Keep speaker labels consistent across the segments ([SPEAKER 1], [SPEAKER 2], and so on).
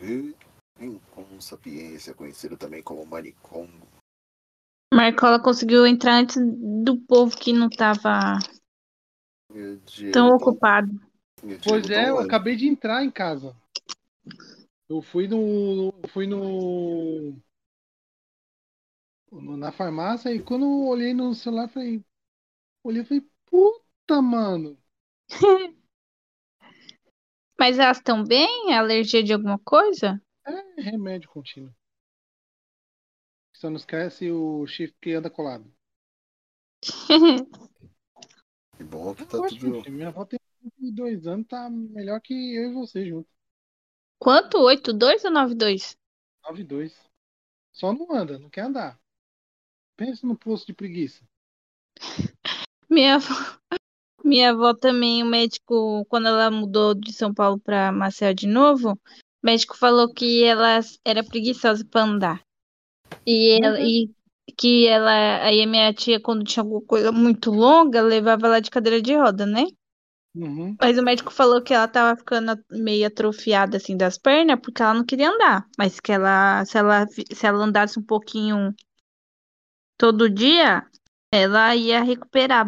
[SPEAKER 1] E, com sapiência, conhecido também como Manicongo.
[SPEAKER 2] Marcola conseguiu entrar antes do povo que não tava
[SPEAKER 1] E Diego
[SPEAKER 2] tão
[SPEAKER 1] tá-
[SPEAKER 2] ocupado.
[SPEAKER 1] e Diego
[SPEAKER 3] Então, Pois
[SPEAKER 1] tá
[SPEAKER 3] é, eu
[SPEAKER 1] online.
[SPEAKER 3] acabei de entrar em casa. Eu fui no. fui no. no- na farmácia e quando eu olhei no celular, falei. Olhei e falei, puta, mano.
[SPEAKER 2] Mas elas estão bem? Alergia de alguma coisa?
[SPEAKER 3] É remédio contínuo. Só não esquece o chifre que anda colado.
[SPEAKER 1] Que bom que tá
[SPEAKER 3] Eu acho que
[SPEAKER 1] tudo.
[SPEAKER 3] sim, Minha avó tem 22 anos, tá melhor que eu e você junto.
[SPEAKER 2] Quanto? 8,2 ou 9,2?
[SPEAKER 3] 9 e 2. Só não anda, não quer andar. Pensa no posto de preguiça.
[SPEAKER 2] Minha avó, minha avó também, o médico, quando ela mudou de São Paulo para Maceió de novo, o médico falou que ela era preguiçosa para andar. E, ela, e que ela, aí a minha tia, quando tinha alguma coisa muito longa, levava ela de cadeira de roda, né?
[SPEAKER 3] Uhum.
[SPEAKER 2] Mas o médico falou que ela tava ficando meio atrofiada assim das pernas porque ela não queria andar, mas que ela se ela fi- se ela andasse um pouquinho todo dia, ela ia recuperar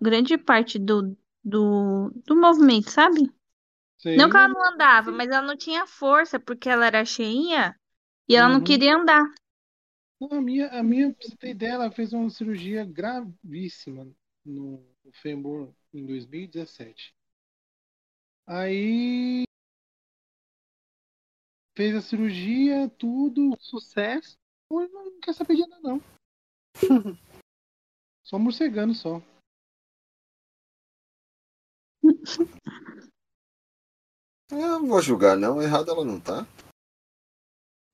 [SPEAKER 2] grande parte do do, do movimento, sabe?
[SPEAKER 3] Sei.
[SPEAKER 2] Não que ela não andava, mas ela não tinha força porque ela era cheinha e ela não
[SPEAKER 3] Uhum.
[SPEAKER 2] queria andar.
[SPEAKER 3] Não, A minha, a minha, pra você ter ideia, ela fez uma cirurgia gravíssima no no fêmur em 2017. Aí fez a cirurgia, tudo, sucesso. Hoje não quer saber de nada, não. Só morcegando só.
[SPEAKER 1] Eu não vou julgar, não. Errado ela não tá.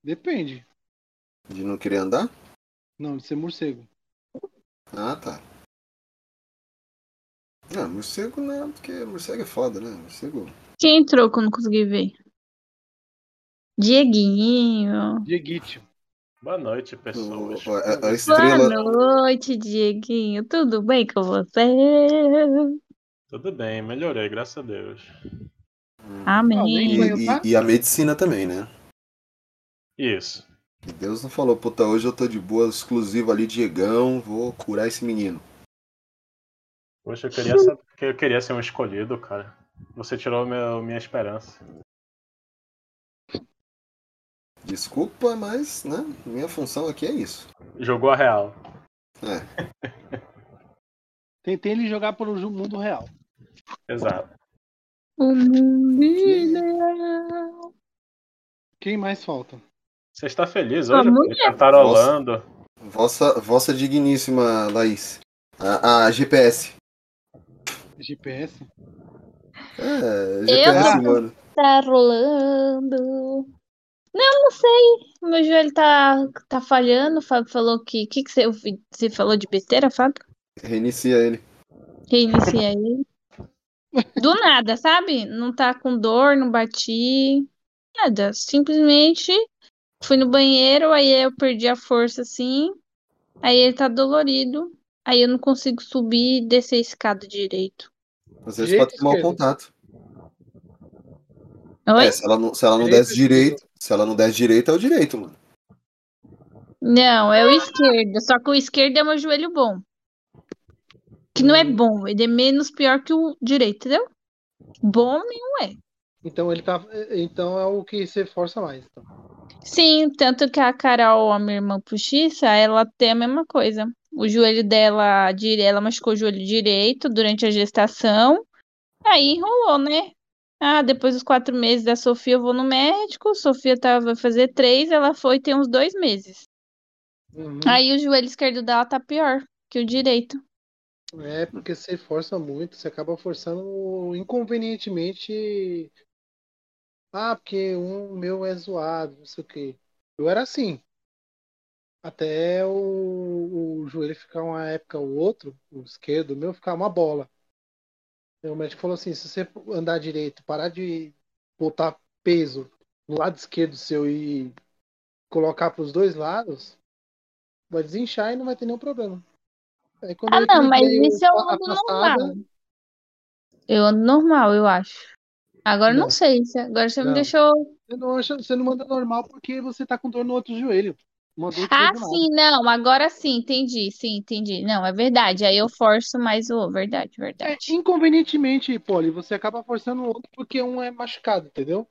[SPEAKER 3] Depende.
[SPEAKER 1] De não querer andar?
[SPEAKER 3] Não, de ser morcego.
[SPEAKER 1] Ah, tá. Não, morcego não, porque morcego é foda, né? Morcego.
[SPEAKER 2] Quem entrou que eu não consegui ver? Dieguinho.
[SPEAKER 3] Dieguite.
[SPEAKER 4] Boa noite,
[SPEAKER 1] o-
[SPEAKER 4] pessoas.
[SPEAKER 5] é,
[SPEAKER 1] a, a estrela.
[SPEAKER 2] Boa noite, Dieguinho. Tudo bem com você?
[SPEAKER 4] Tudo bem, melhorei, graças a Deus.
[SPEAKER 3] Ah, nem
[SPEAKER 2] Amém.
[SPEAKER 3] foi.
[SPEAKER 1] E, e- e a medicina também, né?
[SPEAKER 4] Isso.
[SPEAKER 1] E Deus não falou, puta, hoje eu tô de boa, exclusivo ali, Diegão, vou curar esse menino.
[SPEAKER 4] Poxa, eu queria, sa- que eu queria ser um escolhido, cara. Você tirou meu, minha esperança.
[SPEAKER 1] Desculpa, mas, né? Minha função aqui é isso.
[SPEAKER 4] Jogou a real.
[SPEAKER 1] É.
[SPEAKER 3] Tentei ele jogar pelo ju- mundo real.
[SPEAKER 4] Exato.
[SPEAKER 2] O mundo ideal.
[SPEAKER 3] Quem mais falta?
[SPEAKER 4] Você está feliz
[SPEAKER 2] Ah,
[SPEAKER 4] hoje? Tá
[SPEAKER 2] muito.
[SPEAKER 4] Cantarolando.
[SPEAKER 1] Vossa, vossa digníssima Laís. A, a GPS.
[SPEAKER 3] GPS.
[SPEAKER 1] É, GPS,
[SPEAKER 2] Eu?
[SPEAKER 1] mano.
[SPEAKER 2] Tá rolando. Não, não sei. Meu joelho tá, tá falhando. O Fábio falou que. O que, que você, ouvi- você falou de besteira, Fábio?
[SPEAKER 1] Reinicia ele.
[SPEAKER 2] Reinicia aí. Do nada, sabe? Não tá com dor, não bati. Nada. Simplesmente fui no banheiro, aí eu perdi a força assim. Aí ele tá dolorido. Aí eu não consigo subir e descer a escada direito.
[SPEAKER 1] Às vezes
[SPEAKER 3] Direita
[SPEAKER 1] pode tomar o
[SPEAKER 3] ou esquerda?
[SPEAKER 1] contato.
[SPEAKER 2] Oi?
[SPEAKER 1] É, se ela não, se ela não
[SPEAKER 3] Direita
[SPEAKER 1] desce
[SPEAKER 3] ou esquerda?
[SPEAKER 1] direito, se ela não desce direito, é o direito, mano.
[SPEAKER 2] Não, é o esquerdo. Só que o esquerdo é meu joelho bom. Que não é
[SPEAKER 3] Hum.
[SPEAKER 2] bom, ele é menos pior que o direito, entendeu? Bom,
[SPEAKER 3] Então ele tá. Então é o que você força mais. Então.
[SPEAKER 2] sim, tanto que a Carol, a minha irmã postiça, ela tem a mesma coisa. O joelho dela, dire- ela machucou o joelho direito durante a gestação, aí enrolou, né? Ah, depois dos quatro meses da Sofia, eu vou no médico. Sofia tava, vai fazer três, ela foi tem uns dois meses.
[SPEAKER 3] Uhum.
[SPEAKER 2] Aí o joelho esquerdo dela tá pior que o direito.
[SPEAKER 3] É, porque você força muito, você acaba forçando inconvenientemente. Ah, porque um meu é zoado, não sei o quê. Eu era assim. Até o, o joelho ficar uma época ou outro, o esquerdo meu, ficar uma bola. Aí O médico falou assim, se você andar direito, parar de botar peso no lado esquerdo seu e colocar para os dois lados, vai desinchar e não vai ter nenhum problema. Aí quando
[SPEAKER 2] Ah,
[SPEAKER 3] eu
[SPEAKER 2] não, mas
[SPEAKER 3] equilibrei o
[SPEAKER 2] isso é um
[SPEAKER 3] pa- a
[SPEAKER 2] mundo
[SPEAKER 3] passada,
[SPEAKER 2] normal. Eu ando normal, eu acho. Agora eu não
[SPEAKER 3] Não.
[SPEAKER 2] sei. se- Agora você me
[SPEAKER 3] Não.
[SPEAKER 2] deixou
[SPEAKER 3] Você não, acha- você não manda normal porque você tá com dor no outro joelho. Uma dor que
[SPEAKER 2] Ah,
[SPEAKER 3] veio do nada.
[SPEAKER 2] sim, não, agora sim, entendi, sim, entendi. Não, é verdade, aí eu forço mais o... Verdade,
[SPEAKER 3] É,
[SPEAKER 2] verdade.
[SPEAKER 3] inconvenientemente, Poli, você acaba forçando o outro porque um é machucado, entendeu?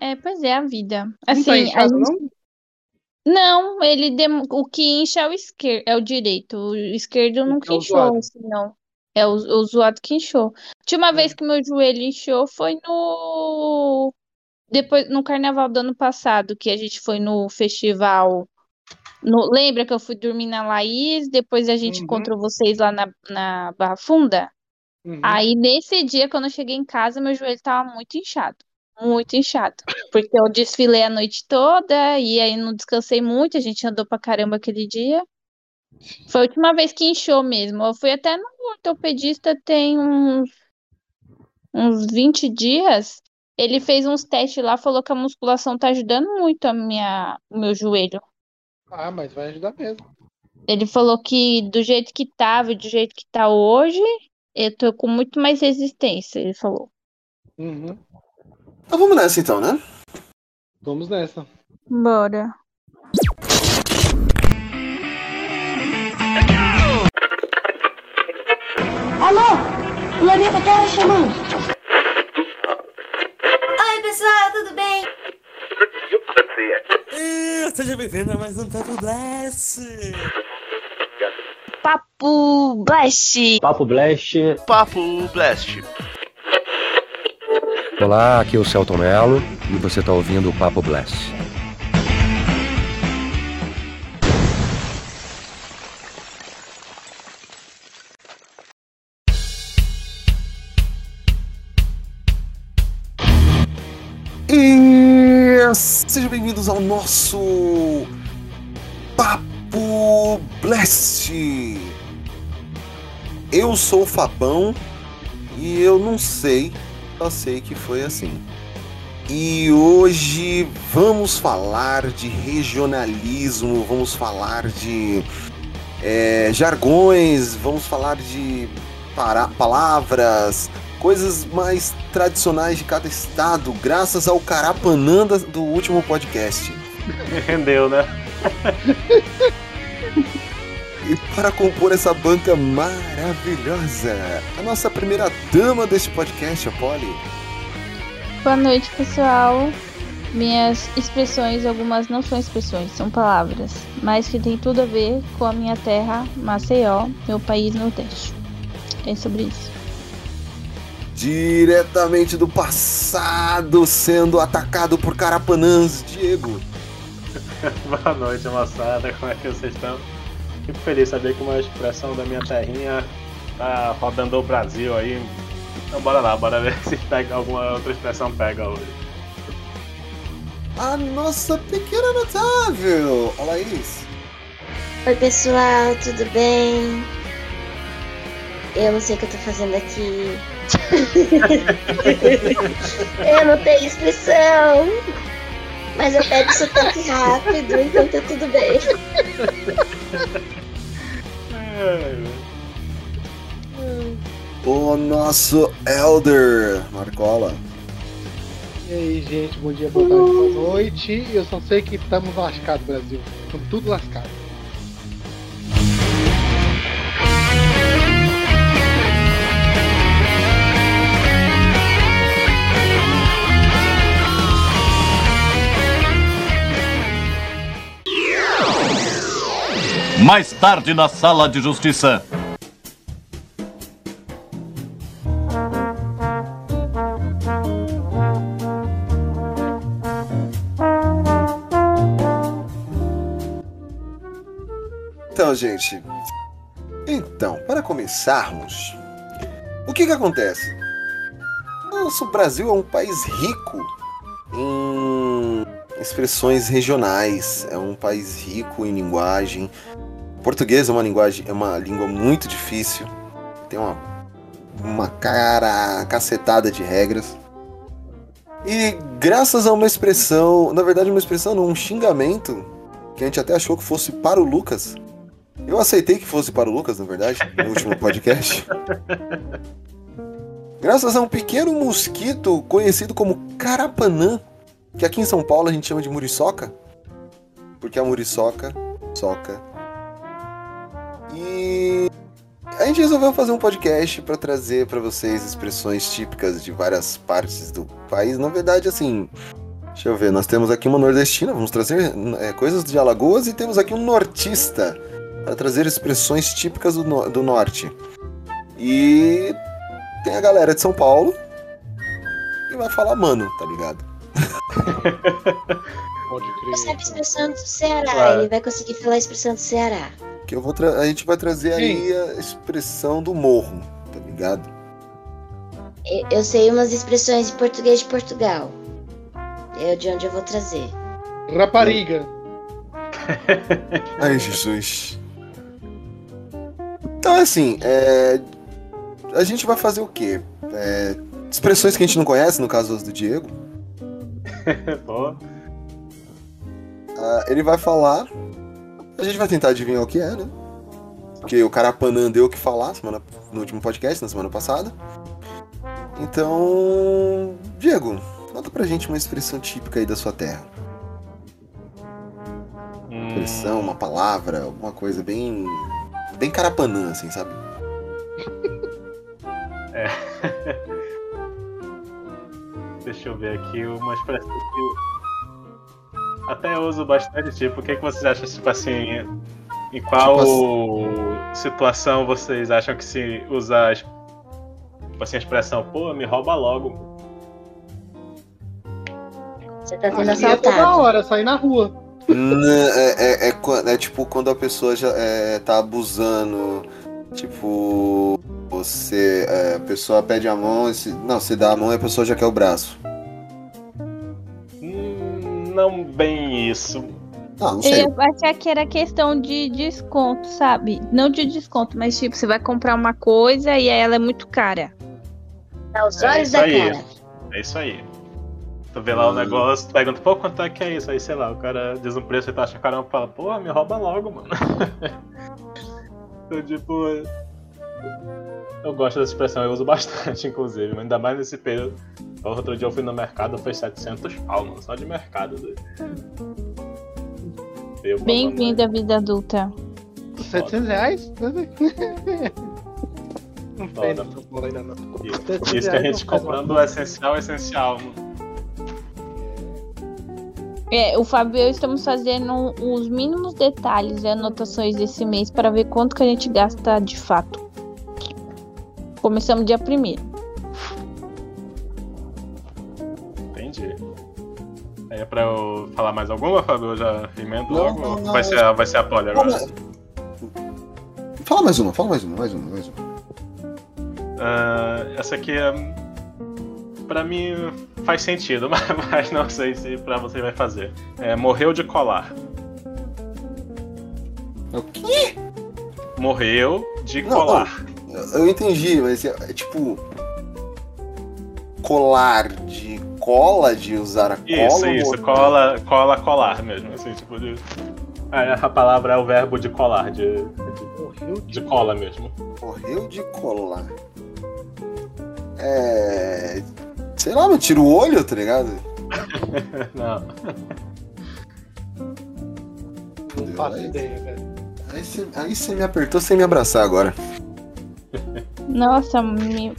[SPEAKER 2] É, pois é, a vida.
[SPEAKER 3] Não tá
[SPEAKER 2] Assim, a
[SPEAKER 3] inchado,
[SPEAKER 2] gente-
[SPEAKER 3] não?
[SPEAKER 2] Não, ele dem- o que incha é o esquerdo, é o direito. O esquerdo nunca
[SPEAKER 3] É o
[SPEAKER 2] inchou,
[SPEAKER 3] zoado.
[SPEAKER 2] assim, não. É o, o zoado que inchou. De uma
[SPEAKER 3] É.
[SPEAKER 2] vez que meu joelho inchou foi no depois no carnaval do ano passado, que a gente foi no festival. no- Lembra que eu fui dormir na Laís, depois a gente
[SPEAKER 3] Uhum.
[SPEAKER 2] encontrou vocês lá na, na Barra Funda?
[SPEAKER 3] Uhum.
[SPEAKER 2] Aí nesse dia, quando eu cheguei em casa, meu joelho tava muito inchado. Muito inchado. Porque eu desfilei a noite toda e aí não descansei muito, a gente andou pra caramba aquele dia. Foi a última vez que inchou mesmo. Eu fui até no ortopedista tem uns, uns 20 dias. Ele fez uns testes lá, falou que a musculação tá ajudando muito a minha, o meu joelho.
[SPEAKER 3] Ah, mas vai ajudar mesmo.
[SPEAKER 2] Ele falou que do jeito que tava e do jeito que tá hoje, eu tô com muito mais resistência, ele falou.
[SPEAKER 3] Uhum.
[SPEAKER 5] Então vamos nessa então, né?
[SPEAKER 3] Vamos nessa.
[SPEAKER 2] Bora.
[SPEAKER 6] Alô? Planeta Terra chamando. Oi, pessoal, tudo bem?
[SPEAKER 7] Seja bem-vindo a mais um Papo Blast!
[SPEAKER 6] Papo Blast.
[SPEAKER 8] Papo Blast.
[SPEAKER 9] Papo Blast.
[SPEAKER 10] Olá, aqui é o Celton Mello e você está ouvindo o Papo Blast.
[SPEAKER 5] E sejam bem-vindos ao nosso Papo Blast. Eu sou o Fabão e eu não sei, só sei que foi assim. E hoje vamos falar de regionalismo, vamos falar de é, jargões, vamos falar de para- palavras, coisas mais tradicionais de cada estado, graças ao Carapananda do último podcast.
[SPEAKER 4] Rendeu, né?
[SPEAKER 5] E para compor essa banca maravilhosa, a nossa primeira dama deste podcast, a Polly.
[SPEAKER 2] Boa noite, pessoal. Minhas expressões, algumas não são expressões, são palavras, mas que tem tudo a ver com a minha terra, Maceió, meu país Nordeste. É sobre isso.
[SPEAKER 5] Diretamente do passado, sendo atacado por Carapanãs, Diego.
[SPEAKER 4] Boa noite, moçada. Como é que vocês estão? Fico feliz de saber que uma expressão da minha terrinha tá rodando o Brasil aí. Então bora lá, bora ver se pega alguma outra expressão pega hoje.
[SPEAKER 5] A nossa pequena notável, a Laís.
[SPEAKER 6] Oi, pessoal, tudo bem? Eu não sei o que eu tô fazendo aqui. eu não tenho expressão. Mas eu pego sotaque rápido, então tá tudo bem.
[SPEAKER 4] É,
[SPEAKER 5] O nosso Elder, Marcola.
[SPEAKER 3] E aí, gente, bom dia, boa tarde, boa noite. Eu só sei que estamos lascados, Brasil. Estamos tudo lascado.
[SPEAKER 9] Mais tarde na Sala de Justiça.
[SPEAKER 5] Então, gente. Então, para começarmos, o que que acontece? Nosso Brasil é um país rico em expressões regionais, é um país rico em linguagem. Português é uma linguagem, é uma língua muito difícil. Tem uma uma cara cacetada de regras. E graças a uma expressão, na verdade uma expressão, não, um xingamento que a gente até achou que fosse para o Lucas. Eu aceitei que fosse para o Lucas, na verdade, no último podcast. Graças a um pequeno mosquito conhecido como carapanã, que aqui em São Paulo a gente chama de muriçoca, porque a muriçoca soca. E a gente resolveu fazer um podcast para trazer para vocês expressões típicas de várias partes do país. Na verdade, assim, deixa eu ver, nós temos aqui uma nordestina, vamos trazer é, coisas de Alagoas, e temos aqui um nortista para trazer expressões típicas do, no- do norte. E tem a galera de São Paulo e vai falar mano, tá ligado?
[SPEAKER 3] Pode
[SPEAKER 6] Não sabe a
[SPEAKER 3] crer.
[SPEAKER 6] expressão do Ceará,
[SPEAKER 4] Claro.
[SPEAKER 6] ele vai conseguir falar a expressão do Ceará.
[SPEAKER 5] Que eu vou tra- a gente vai trazer
[SPEAKER 3] Sim.
[SPEAKER 5] aí a expressão do morro, tá ligado?
[SPEAKER 6] Eu- Eu sei umas expressões em português de Portugal. É de onde eu vou trazer.
[SPEAKER 3] Rapariga.
[SPEAKER 5] Ai, Jesus. Então, assim, é, a gente vai fazer o quê? É, Expressões que a gente não conhece, no caso do Diego.
[SPEAKER 4] Boa.
[SPEAKER 5] Ah, ele vai falar. A gente vai tentar adivinhar o que é, né? Porque o Carapanã deu o que falar semana, no último podcast, na semana passada. Então, Diego, conta pra gente uma expressão típica aí da sua terra.
[SPEAKER 4] hum,
[SPEAKER 5] expressão, uma palavra, alguma coisa bem. bem carapanã, assim, sabe?
[SPEAKER 4] Deixa eu ver aqui uma expressão que eu até eu uso bastante. Tipo, o que, que vocês acham, tipo assim, em qual situação vocês acham que se usar tipo assim, a expressão, pô, me rouba logo.
[SPEAKER 6] Você tá sendo
[SPEAKER 3] Assim é toda
[SPEAKER 6] assaltado.
[SPEAKER 3] hora, sair na rua.
[SPEAKER 5] Nã, é, é, é quan- é tipo quando a pessoa já é, tá abusando. Tipo, você. é, a pessoa pede a mão, e se, não, se dá a mão e a pessoa já quer o braço.
[SPEAKER 4] Hum, não bem isso.
[SPEAKER 5] Ah, não sei.
[SPEAKER 2] Eu ia achar que era questão de desconto, sabe? Não de desconto, mas tipo, você vai comprar uma coisa e aí ela é muito cara.
[SPEAKER 6] Tá os
[SPEAKER 4] É
[SPEAKER 6] olhos
[SPEAKER 4] isso
[SPEAKER 6] da
[SPEAKER 4] aí.
[SPEAKER 6] cara.
[SPEAKER 4] É isso aí. Tu vê lá o
[SPEAKER 5] Hum.
[SPEAKER 4] negócio, tu pergunta, pô, quanto é que é isso? Aí, sei lá, o cara diz um preço e tu acha caramba e fala, pô, me rouba logo, mano. então, tipo. Eu gosto dessa expressão, eu uso bastante, inclusive, mas ainda mais nesse período. Outro dia eu fui no mercado, foi 700 pau, mano, só de mercado. doido. Deu uma
[SPEAKER 2] Bem-vindo à vida adulta.
[SPEAKER 3] 700 reais? Não tem
[SPEAKER 4] Foda.
[SPEAKER 3] nessa bola ainda não.
[SPEAKER 4] E-
[SPEAKER 3] 700
[SPEAKER 4] Isso que a
[SPEAKER 3] reais
[SPEAKER 4] gente
[SPEAKER 3] não faz
[SPEAKER 4] comprando
[SPEAKER 3] uma-
[SPEAKER 4] o essencial, o essencial, mano.
[SPEAKER 2] É, o Fábio e eu estamos fazendo os mínimos detalhes e anotações desse mês para ver quanto que a gente gasta de fato. Começamos dia 1
[SPEAKER 4] Entendi. Aí é pra eu falar mais alguma, Fábio? Eu já emendo
[SPEAKER 5] Não,
[SPEAKER 4] logo?
[SPEAKER 5] não, não.
[SPEAKER 4] Vai, ser a, vai ser a pole agora.
[SPEAKER 5] Fala-
[SPEAKER 1] Fala mais uma, fala mais uma, mais uma, mais uma.
[SPEAKER 4] Ah, essa aqui é. Pra mim faz sentido, mas, mas não sei se pra você vai fazer. É, morreu de colar.
[SPEAKER 5] O quê?
[SPEAKER 4] Morreu de
[SPEAKER 5] Não,
[SPEAKER 4] colar.
[SPEAKER 5] Eu entendi, mas é, é tipo. Colar de cola, de usar a cola.
[SPEAKER 4] isso,
[SPEAKER 5] ou-
[SPEAKER 4] isso. Cola, cola, colar mesmo. Assim, tipo de... Ah, A palavra é o verbo de colar, de,
[SPEAKER 3] Morreu de
[SPEAKER 4] de cola mesmo.
[SPEAKER 5] Morreu de colar. É. Sei lá, mano, tira o olho, tá ligado?
[SPEAKER 4] Não.
[SPEAKER 3] Não faço ideia, velho.
[SPEAKER 5] Aí você aí você me apertou sem me abraçar agora.
[SPEAKER 2] Nossa, me-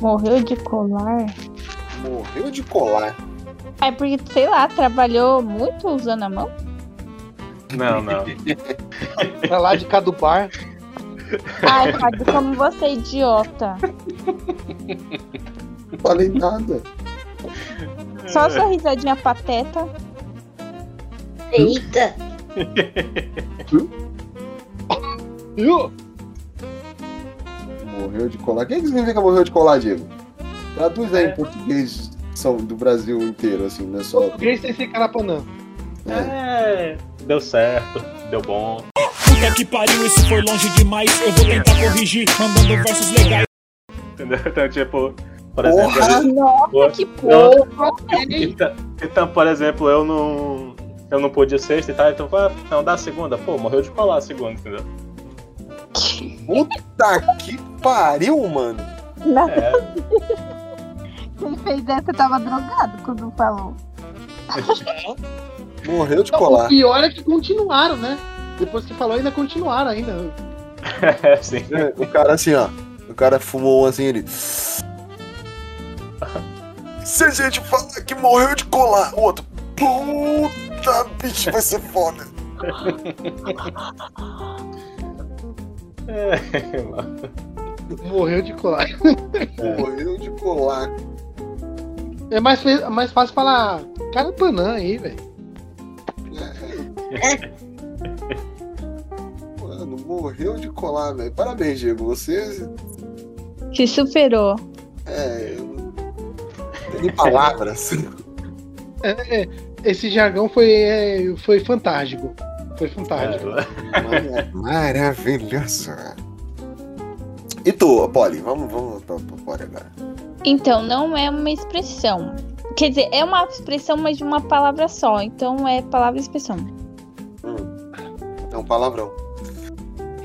[SPEAKER 2] morreu de colar.
[SPEAKER 5] Morreu de colar.
[SPEAKER 2] É porque, sei lá, trabalhou muito usando a mão?
[SPEAKER 4] Não, não.
[SPEAKER 3] Pra lá de cá do bar.
[SPEAKER 2] Ai, Fábio, como você é idiota.
[SPEAKER 1] Não falei nada.
[SPEAKER 2] Só sua risadinha pateta.
[SPEAKER 6] Eita!
[SPEAKER 3] Viu?
[SPEAKER 1] Morreu de colar. Quem é que significa morreu de colar, Diego? Traduz
[SPEAKER 4] É.
[SPEAKER 1] aí em português são do Brasil inteiro, assim,
[SPEAKER 5] né?
[SPEAKER 1] não é só.
[SPEAKER 3] Grace tem esse carapanã.
[SPEAKER 1] É.
[SPEAKER 4] É, deu certo, deu bom.
[SPEAKER 7] Puta que pariu, isso foi longe demais. Eu vou tentar corrigir, mandando versos legais.
[SPEAKER 4] Entendeu? Então, tipo, por exemplo,
[SPEAKER 5] Porra!
[SPEAKER 4] ele-
[SPEAKER 2] Nossa,
[SPEAKER 4] Boa.
[SPEAKER 2] que porra!
[SPEAKER 4] Então, então, por exemplo, eu não. Eu não pude sexta e tal, então ah, não dá a segunda. Pô, morreu de colar a segunda, entendeu?
[SPEAKER 5] Tá que pariu, mano.
[SPEAKER 2] Na-
[SPEAKER 4] É,
[SPEAKER 2] Quem fez essa tava drogado quando falou.
[SPEAKER 5] Morreu de
[SPEAKER 3] Não,
[SPEAKER 5] colar.
[SPEAKER 3] o pior é que continuaram, né? Depois que falou, ainda continuaram ainda.
[SPEAKER 4] É, sim.
[SPEAKER 5] O cara assim, ó. O cara fumou um assim, ele. Se a gente falar que morreu de colar, o outro. Puta, bicho, vai ser foda.
[SPEAKER 4] É, mano.
[SPEAKER 3] Morreu de colar.
[SPEAKER 5] Morreu de colar.
[SPEAKER 3] É mais, fe- mais fácil falar Carapanã aí, velho.
[SPEAKER 5] Mano, morreu de colar, velho. Parabéns, Diego. Você.
[SPEAKER 2] Se superou.
[SPEAKER 5] É. eu não- Tem palavras.
[SPEAKER 3] É, é, esse jargão foi, é, foi fantástico. Foi fantástico.
[SPEAKER 4] É,
[SPEAKER 5] Mara- Maravilhoso. E tu, Polly? Vamos, vamos pra, pra Polly agora.
[SPEAKER 2] Então, não é uma expressão. Quer dizer, é uma expressão, mas de uma palavra só. Então é palavra e expressão.
[SPEAKER 5] É um palavrão.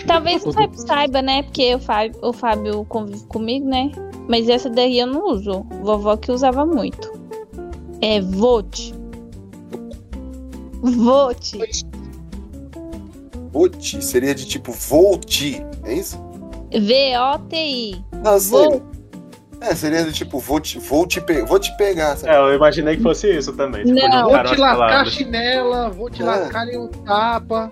[SPEAKER 2] Talvez o Fábio saiba, né? Porque o Fábio, o Fábio convive comigo, né? Mas essa daí eu não uso. Vovó que usava muito. É vote. Vote.
[SPEAKER 5] Oti seria de tipo volti, é isso?
[SPEAKER 4] Né,
[SPEAKER 2] V-O-T-I.
[SPEAKER 5] Não,
[SPEAKER 2] Vou.
[SPEAKER 5] sério. É, seria do tipo, vou te, vou te, pe- vou te pegar,
[SPEAKER 2] É,
[SPEAKER 5] sabe?
[SPEAKER 4] é, eu imaginei que fosse isso também. Tipo,
[SPEAKER 2] Não.
[SPEAKER 3] Vou
[SPEAKER 4] juntaram
[SPEAKER 3] te
[SPEAKER 4] as
[SPEAKER 3] lascar a
[SPEAKER 4] palavras,
[SPEAKER 3] chinela, vou te
[SPEAKER 5] É.
[SPEAKER 3] lascar em um tapa.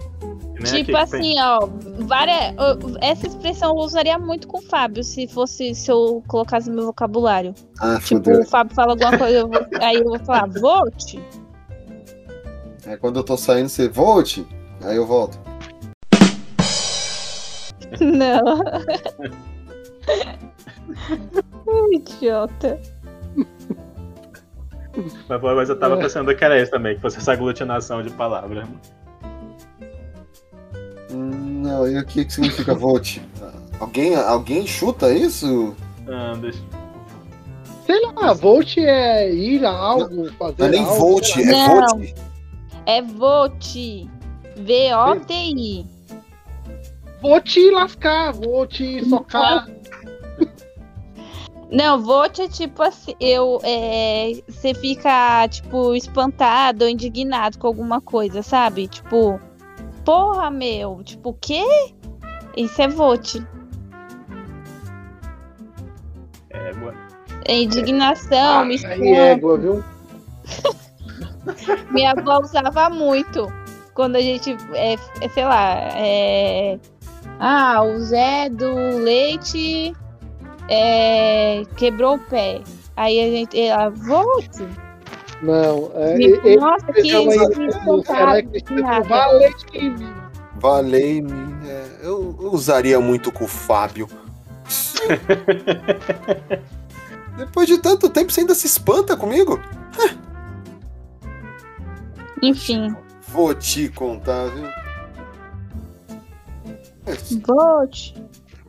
[SPEAKER 4] né, que
[SPEAKER 2] Tipo
[SPEAKER 4] tem-
[SPEAKER 2] assim, ó. Várias, eu- essa expressão eu usaria muito com o Fábio, se fosse se eu colocasse no meu vocabulário.
[SPEAKER 1] Ah,
[SPEAKER 2] Tipo,
[SPEAKER 1] fodeu.
[SPEAKER 2] o Fábio fala alguma coisa, eu vou- aí eu vou falar, vote.
[SPEAKER 1] É quando eu tô saindo, você volte, aí eu volto.
[SPEAKER 2] Não. Idiota.
[SPEAKER 4] Mas, mas eu tava
[SPEAKER 3] É.
[SPEAKER 4] pensando que era isso também, que fosse essa aglutinação de palavras.
[SPEAKER 1] Hum, Não, e o que, que significa volte?
[SPEAKER 5] Alguém, alguém chuta isso?
[SPEAKER 4] Andas.
[SPEAKER 3] Sei lá, volt é ir a algo, fazer
[SPEAKER 5] Não é nem
[SPEAKER 3] algo.
[SPEAKER 5] volte,
[SPEAKER 3] sei
[SPEAKER 5] é
[SPEAKER 3] lá.
[SPEAKER 2] Não.
[SPEAKER 5] volte.
[SPEAKER 2] É vote. V-O-T-I.
[SPEAKER 3] Vou te lascar, vou te socar.
[SPEAKER 2] Não, vote é tipo assim, eu, é, você fica, tipo, espantado ou indignado com alguma coisa, sabe? Tipo, porra, meu, tipo, o quê? Isso é vote.
[SPEAKER 4] É, boa.
[SPEAKER 2] É indignação, me
[SPEAKER 3] Aí égua, viu?
[SPEAKER 2] Minha avó usava muito. Quando a gente, é, é, sei lá, é, ah, o Zé do Leite é, quebrou o pé. Aí a gente, ela, volte.
[SPEAKER 3] Não, é,
[SPEAKER 2] Me-
[SPEAKER 3] e- e-
[SPEAKER 2] Nossa, que
[SPEAKER 3] esse
[SPEAKER 5] aí,
[SPEAKER 2] que
[SPEAKER 3] o cara é
[SPEAKER 2] espantado, que
[SPEAKER 3] Cristiano
[SPEAKER 2] nada.
[SPEAKER 3] Valente.
[SPEAKER 5] Valei-me. é, eu, eu usaria muito com o Fábio. Depois de tanto tempo, você ainda se espanta comigo?
[SPEAKER 2] Enfim,
[SPEAKER 5] Vou te contar, viu? É,
[SPEAKER 2] volte.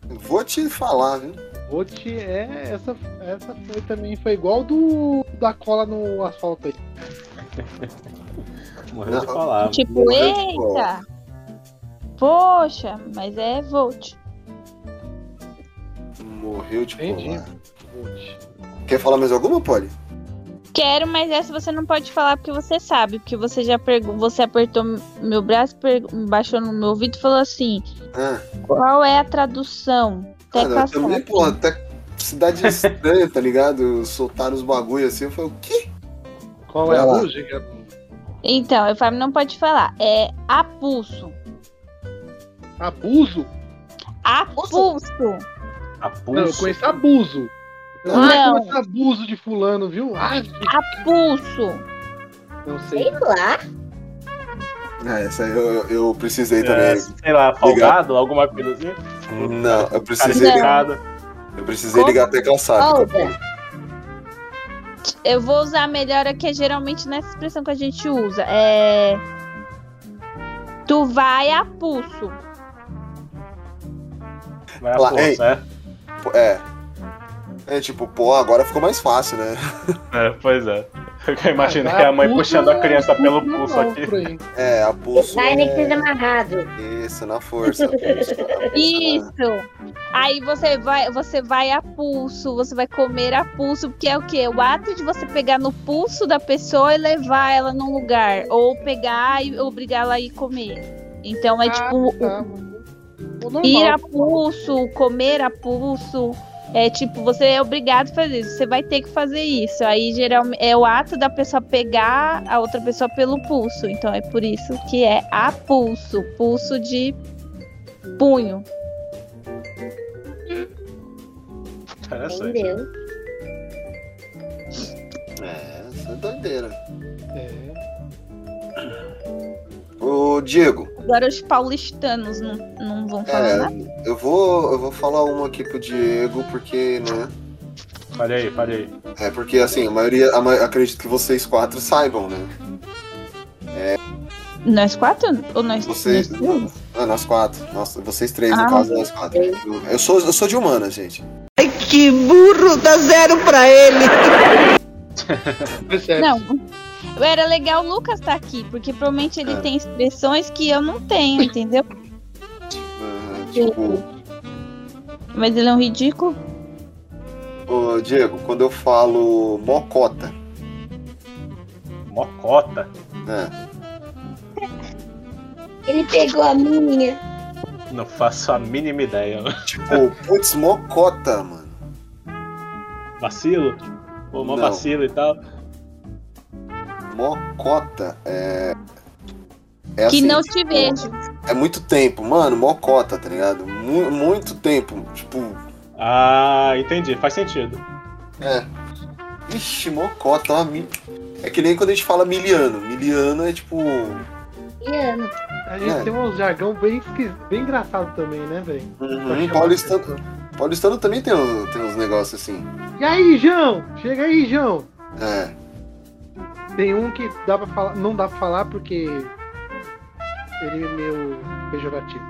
[SPEAKER 5] Vou te falar, viu?
[SPEAKER 3] Vote é. Essa, essa foi também foi igual do da cola no asfalto aí.
[SPEAKER 4] Morreu de
[SPEAKER 5] Não.
[SPEAKER 4] palavras.
[SPEAKER 2] Tipo,
[SPEAKER 5] morreu de dó.
[SPEAKER 2] eita. Poxa, mas é volte.
[SPEAKER 5] Morreu de
[SPEAKER 3] Entendi.
[SPEAKER 5] colar.
[SPEAKER 3] Vote.
[SPEAKER 5] Quer falar mais alguma, Polly?
[SPEAKER 2] Quero, mas essa você não pode falar porque você sabe, porque você já pergu- você apertou meu braço, pergu- baixou no meu ouvido e falou assim:
[SPEAKER 5] Ah.
[SPEAKER 2] Qual é a tradução?
[SPEAKER 5] Cara, eu
[SPEAKER 2] Tecla
[SPEAKER 5] também,
[SPEAKER 2] só.
[SPEAKER 5] porra, até cidade estranha, tá ligado? Soltaram os bagulho assim, eu falei, o quê?
[SPEAKER 3] Qual é a
[SPEAKER 1] Vai lá.
[SPEAKER 3] música?
[SPEAKER 2] Então, eu falo, não pode falar. É apulso.
[SPEAKER 3] Abuso?
[SPEAKER 2] Apulso.
[SPEAKER 4] A
[SPEAKER 3] Não, eu
[SPEAKER 4] pulso.
[SPEAKER 3] conheço abuso.
[SPEAKER 5] Não.
[SPEAKER 3] Ah, como esse abuso de fulano, viu? Ah,
[SPEAKER 2] Apulso.
[SPEAKER 3] não
[SPEAKER 6] Sei
[SPEAKER 3] sei.
[SPEAKER 4] Tá
[SPEAKER 6] lá.
[SPEAKER 5] Ah, essa aí eu, eu, eu precisei
[SPEAKER 4] É,
[SPEAKER 5] também.
[SPEAKER 4] sei lá, folgado, alguma coisa assim.
[SPEAKER 5] Não, eu
[SPEAKER 4] Cara
[SPEAKER 5] precisei,
[SPEAKER 2] Não.
[SPEAKER 5] ligar,
[SPEAKER 4] educado.
[SPEAKER 5] eu precisei ligar a tecla sábio.
[SPEAKER 6] Olga.
[SPEAKER 2] Eu vou usar a melhor aqui, é geralmente nessa expressão que a gente usa. É. Tu vai a pulso.
[SPEAKER 4] Vai a
[SPEAKER 5] Lá,
[SPEAKER 4] força, é.
[SPEAKER 5] É. É tipo, pô, agora ficou mais fácil, né?
[SPEAKER 4] É, pois é. Eu imaginei a mãe puxando
[SPEAKER 3] né? é
[SPEAKER 4] a criança pelo pulso aqui.
[SPEAKER 5] É, a pulso.
[SPEAKER 6] Vai nem que seja
[SPEAKER 5] É...
[SPEAKER 6] amarrado.
[SPEAKER 4] Tá
[SPEAKER 5] Isso, na força. pulso, na força.
[SPEAKER 2] Isso. Aí você vai, você vai a pulso, você vai comer a pulso, porque é o quê? O ato de você pegar no pulso da pessoa e levar ela num lugar, ou pegar e obrigar ela a ir comer. Então
[SPEAKER 5] Ah,
[SPEAKER 2] é tipo
[SPEAKER 3] tá. O normal.
[SPEAKER 2] ir a pulso, comer a pulso. É tipo, você é obrigado a fazer isso, você vai ter que fazer isso. Aí geralmente é o ato da pessoa pegar a outra pessoa pelo pulso. Então é por isso que é a pulso, pulso de punho.
[SPEAKER 4] Interessante.
[SPEAKER 6] Entendeu?
[SPEAKER 5] É, isso é doideira.
[SPEAKER 3] É.
[SPEAKER 5] Ô, Diego,
[SPEAKER 2] Agora os paulistanos não, não vão falar nada.
[SPEAKER 5] é, eu, vou, eu vou falar uma aqui pro Diego, porque, né?
[SPEAKER 4] Olha aí, olha aí.
[SPEAKER 5] É porque assim, a maioria. a ma- acredito que vocês quatro saibam, né?
[SPEAKER 2] Nós quatro ou nós,
[SPEAKER 5] Vocês.
[SPEAKER 2] nós três?
[SPEAKER 5] Ah, nós quatro. Nossa, vocês três,
[SPEAKER 2] Ah.
[SPEAKER 5] no caso, nós quatro. Eu sou, eu sou de humanas, gente.
[SPEAKER 8] Que burro, dá zero pra ele.
[SPEAKER 4] é.
[SPEAKER 3] Percebe?
[SPEAKER 2] Não. Era legal o Lucas estar aqui, porque provavelmente ele
[SPEAKER 5] É.
[SPEAKER 2] tem expressões que eu não tenho, entendeu?
[SPEAKER 5] Ah, tipo,
[SPEAKER 2] Mas ele é um ridículo.
[SPEAKER 5] ô, Diego, quando eu falo mocota,
[SPEAKER 4] Mocota.
[SPEAKER 5] né?
[SPEAKER 6] Ele pegou a minha.
[SPEAKER 4] Não faço a mínima ideia.
[SPEAKER 5] Tipo, putz, mocota, mano.
[SPEAKER 4] Vacilo? Pô, mó
[SPEAKER 5] Não.
[SPEAKER 4] vacilo e tal.
[SPEAKER 5] Mocota é. é
[SPEAKER 2] que
[SPEAKER 5] assim,
[SPEAKER 2] não te
[SPEAKER 5] tipo,
[SPEAKER 2] vejo.
[SPEAKER 5] É muito tempo, mano, mocota, tá ligado? Mu- muito tempo, tipo.
[SPEAKER 4] Ah, entendi. Faz sentido.
[SPEAKER 5] É. Ixi, mocota, ó, mi- É que nem quando a gente fala miliano. Miliano é tipo.
[SPEAKER 6] Liana.
[SPEAKER 3] A gente
[SPEAKER 5] É.
[SPEAKER 3] tem um jargão bem, esquis- bem engraçado também, né, velho?
[SPEAKER 5] Uhum, paulistano, paulistano também tem, um- tem uns negócios assim.
[SPEAKER 3] E aí, João? Chega aí, João.
[SPEAKER 5] É.
[SPEAKER 3] Tem um que dá pra falar, não dá pra falar porque ele é meio pejorativo.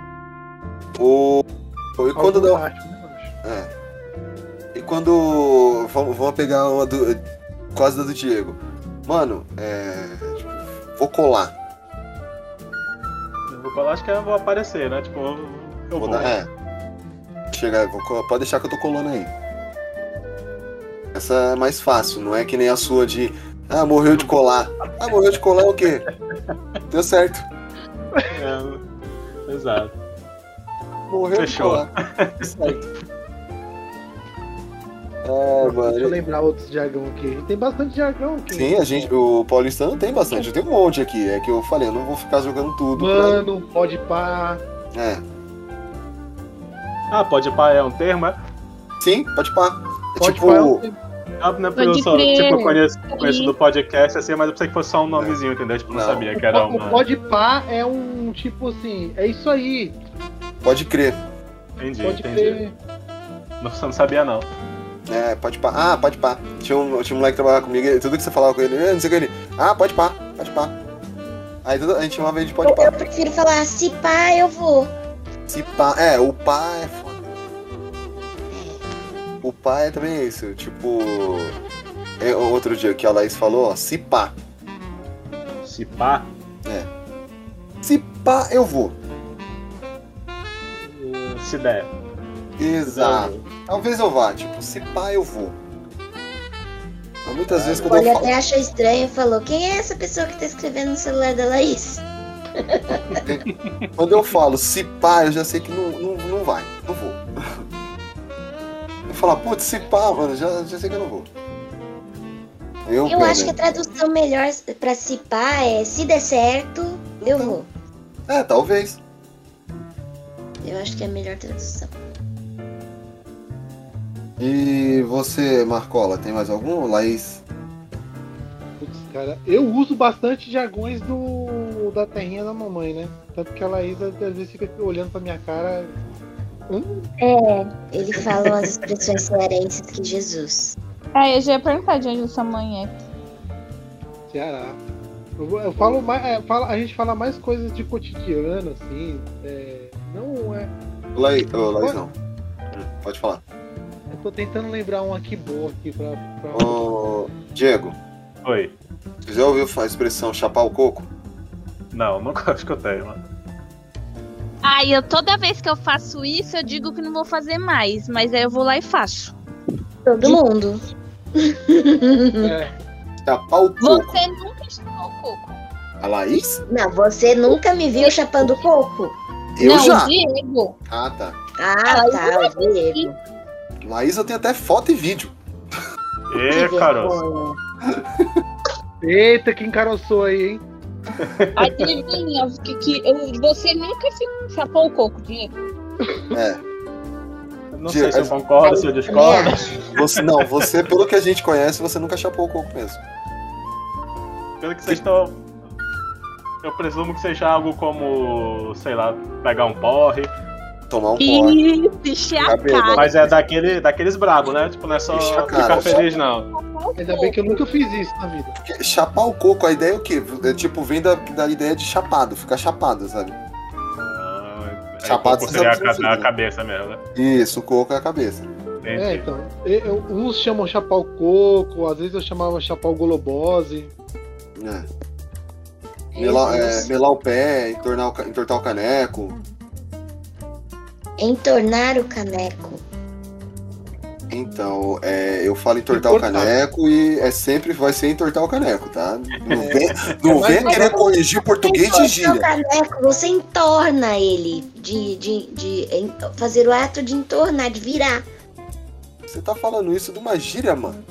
[SPEAKER 5] O... E quando
[SPEAKER 3] Alguns
[SPEAKER 5] dá
[SPEAKER 3] acham, né, eu acho.
[SPEAKER 5] É. E quando. Vamos, vamos pegar uma do. Quase da do Diego. Mano, é. tipo, vou colar.
[SPEAKER 4] Eu vou falar, acho que eu vou aparecer, né? Tipo, eu,
[SPEAKER 5] Vou
[SPEAKER 4] eu vou.
[SPEAKER 5] dar, é. Chegar, vou colar. Pode deixar que eu tô colando aí. Essa é mais fácil, não é que nem a sua de. Ah, morreu de colar. Ah, morreu de colar o quê? Deu certo.
[SPEAKER 4] É, Exato.
[SPEAKER 5] Morreu
[SPEAKER 4] Fechou.
[SPEAKER 5] de colar. Deu certo. É,
[SPEAKER 3] Deixa eu
[SPEAKER 5] mano.
[SPEAKER 3] lembrar outros jargão aqui. Tem bastante jargão aqui.
[SPEAKER 5] Sim, a gente, o paulistano tem bastante, eu tenho um monte aqui. É que eu falei, eu não vou ficar jogando tudo. pra-
[SPEAKER 3] Mano, pode pá.
[SPEAKER 5] É.
[SPEAKER 4] Ah, pode pá é um termo, é?
[SPEAKER 5] Sim, pode pá. É
[SPEAKER 3] Pode
[SPEAKER 5] tipo,
[SPEAKER 3] pá. é um tempo.
[SPEAKER 4] Ah, não é porque eu
[SPEAKER 2] Pode
[SPEAKER 4] só,
[SPEAKER 2] crer.
[SPEAKER 4] tipo, eu conheço, conheço do podcast, assim, mas eu pensei que fosse só um nomezinho, entendeu? Tipo, não,
[SPEAKER 5] Não.
[SPEAKER 4] sabia que era uma.
[SPEAKER 3] O pode pá é um tipo assim, é isso aí.
[SPEAKER 5] pode crer.
[SPEAKER 4] Entendi,
[SPEAKER 3] Pode
[SPEAKER 4] entendi.
[SPEAKER 3] ter.
[SPEAKER 4] Não, só não sabia, não.
[SPEAKER 5] É, pode pá. Ah, pode pá. Tinha um, tinha um moleque que trabalhava comigo, e tudo que você falava com ele, "Ah, não sei o que ele. Ah, pode pá, pode pá. Aí tudo- a gente chamava ele de pode
[SPEAKER 6] Eu, eu
[SPEAKER 5] pá.
[SPEAKER 6] prefiro falar, se pá, eu vou.
[SPEAKER 5] Se pá. É, o pá é foda. O pá é também isso, tipo. é, outro dia que a Laís falou, ó, se pá.
[SPEAKER 4] Se pá,
[SPEAKER 5] Se pá, eu vou.
[SPEAKER 4] eh, se der.
[SPEAKER 5] Exato.
[SPEAKER 3] Uhum.
[SPEAKER 5] Talvez eu vá, tipo, se pá, eu vou. Mas muitas vezes quando
[SPEAKER 6] Olha,
[SPEAKER 5] eu falo.
[SPEAKER 6] até achou estranho e falou, quem é essa pessoa que tá escrevendo no celular da Laís?
[SPEAKER 5] Quando eu falo se pá, eu já sei que não, não, não vai, não vou. Eu falo, putz, se pá, mano, já, já sei que eu não vou. Eu, né?
[SPEAKER 6] Eu
[SPEAKER 5] pelo
[SPEAKER 6] acho que a
[SPEAKER 5] menos.
[SPEAKER 6] tradução melhor pra se pá é, se der certo, eu vou.
[SPEAKER 5] É, talvez.
[SPEAKER 6] Eu acho que é a melhor tradução.
[SPEAKER 5] E você, Marcola, tem mais algum? Laís?
[SPEAKER 3] Putz, cara, eu uso bastante jargões do da terrinha da mamãe, né? Tanto que a Laís às vezes fica aqui olhando pra minha cara. Hum,
[SPEAKER 6] Ele fala umas expressões cearenses que Jesus.
[SPEAKER 2] Ah, eu já ia perguntar de onde sua mãe é.
[SPEAKER 3] Ceará. Eu, vou- eu falo mais, é, fala- a gente fala mais coisas de cotidiano, assim. é, não é.
[SPEAKER 5] Laís, ô, Laís não. Hum, Pode falar.
[SPEAKER 3] Eu tô tentando lembrar um aqui bom aqui pra. pra...
[SPEAKER 5] Ô, Diego,
[SPEAKER 4] Oi.
[SPEAKER 5] Você já ouviu a expressão chapar o coco?
[SPEAKER 4] Não, nunca escutei, mano.
[SPEAKER 2] Aí eu toda vez que eu faço isso, eu digo que não vou fazer mais, mas aí eu vou lá e faço.
[SPEAKER 6] Todo mundo.
[SPEAKER 3] é,
[SPEAKER 5] Chapar o coco.
[SPEAKER 2] Você nunca estudou o coco.
[SPEAKER 5] A Laís?
[SPEAKER 6] Não, você nunca me viu chapando coco.
[SPEAKER 5] Eu
[SPEAKER 2] não,
[SPEAKER 5] já.
[SPEAKER 2] o Diego.
[SPEAKER 5] Ah, tá.
[SPEAKER 6] Ah, tá, o Diego.
[SPEAKER 5] Laís eu tenho até foto e vídeo.
[SPEAKER 4] Ê,
[SPEAKER 5] É,
[SPEAKER 6] Que
[SPEAKER 4] caroço.
[SPEAKER 6] vergonha.
[SPEAKER 3] Eita, que encaroçou aí, hein?
[SPEAKER 2] Aí adivinha, o que, que eu- você nunca se chapou o coco, Diego.
[SPEAKER 5] É.
[SPEAKER 4] Não
[SPEAKER 5] Diego,
[SPEAKER 4] sei se eu
[SPEAKER 5] mas- é
[SPEAKER 4] concordo, se eu discordo.
[SPEAKER 6] Também acho.
[SPEAKER 5] Você, não, você, pelo que a gente conhece, você nunca chapou o coco mesmo.
[SPEAKER 4] Pelo que vocês estão. Eu presumo que seja algo como, sei lá, pegar um porre.
[SPEAKER 5] Tomar um porre.
[SPEAKER 2] Isso, encher a
[SPEAKER 5] Cabelo.
[SPEAKER 2] cara.
[SPEAKER 4] Mas é daquele, daqueles brabo, né? Tipo, não é só
[SPEAKER 5] Ixi, cara,
[SPEAKER 4] ficar feliz, não.
[SPEAKER 3] Ainda bem que eu nunca fiz isso na vida.
[SPEAKER 5] Porque Chapar o coco, a ideia é o quê? É, tipo, vem da, da ideia de chapado, ficar chapado, sabe?
[SPEAKER 4] Ah, é,
[SPEAKER 5] Chapado
[SPEAKER 4] coco seria a,
[SPEAKER 5] você sabe
[SPEAKER 4] ca- a
[SPEAKER 5] fazer.
[SPEAKER 4] cabeça mesmo, né?
[SPEAKER 5] Isso, o coco é a cabeça.
[SPEAKER 3] É,
[SPEAKER 4] Entendi.
[SPEAKER 3] então. eu- eu- uns chamam chapar o coco, às vezes eu chamava chapar o golobose.
[SPEAKER 5] É. Melar, é, melar o pé, entornar o ca- entortar o caneco.
[SPEAKER 6] Entornar o caneco.
[SPEAKER 5] Então, é, eu falo entortar o
[SPEAKER 3] Entortar.
[SPEAKER 5] caneco e é sempre vai ser entortar o caneco, tá? Não vem, não
[SPEAKER 3] Mas
[SPEAKER 5] vem
[SPEAKER 3] não-
[SPEAKER 5] querer corrigir português de
[SPEAKER 6] Entornar o
[SPEAKER 5] gíria.
[SPEAKER 6] caneco, você entorna ele. De, de, de en- fazer o ato de entornar, de virar.
[SPEAKER 5] Você tá falando isso de uma gíria, mano?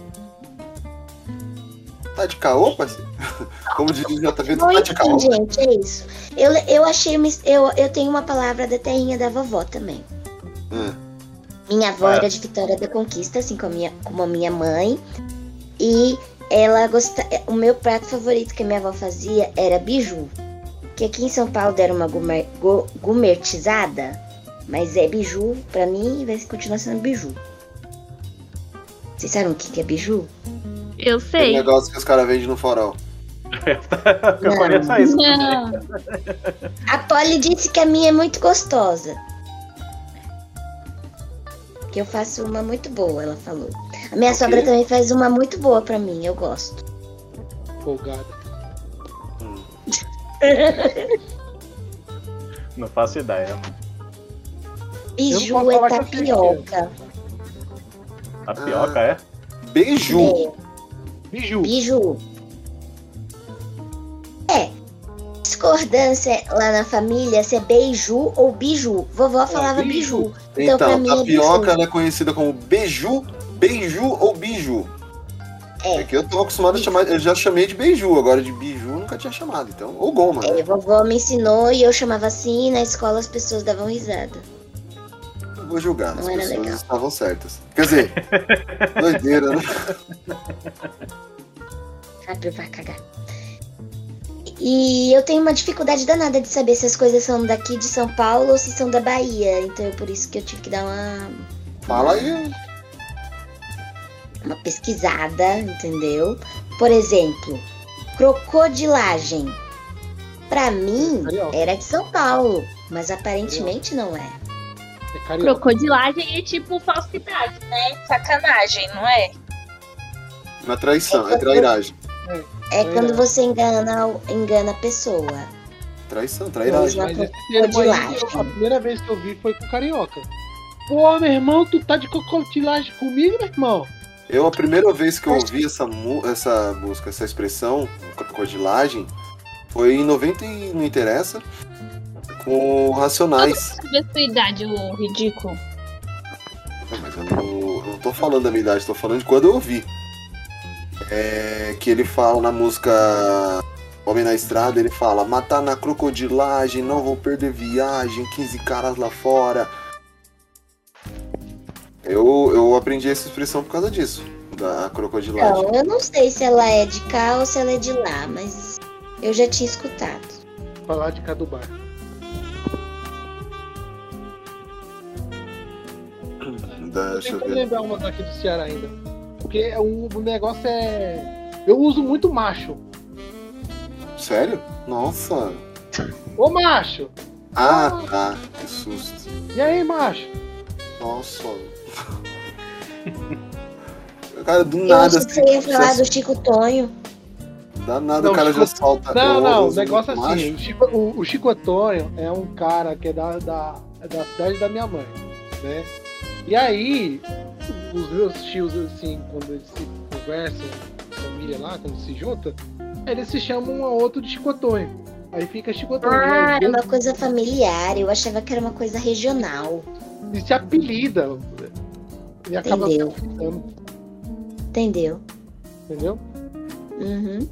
[SPEAKER 5] Tá de caô, parceiro? Como diz o JV, tu
[SPEAKER 6] Não
[SPEAKER 5] tá de caô.
[SPEAKER 6] entendi, gente, é isso. Eu, eu achei. uma- Eu, eu tenho uma palavra da terrinha da vovó também.
[SPEAKER 5] Hum.
[SPEAKER 6] Minha avó
[SPEAKER 4] Ah, é.
[SPEAKER 6] era de Vitória da Conquista, assim como a minha, como a minha mãe. E ela gostava. O meu prato favorito que a minha avó fazia era biju. Que aqui em São Paulo deram uma gumer, go- gumertizada. Mas é biju, pra mim, e vai continuar sendo biju. Vocês sabem o que que é biju?
[SPEAKER 2] Eu
[SPEAKER 5] Aquele
[SPEAKER 2] sei.
[SPEAKER 5] negócio que os caras vendem no farol.
[SPEAKER 4] Eu conheço isso.
[SPEAKER 2] Não.
[SPEAKER 6] A Polly disse que a minha é muito gostosa. Que eu faço uma muito boa, ela falou. A minha
[SPEAKER 5] Ok.
[SPEAKER 6] sogra também faz uma muito boa pra mim, eu gosto.
[SPEAKER 3] Folgado.
[SPEAKER 4] Não faço ideia, mano.
[SPEAKER 3] Eu não
[SPEAKER 6] Biju
[SPEAKER 3] posso
[SPEAKER 6] é
[SPEAKER 3] falar que eu sei o que é.
[SPEAKER 6] tapioca.
[SPEAKER 4] Tapioca, é?
[SPEAKER 5] Beijo!
[SPEAKER 6] É,
[SPEAKER 3] Biju.
[SPEAKER 6] biju. É. Discordância lá na família se é beiju ou biju. Vovó falava
[SPEAKER 3] Ah, biju.
[SPEAKER 6] biju. Então, pra
[SPEAKER 5] Então,
[SPEAKER 6] mim é
[SPEAKER 5] tapioca
[SPEAKER 6] biju.
[SPEAKER 5] ela é conhecida como beiju, beiju ou biju.
[SPEAKER 6] É.
[SPEAKER 5] É que eu tô acostumado a chamar, eu já chamei de beiju, agora de biju eu nunca tinha chamado, então. Ou goma,
[SPEAKER 6] É,
[SPEAKER 5] né?
[SPEAKER 6] vovó me ensinou e eu chamava assim, e na escola as pessoas davam risada.
[SPEAKER 5] Não vou julgar, as
[SPEAKER 6] Não era
[SPEAKER 5] pessoas
[SPEAKER 6] legal.
[SPEAKER 5] estavam certas. Quer dizer, doideira, né?
[SPEAKER 6] Fábio vai cagar. E eu tenho uma dificuldade danada de saber se as coisas são daqui de São Paulo ou se são da Bahia. Então é por isso que eu tive que dar uma,
[SPEAKER 5] Fala aí.
[SPEAKER 6] uma pesquisada, entendeu? Por exemplo, crocodilagem. Pra mim,
[SPEAKER 3] É Carioca.
[SPEAKER 6] era de São Paulo, mas aparentemente não é.
[SPEAKER 3] É carioca.
[SPEAKER 2] Crocodilagem é tipo falsidade, né? Sacanagem, não é?
[SPEAKER 5] Na traição, é trairagem.
[SPEAKER 6] É
[SPEAKER 3] Não é
[SPEAKER 6] quando
[SPEAKER 3] não.
[SPEAKER 6] você engana, o- engana a pessoa.
[SPEAKER 5] Traição, trairagem.
[SPEAKER 3] Mas esse termo aí,
[SPEAKER 6] Crocodilagem.
[SPEAKER 3] a primeira vez que eu vi foi com carioca. Pô, meu irmão, tu tá de cocotilagem comigo, meu irmão?
[SPEAKER 5] Eu, a primeira vez que eu ouvi essa, mu- essa música, essa expressão, crocodilagem, foi em 90 e não interessa, com o Racionais.
[SPEAKER 2] Sabe a sua idade, o ridículo.
[SPEAKER 5] Não, Mas eu não, eu não tô falando da minha idade, tô falando de quando eu ouvi. É, que ele fala na música Homem na Estrada, ele fala, matar na crocodilagem, não vou perder viagem, 15 caras lá fora. Eu, eu aprendi essa expressão por causa disso, da crocodilagem.
[SPEAKER 6] Então, eu não sei se ela é de cá ou se ela é de lá, mas eu já tinha escutado.
[SPEAKER 3] Falar de cá do bar.
[SPEAKER 5] Da- deixa eu
[SPEAKER 3] Tentando
[SPEAKER 5] ver.
[SPEAKER 3] lembrar uma daqui do Ceará ainda. Porque o o negócio é. Eu uso muito macho.
[SPEAKER 5] Sério? Nossa.
[SPEAKER 3] Ô macho!
[SPEAKER 5] Ah, tá. Que susto.
[SPEAKER 3] E aí, macho?
[SPEAKER 5] Nossa. Cara, do
[SPEAKER 6] Eu
[SPEAKER 5] nada
[SPEAKER 6] achei que você ia falar
[SPEAKER 5] você-
[SPEAKER 6] do Chico Tonho.
[SPEAKER 1] Dá nada,
[SPEAKER 3] Não,
[SPEAKER 1] o cara
[SPEAKER 3] Chico-
[SPEAKER 1] já salta.
[SPEAKER 3] Não, não, o
[SPEAKER 1] os-
[SPEAKER 3] negócio é
[SPEAKER 1] os
[SPEAKER 3] assim, o Chico, o- o Chico Antônio é um cara que é da, da, da cidade da minha mãe, né? E aí, os meus tios, assim, quando eles se conversam, família lá, quando se junta, eles se chamam um ao outro de Chico Antônio. Aí fica Chico Antônio.
[SPEAKER 6] Ah,
[SPEAKER 3] né?
[SPEAKER 6] era uma coisa familiar. Eu achava que era uma coisa regional.
[SPEAKER 3] E se apelida. né? E acaba se
[SPEAKER 6] Entendeu.
[SPEAKER 3] apelidando,
[SPEAKER 6] Entendeu?
[SPEAKER 3] entendeu?
[SPEAKER 6] Uhum.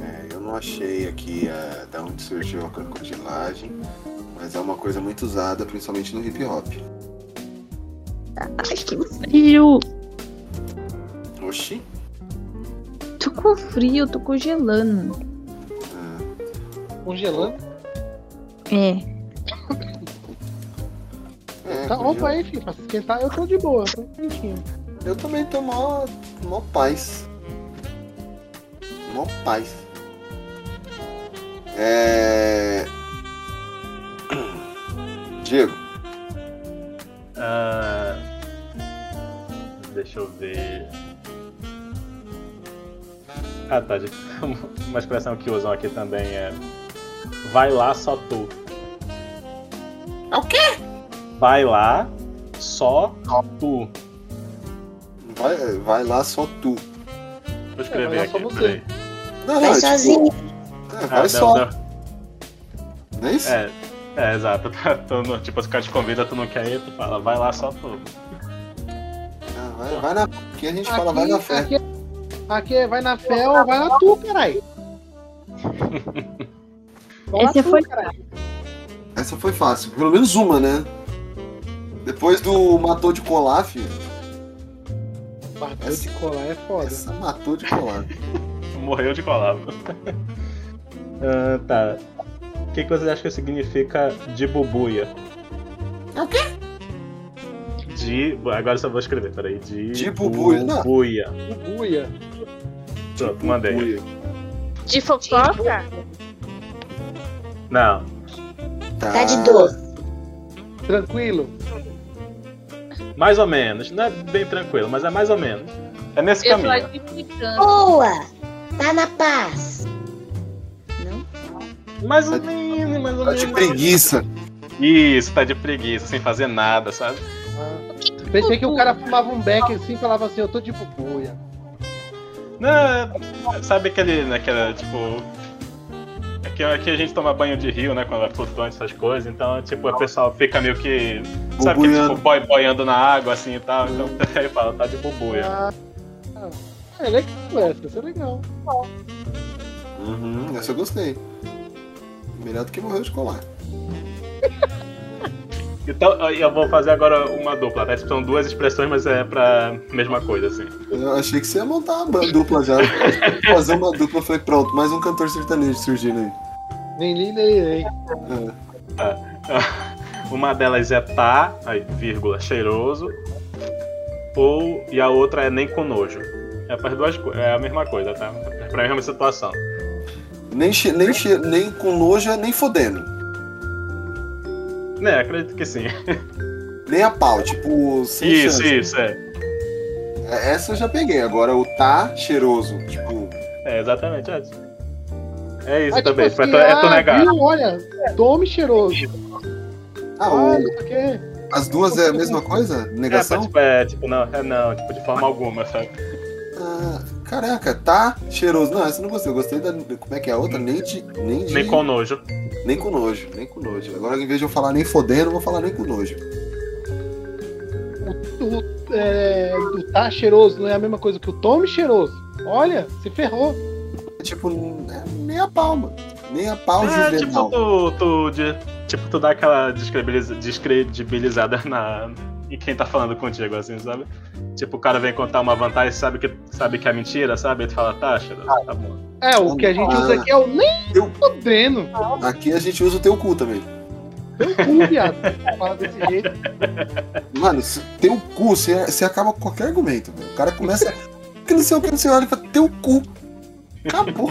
[SPEAKER 5] É, eu não achei aqui é, da onde surgiu a crocodilagem, mas é uma coisa muito usada, principalmente no hip hop.
[SPEAKER 6] Tá, Ai, que
[SPEAKER 2] Frio.
[SPEAKER 5] Oxi.
[SPEAKER 2] Tô com frio, tô congelando.
[SPEAKER 5] Ah,
[SPEAKER 3] Congelando.
[SPEAKER 2] É.
[SPEAKER 5] é,
[SPEAKER 3] Tá,
[SPEAKER 5] podia-
[SPEAKER 3] opa aí, filho, pra se esquentar, eu tô de boa, tô quentinho.
[SPEAKER 5] Eu também tô mó, mó paz. Mó paz. É... Diego,
[SPEAKER 4] Ah, deixa eu ver. Ah, tá. gente. Uma expressão que usam aqui também é. Vai lá, só tu.
[SPEAKER 5] É o
[SPEAKER 4] quê? Vai lá, só tu.
[SPEAKER 5] vai, vai lá só tu.
[SPEAKER 4] Vou escrever
[SPEAKER 3] É, vai lá só
[SPEAKER 4] aqui,
[SPEAKER 3] você.
[SPEAKER 4] peraí.
[SPEAKER 5] Não,
[SPEAKER 6] Vai
[SPEAKER 5] é, tipo,
[SPEAKER 6] sozinho.
[SPEAKER 5] é,
[SPEAKER 4] Ah,
[SPEAKER 5] vai
[SPEAKER 4] deu-
[SPEAKER 5] só,
[SPEAKER 4] deu-
[SPEAKER 5] não é isso?
[SPEAKER 4] É, é exato. Tu não- tipo, se o cara te convida, tu não quer ir, tu fala, vai lá só tu.
[SPEAKER 5] Ah, vai, vai na... Aqui a gente fala vai na fé.
[SPEAKER 3] Aqui, aqui é vai na fé ou vai na tu, caralho. Vai na
[SPEAKER 2] Esse
[SPEAKER 3] tu,
[SPEAKER 2] foi-
[SPEAKER 3] caralho.
[SPEAKER 5] Essa foi fácil. Pelo menos uma, né? Depois do matou de colar, filho.
[SPEAKER 3] Bateu de colar é foda.
[SPEAKER 5] Essa matou de colar.
[SPEAKER 4] Morreu de colava. Ah, tá. O que, que vocês acham que significa de bubuia?
[SPEAKER 6] É o quê?
[SPEAKER 4] De. Agora eu só vou escrever, peraí. De.
[SPEAKER 5] De bubuia, não.
[SPEAKER 4] bubuia.
[SPEAKER 3] Bubuia.
[SPEAKER 4] Pronto, mandei.
[SPEAKER 5] Ui,
[SPEAKER 2] De fofoca?
[SPEAKER 4] Não.
[SPEAKER 6] Tá de doce.
[SPEAKER 3] Tranquilo.
[SPEAKER 4] Mais ou menos. Não é bem tranquilo, mas é mais ou menos. É nesse
[SPEAKER 2] Eu tô
[SPEAKER 4] caminho.
[SPEAKER 2] explicando.
[SPEAKER 6] Boa! Tá na paz. Não?
[SPEAKER 4] Mais ou menos, mais ou
[SPEAKER 5] Tá
[SPEAKER 4] menos.
[SPEAKER 5] de preguiça.
[SPEAKER 4] Isso, tá de preguiça, sem fazer nada, sabe?
[SPEAKER 3] Ah, Pensei que o cara fumava um beck assim e falava assim, eu tô de bubuia.
[SPEAKER 4] Não, é- Né, sabe aquele, naquela, tipo. é que aqui a gente toma banho de rio, né? Quando é flutuante, essas coisas. Então, tipo, o pessoal fica meio que. Sabe que, tipo,
[SPEAKER 5] Bubuiando.
[SPEAKER 4] boy boiando na água, assim e tal. Então, aí fala, tá de bubuia.
[SPEAKER 3] Ah, é legal essa, essa é legal.
[SPEAKER 5] Uhum, essa eu gostei. Melhor do que morreu de colar.
[SPEAKER 4] Então, aí eu vou fazer agora uma dupla, né? São duas expressões, mas é pra mesma coisa, assim.
[SPEAKER 5] Eu achei que você ia montar uma ban- dupla já. Fazer uma dupla, eu falei, pronto, mais um cantor sertanejo surgindo aí.
[SPEAKER 3] Nem li, nem li.
[SPEAKER 4] Uma delas é tá, aí, vírgula, cheiroso. Ou, e a outra é nem com nojo. É para duas co- é a mesma coisa, tá? É pra mesma situação.
[SPEAKER 5] Nem, che- nem, che- nem com nojo, nem fodendo.
[SPEAKER 4] Né, acredito que sim.
[SPEAKER 5] Nem a pau, tipo, sem
[SPEAKER 4] Isso,
[SPEAKER 5] chance. né?
[SPEAKER 4] isso, é.
[SPEAKER 5] É, Essa eu já peguei. Agora o tá cheiroso. Tipo,
[SPEAKER 4] É, exatamente, é. É isso
[SPEAKER 3] Ah, tipo
[SPEAKER 4] também,
[SPEAKER 3] assim,
[SPEAKER 4] é tu- é Tipo- tu
[SPEAKER 3] ah,
[SPEAKER 4] negar.
[SPEAKER 3] viu? Olha, tome cheiroso.
[SPEAKER 5] ah, o-
[SPEAKER 3] Olha, porque...
[SPEAKER 5] as duas é a mesma coisa?
[SPEAKER 4] É,
[SPEAKER 5] Negação?
[SPEAKER 4] mas, tipo, é, tipo, não, é não, tipo, de forma alguma, sabe? É,
[SPEAKER 5] Ah, caraca, tá cheiroso. Não, essa eu não gostei. Eu gostei da. Como é que é a outra? Nem de. Nem, de,
[SPEAKER 4] Nem com nojo.
[SPEAKER 5] nem com nojo. Nem com nojo. Agora, em vez de eu falar nem fodendo, eu vou falar nem com nojo.
[SPEAKER 3] O, é, o tá cheiroso não é a mesma coisa que o tome cheiroso. Olha, se ferrou.
[SPEAKER 5] É tipo, é nem a pau, mano. Nem a pau
[SPEAKER 4] É, tipo,
[SPEAKER 5] juvenal.
[SPEAKER 4] tu, tu, de, tipo, tu dá aquela descredibiliza- descredibilizada na, em quem tá falando contigo, assim, sabe? Tipo, o cara vem contar uma vantagem, sabe que, sabe que é mentira, sabe? Aí tu fala, tá, cheiro, tá bom.
[SPEAKER 3] É, o que a gente usa aqui é o nem
[SPEAKER 5] Eu-
[SPEAKER 3] fodendo.
[SPEAKER 5] Aqui a gente usa o teu cu também.
[SPEAKER 3] Teu cu, Um, viado. Fala desse jeito.
[SPEAKER 5] Mano, se- teu cu, você você acaba com qualquer argumento, velho. O cara começa. Que não sei o que, não sei o que, ele fala, teu cu. Acabou.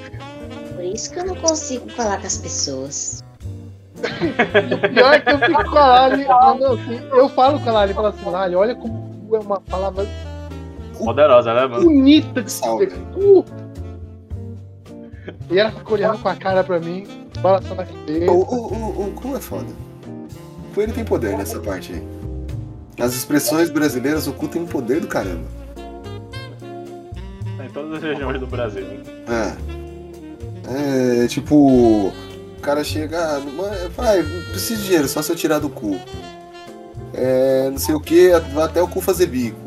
[SPEAKER 6] Por isso que eu não consigo falar com as pessoas.
[SPEAKER 3] Pior é que eu fico com a Lali falando assim. Eu falo com a Lali e falo assim, Lali, olha como cu é uma palavra
[SPEAKER 4] Poderosa, né, mano?
[SPEAKER 3] Bonita de
[SPEAKER 5] Salve.
[SPEAKER 3] se ver. Uh! E ela ficou olhando com a cara pra mim, balançando a cabeça.
[SPEAKER 5] O, o, o, o cu é foda. O cu ele tem poder nessa parte aí. Nas expressões brasileiras, o cu tem um poder do caramba.
[SPEAKER 4] Tá Em todas as regiões do Brasil. né?
[SPEAKER 5] É. É, tipo. O cara chega. ah, ma- Vai, não preciso de dinheiro, só se eu tirar do cu. É. Não sei o que, até o cu fazer bico.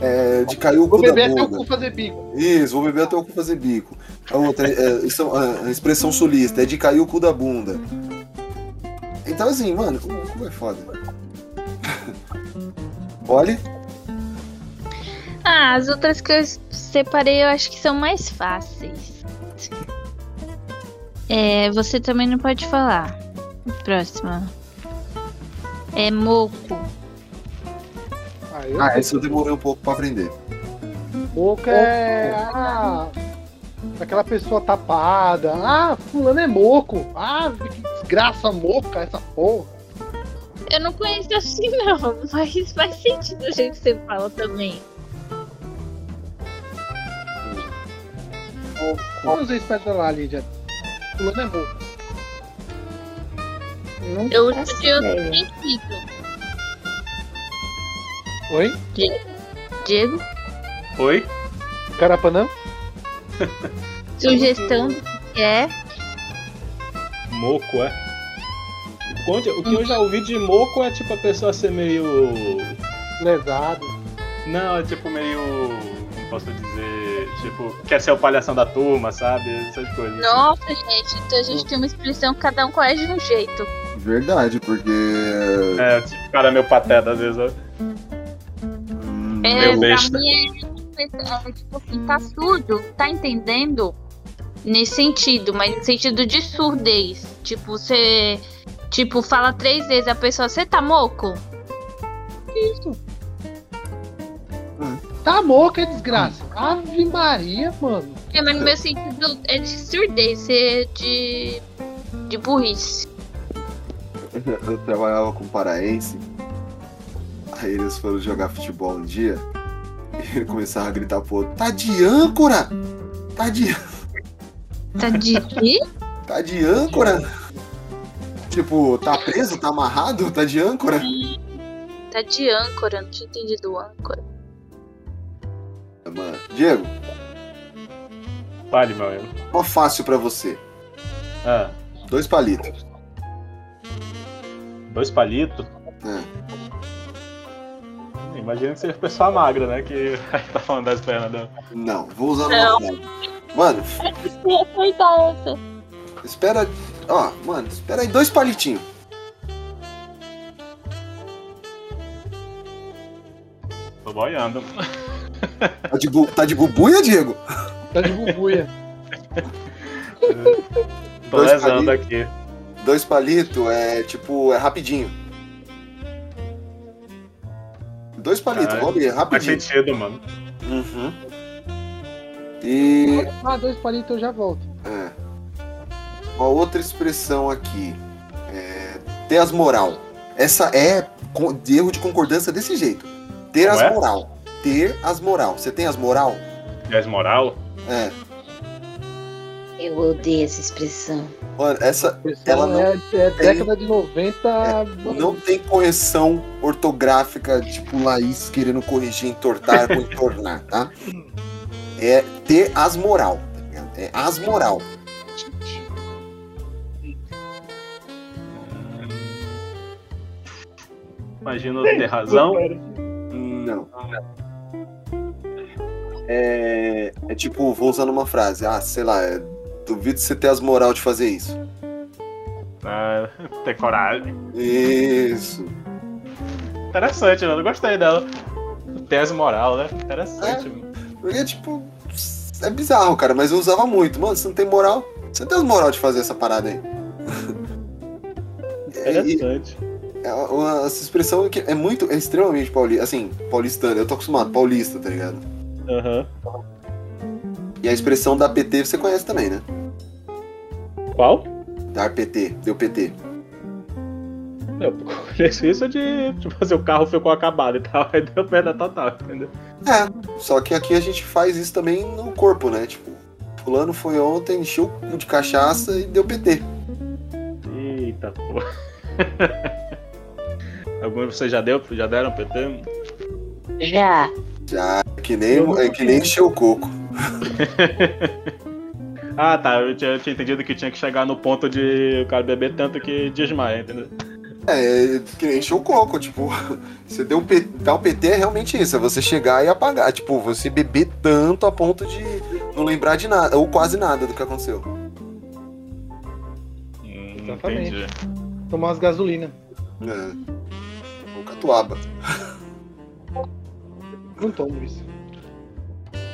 [SPEAKER 5] É. De cair o
[SPEAKER 3] Vou
[SPEAKER 5] cu da
[SPEAKER 3] beber até o
[SPEAKER 5] bunda.
[SPEAKER 3] cu fazer bico.
[SPEAKER 5] Isso, vou beber até o cu fazer bico. A outra, é, isso- a- a expressão sulista, é de cair o cu da bunda. Então assim, mano, o cu é foda. Olha,
[SPEAKER 2] Ah, as outras que eu separei eu acho que são mais fáceis. É, você também não pode falar. Próxima. É moco.
[SPEAKER 3] Ah, eu
[SPEAKER 5] ah, essa eu demorei um pouco pra aprender.
[SPEAKER 3] Boca é. Ah, aquela pessoa tapada. Ah, fulano é moco. Ah, que desgraça moca essa porra.
[SPEAKER 2] Eu não conheço assim não, mas faz sentido a gente que você fala também.
[SPEAKER 3] Vamos ver isso lá, Lídia. Fulano é moco.
[SPEAKER 6] Não
[SPEAKER 2] Eu
[SPEAKER 6] faço
[SPEAKER 2] uso de outro
[SPEAKER 6] ideia.
[SPEAKER 2] sentido.
[SPEAKER 3] Oi?
[SPEAKER 2] Diego,
[SPEAKER 4] Oi?
[SPEAKER 3] Carapanã?
[SPEAKER 2] sugestão do que é.
[SPEAKER 4] Moco, é? Onde- o que eu já ouvi de moco é tipo a pessoa ser meio.
[SPEAKER 3] Lesado.
[SPEAKER 4] Não, é tipo meio. Como posso dizer? Tipo, quer ser o palhação da turma, sabe? Essas coisas. assim.
[SPEAKER 2] Nossa, gente, então a gente tem uma expressão que cada um conhece de um jeito.
[SPEAKER 5] Verdade, porque.
[SPEAKER 4] É, tipo, o cara é meu pateta às vezes. ó.
[SPEAKER 5] hum,
[SPEAKER 2] É,
[SPEAKER 4] Meu besta.
[SPEAKER 2] pra mim é, é tipo assim, tá surdo, tá entendendo nesse sentido, mas no sentido de surdez. Tipo, você tipo, fala três vezes a pessoa, você tá moco?
[SPEAKER 3] Isso. Tá moca é desgraça. Ave Maria, mano.
[SPEAKER 2] É, mas no meu sentido é de surdez, é de. de burrice.
[SPEAKER 5] Eu trabalhava com um paraense. Aí eles foram jogar futebol um dia. E ele começava a gritar pro outro: Tá de âncora! Tá de,
[SPEAKER 2] Tá de quê?
[SPEAKER 5] tá de âncora! Tipo, tá preso, tá amarrado, tá de âncora?
[SPEAKER 2] tá de âncora, não tinha entendido âncora.
[SPEAKER 5] Mano, Diego,
[SPEAKER 4] Fale, meu amigo.
[SPEAKER 5] qual fácil pra você?
[SPEAKER 4] Ah,
[SPEAKER 5] Dois palitos.
[SPEAKER 4] dois palitos?
[SPEAKER 5] É.
[SPEAKER 4] Imagina que seja pessoa magra, né? Que tá falando das pernas dela.
[SPEAKER 5] Não, vou usar
[SPEAKER 2] Não.
[SPEAKER 5] uma frase. Mano,
[SPEAKER 2] É, Aceitar essa.
[SPEAKER 5] espera. Ó, mano, espera aí dois palitinhos.
[SPEAKER 4] Tô boiando.
[SPEAKER 5] Tá de, bu... tá de bubuia, Diego?
[SPEAKER 3] Tá de bubuia.
[SPEAKER 4] Tô
[SPEAKER 5] Dois
[SPEAKER 4] lesando
[SPEAKER 5] palitos.
[SPEAKER 4] aqui.
[SPEAKER 5] Dois palitos é tipo, é rapidinho. Dois palitos,
[SPEAKER 4] Caralho.
[SPEAKER 5] Rob, é
[SPEAKER 4] Faz
[SPEAKER 5] rapidinho.
[SPEAKER 4] sentido, mano.
[SPEAKER 5] Uhum. E.
[SPEAKER 3] ah, dois palitos eu já volto.
[SPEAKER 5] É. Uma outra expressão aqui. É. Ter as moral. Essa é con- de erro de concordância desse jeito. Ter as
[SPEAKER 4] Como é?
[SPEAKER 5] moral. Ter as moral. Você tem as moral?
[SPEAKER 4] Gás moral?
[SPEAKER 5] É.
[SPEAKER 6] Eu odeio essa expressão.
[SPEAKER 5] Mano, essa Ela
[SPEAKER 3] Ela
[SPEAKER 5] não
[SPEAKER 3] é, é década de 90.
[SPEAKER 5] não tem correção ortográfica, tipo Laís querendo corrigir, entortar com entornar, tá? É ter as moral. tá ligado? É as moral.
[SPEAKER 4] Imagino ter razão. né,
[SPEAKER 5] Não. É, é tipo, vou usar numa frase. Ah, sei lá, é, duvido você ter as moral de fazer isso.
[SPEAKER 4] Ah, ter coragem.
[SPEAKER 5] Isso.
[SPEAKER 4] Interessante, mano. Gostei dela. Tese moral, né? Interessante. mano.
[SPEAKER 5] Porque, tipo, é bizarro, cara, mas eu usava muito. Mano, você não tem moral? Você tem as moral de fazer essa parada aí. E-
[SPEAKER 4] Interessante.
[SPEAKER 5] É uma- essa expressão que é muito, é extremamente paulista, assim, paulistana, eu tô acostumado, paulista, tá ligado?
[SPEAKER 4] Aham.
[SPEAKER 5] E a expressão da PT você conhece também, né?
[SPEAKER 4] Qual?
[SPEAKER 5] Dar PT, deu PT.
[SPEAKER 4] Eu conheço isso de, tipo assim, o carro ficou acabado e tal, aí deu perda total, entendeu?
[SPEAKER 5] É, só que aqui a gente faz isso também no corpo, né? Tipo, fulano foi ontem, encheu o cu de cachaça e deu PT.
[SPEAKER 4] Eita porra. Alguns de vocês já, deu, já deram PT?
[SPEAKER 6] Já.
[SPEAKER 5] Já, é que nem, é que nem encheu o coco.
[SPEAKER 4] Ah, tá. Eu tinha, eu tinha entendido que tinha que chegar no ponto de o cara beber tanto que desmaia, entendeu?
[SPEAKER 5] É, é que nem encheu o coco, tipo, você deu um PT, dar um PT é realmente isso, é você chegar e apagar, tipo, você beber tanto a ponto de não lembrar de nada, ou quase nada do que aconteceu.
[SPEAKER 4] Hum,
[SPEAKER 3] Exatamente.
[SPEAKER 4] entendi.
[SPEAKER 3] Tomar as gasolina.
[SPEAKER 5] É. Ou catuaba.
[SPEAKER 3] Não tomo isso.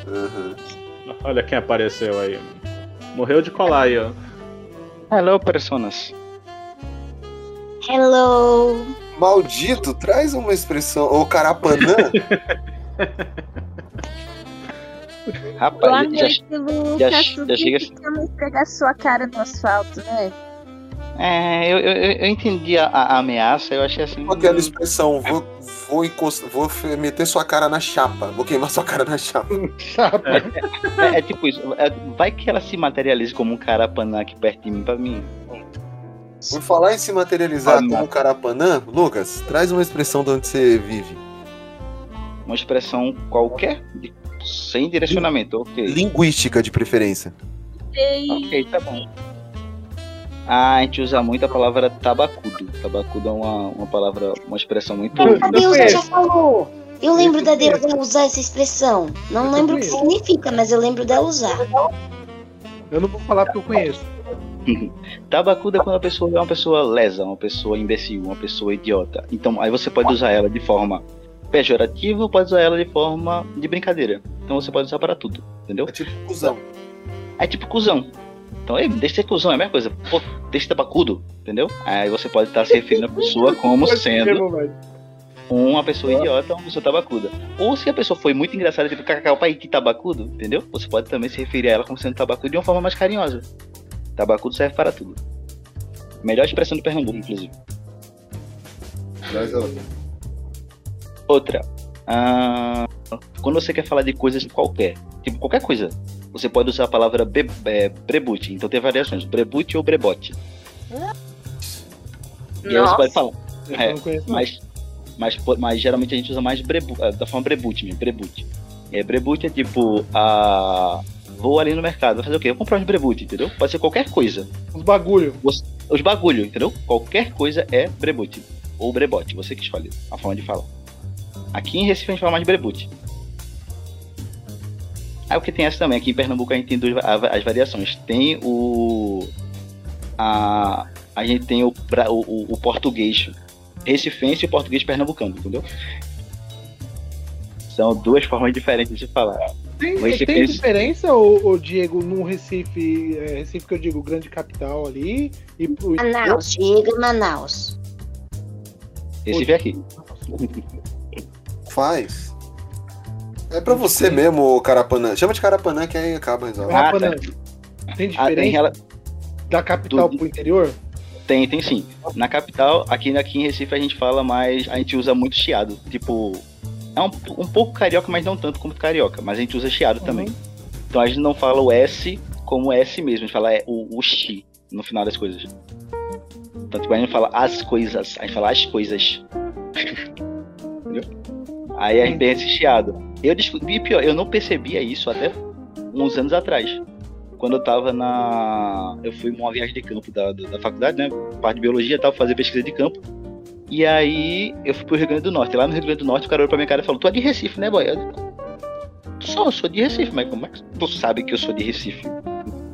[SPEAKER 5] Aham.
[SPEAKER 4] Olha quem apareceu aí. Morreu de colar aí, ó.
[SPEAKER 11] Hello, personas.
[SPEAKER 6] Hello.
[SPEAKER 5] Maldito, traz uma expressão, ou carapanã.
[SPEAKER 2] Boa
[SPEAKER 11] Rapaz, já,
[SPEAKER 2] noite, Lucas.
[SPEAKER 11] já- já
[SPEAKER 2] Tudo
[SPEAKER 11] chega-
[SPEAKER 2] bem? Ficamos esfregar sua cara no asfalto, né?
[SPEAKER 11] é, eu, eu, eu entendi a, a ameaça, eu achei assim.
[SPEAKER 5] Aquela é expressão, vou, vou, encostar, vou fe- meter sua cara na chapa, vou queimar sua cara na chapa.
[SPEAKER 3] Chapa.
[SPEAKER 11] É, é tipo isso. é, vai que ela se materializa como um carapanã aqui perto de mim pra mim.
[SPEAKER 5] Por falar em se materializar
[SPEAKER 11] Ah,
[SPEAKER 5] como um carapanã, Lucas, traz uma expressão de onde você vive.
[SPEAKER 11] Uma expressão qualquer, de- sem direcionamento, ok.
[SPEAKER 5] Linguística, de preferência.
[SPEAKER 2] Ei,
[SPEAKER 11] Ok, tá bom. Ah, a gente usa muito a palavra tabacudo. Tabacudo é uma, uma palavra, uma expressão muito.
[SPEAKER 6] A Deusa já
[SPEAKER 3] conheço.
[SPEAKER 6] falou. Eu lembro
[SPEAKER 3] Eu
[SPEAKER 6] da
[SPEAKER 3] conheço.
[SPEAKER 6] Deusa usar essa expressão. Não
[SPEAKER 3] Eu
[SPEAKER 6] lembro o que
[SPEAKER 3] conheço.
[SPEAKER 6] significa, mas eu lembro dela usar.
[SPEAKER 3] Eu não vou falar porque eu conheço.
[SPEAKER 11] Tabacuda é quando a pessoa é uma pessoa lesa, uma pessoa imbecil, uma pessoa idiota. Então, aí você pode usar ela de forma pejorativa ou pode usar ela de forma de brincadeira. Então você pode usar para tudo, entendeu?
[SPEAKER 5] É tipo cuzão.
[SPEAKER 11] É tipo cuzão. Então, ei, deixa de ser cuzão, é a mesma coisa. Pô, deixa de ser tabacudo, entendeu? Aí você pode estar se referindo à pessoa como sendo uma pessoa idiota ou uma pessoa tabacuda. Ou se a pessoa foi muito engraçada, tipo, cacau, pai, que tabacudo, entendeu? Você pode também se referir a ela como sendo tabacudo de uma forma mais carinhosa. Tabacudo serve para tudo. Melhor expressão do Pernambuco, inclusive.
[SPEAKER 5] Traz ela.
[SPEAKER 11] Outra. Ah, quando você quer falar de coisas qualquer, tipo qualquer coisa, você pode usar a palavra be, é, brebute. Então tem variações, brebute ou brebote. E aí você pode falar.
[SPEAKER 3] Eu
[SPEAKER 11] É,
[SPEAKER 3] não conheço.
[SPEAKER 11] Mas, mas, po- mas geralmente a gente usa mais brebu, eh, da forma brebute mesmo, brebute. É, brebute é tipo, a... vou ali no mercado, vou fazer o quê? Vou comprar uns brebute, entendeu? Pode ser qualquer coisa.
[SPEAKER 3] Os bagulho.
[SPEAKER 11] Os bagulho, entendeu? Qualquer coisa é brebute. Ou brebote, você que escolhe a forma de falar. Aqui em Recife a gente fala mais de brebute. Aí o que tem essa também, aqui em Pernambuco a gente tem duas, a- as variações. Tem o. A, a gente tem o, bra- o, o- o português recifense e o português pernambucano, entendeu? São duas formas diferentes de falar.
[SPEAKER 3] Tem,
[SPEAKER 11] Mas você
[SPEAKER 3] tem
[SPEAKER 11] pensa-
[SPEAKER 3] diferença, ô, ô Diego, num Recife, é, Recife que eu digo, grande capital ali, e pro
[SPEAKER 6] Manaus, chega em Manaus.
[SPEAKER 11] Recife é aqui.
[SPEAKER 5] Faz. É pra você mesmo, ô Carapanã. Chama de Carapanã que aí acaba, resolve.
[SPEAKER 11] Ah,
[SPEAKER 3] Maracanã. Tem
[SPEAKER 11] Ah, tem,
[SPEAKER 3] diferença
[SPEAKER 11] rela-
[SPEAKER 3] da capital
[SPEAKER 11] do-
[SPEAKER 3] pro interior?
[SPEAKER 11] tem, tem sim. Na capital, aqui, aqui em Recife a gente fala mais. A gente usa muito chiado. Tipo. É um, um pouco carioca, mas não tanto como carioca. Mas a gente usa chiado também. Então a gente não fala o S como S mesmo, a gente fala é, o, o X no final das coisas. Então, tipo, a gente não fala as coisas, a gente fala as coisas. Entendeu? Aí a gente tem esse chiado. Eu descobri, e pior, eu não percebia isso até uns anos atrás. Quando eu tava na. Eu fui numa viagem de campo da, da, da faculdade, né? Parte de biologia e tal, fazer pesquisa de campo. E aí eu fui pro Rio Grande do Norte. Lá no Rio Grande do Norte, o cara olhou pra minha cara e falou: Tu é de Recife, né, boy? Eu sou, eu sou de Recife, mas como é que tu sabe que eu sou de Recife?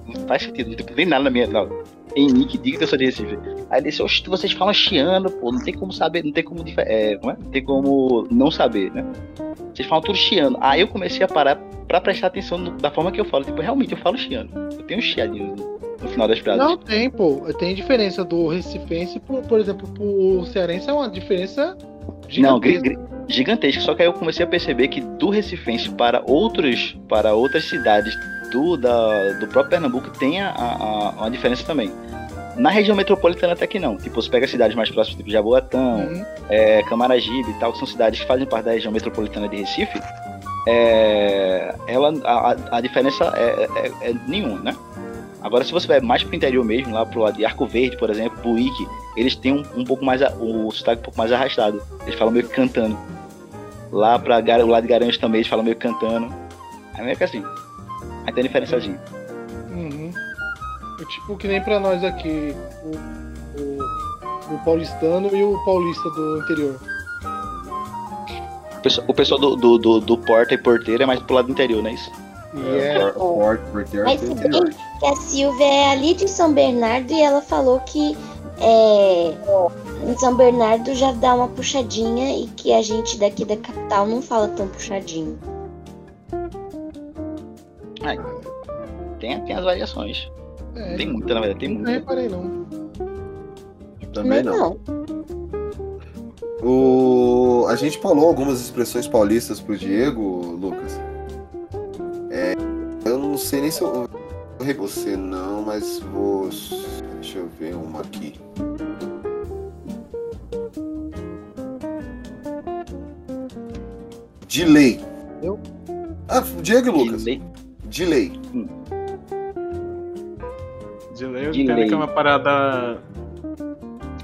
[SPEAKER 11] Não faz sentido, tipo, nem nada na minha. Não. Em mim que diga que eu sou de Recife. Aí ele disse, "Oxe, vocês falam chiano, pô, não tem como saber, não tem como, dife- é, como é? não tem como não saber, né? Vocês falam tudo chiano. Aí eu comecei a parar pra prestar atenção no- da forma que eu falo. Tipo, realmente eu falo chiano. Eu tenho um chiadinho no, no final das frases.
[SPEAKER 3] Não tem, pô. Tem diferença do recifense, pro, por exemplo, pro cearense é uma diferença
[SPEAKER 11] Não, gri-
[SPEAKER 3] gigantesca.
[SPEAKER 11] gri- gigantesco. Só que aí eu comecei a perceber que do Recifense para outros, para outras cidades do, da- do próprio Pernambuco tem a, a- a- uma diferença também. Na região metropolitana até que não. Tipo, você pega cidades mais próximas, tipo Jaboatão, é, Camaragibe e tal, que são cidades que fazem parte da região metropolitana de Recife. É, ela, a, a- a diferença é, é- é nenhuma, né? Agora, se você vai mais pro interior mesmo, lá pro lado de Arco Verde, por exemplo, Buíque, eles têm um, um pouco mais. a- o sotaque um pouco mais arrastado. Eles falam meio que cantando. Lá pra Gar- o lado de Garanhuns também, eles falam meio que cantando. É meio que assim. Aí tem a diferençazinha.
[SPEAKER 3] Uhum. É tipo que nem pra nós aqui, o, o- o paulistano e o paulista do interior.
[SPEAKER 11] O pessoal, o pessoal do, do, do- do porta e porteira é mais pro lado do interior, não é isso?
[SPEAKER 3] Yeah.
[SPEAKER 6] Mas se bem que a Silvia é ali de São Bernardo e ela falou que é, em São Bernardo já dá uma puxadinha e que a gente daqui da capital não fala tão puxadinho.
[SPEAKER 11] Ai, tem, tem as variações.
[SPEAKER 3] É.
[SPEAKER 11] Tem muita, na verdade, tem
[SPEAKER 3] Não
[SPEAKER 11] muita.
[SPEAKER 3] reparei não.
[SPEAKER 5] Também não. O... A gente falou algumas expressões paulistas pro Diego, Lucas. É, eu não sei nem se eu eu errei você não, mas vou. Deixa eu ver uma aqui. Delay.
[SPEAKER 3] Eu?
[SPEAKER 5] Ah, Diego e Lucas.
[SPEAKER 11] Delay.
[SPEAKER 5] Delay.
[SPEAKER 4] Delay, eu
[SPEAKER 11] Delay.
[SPEAKER 4] entendo que é uma parada.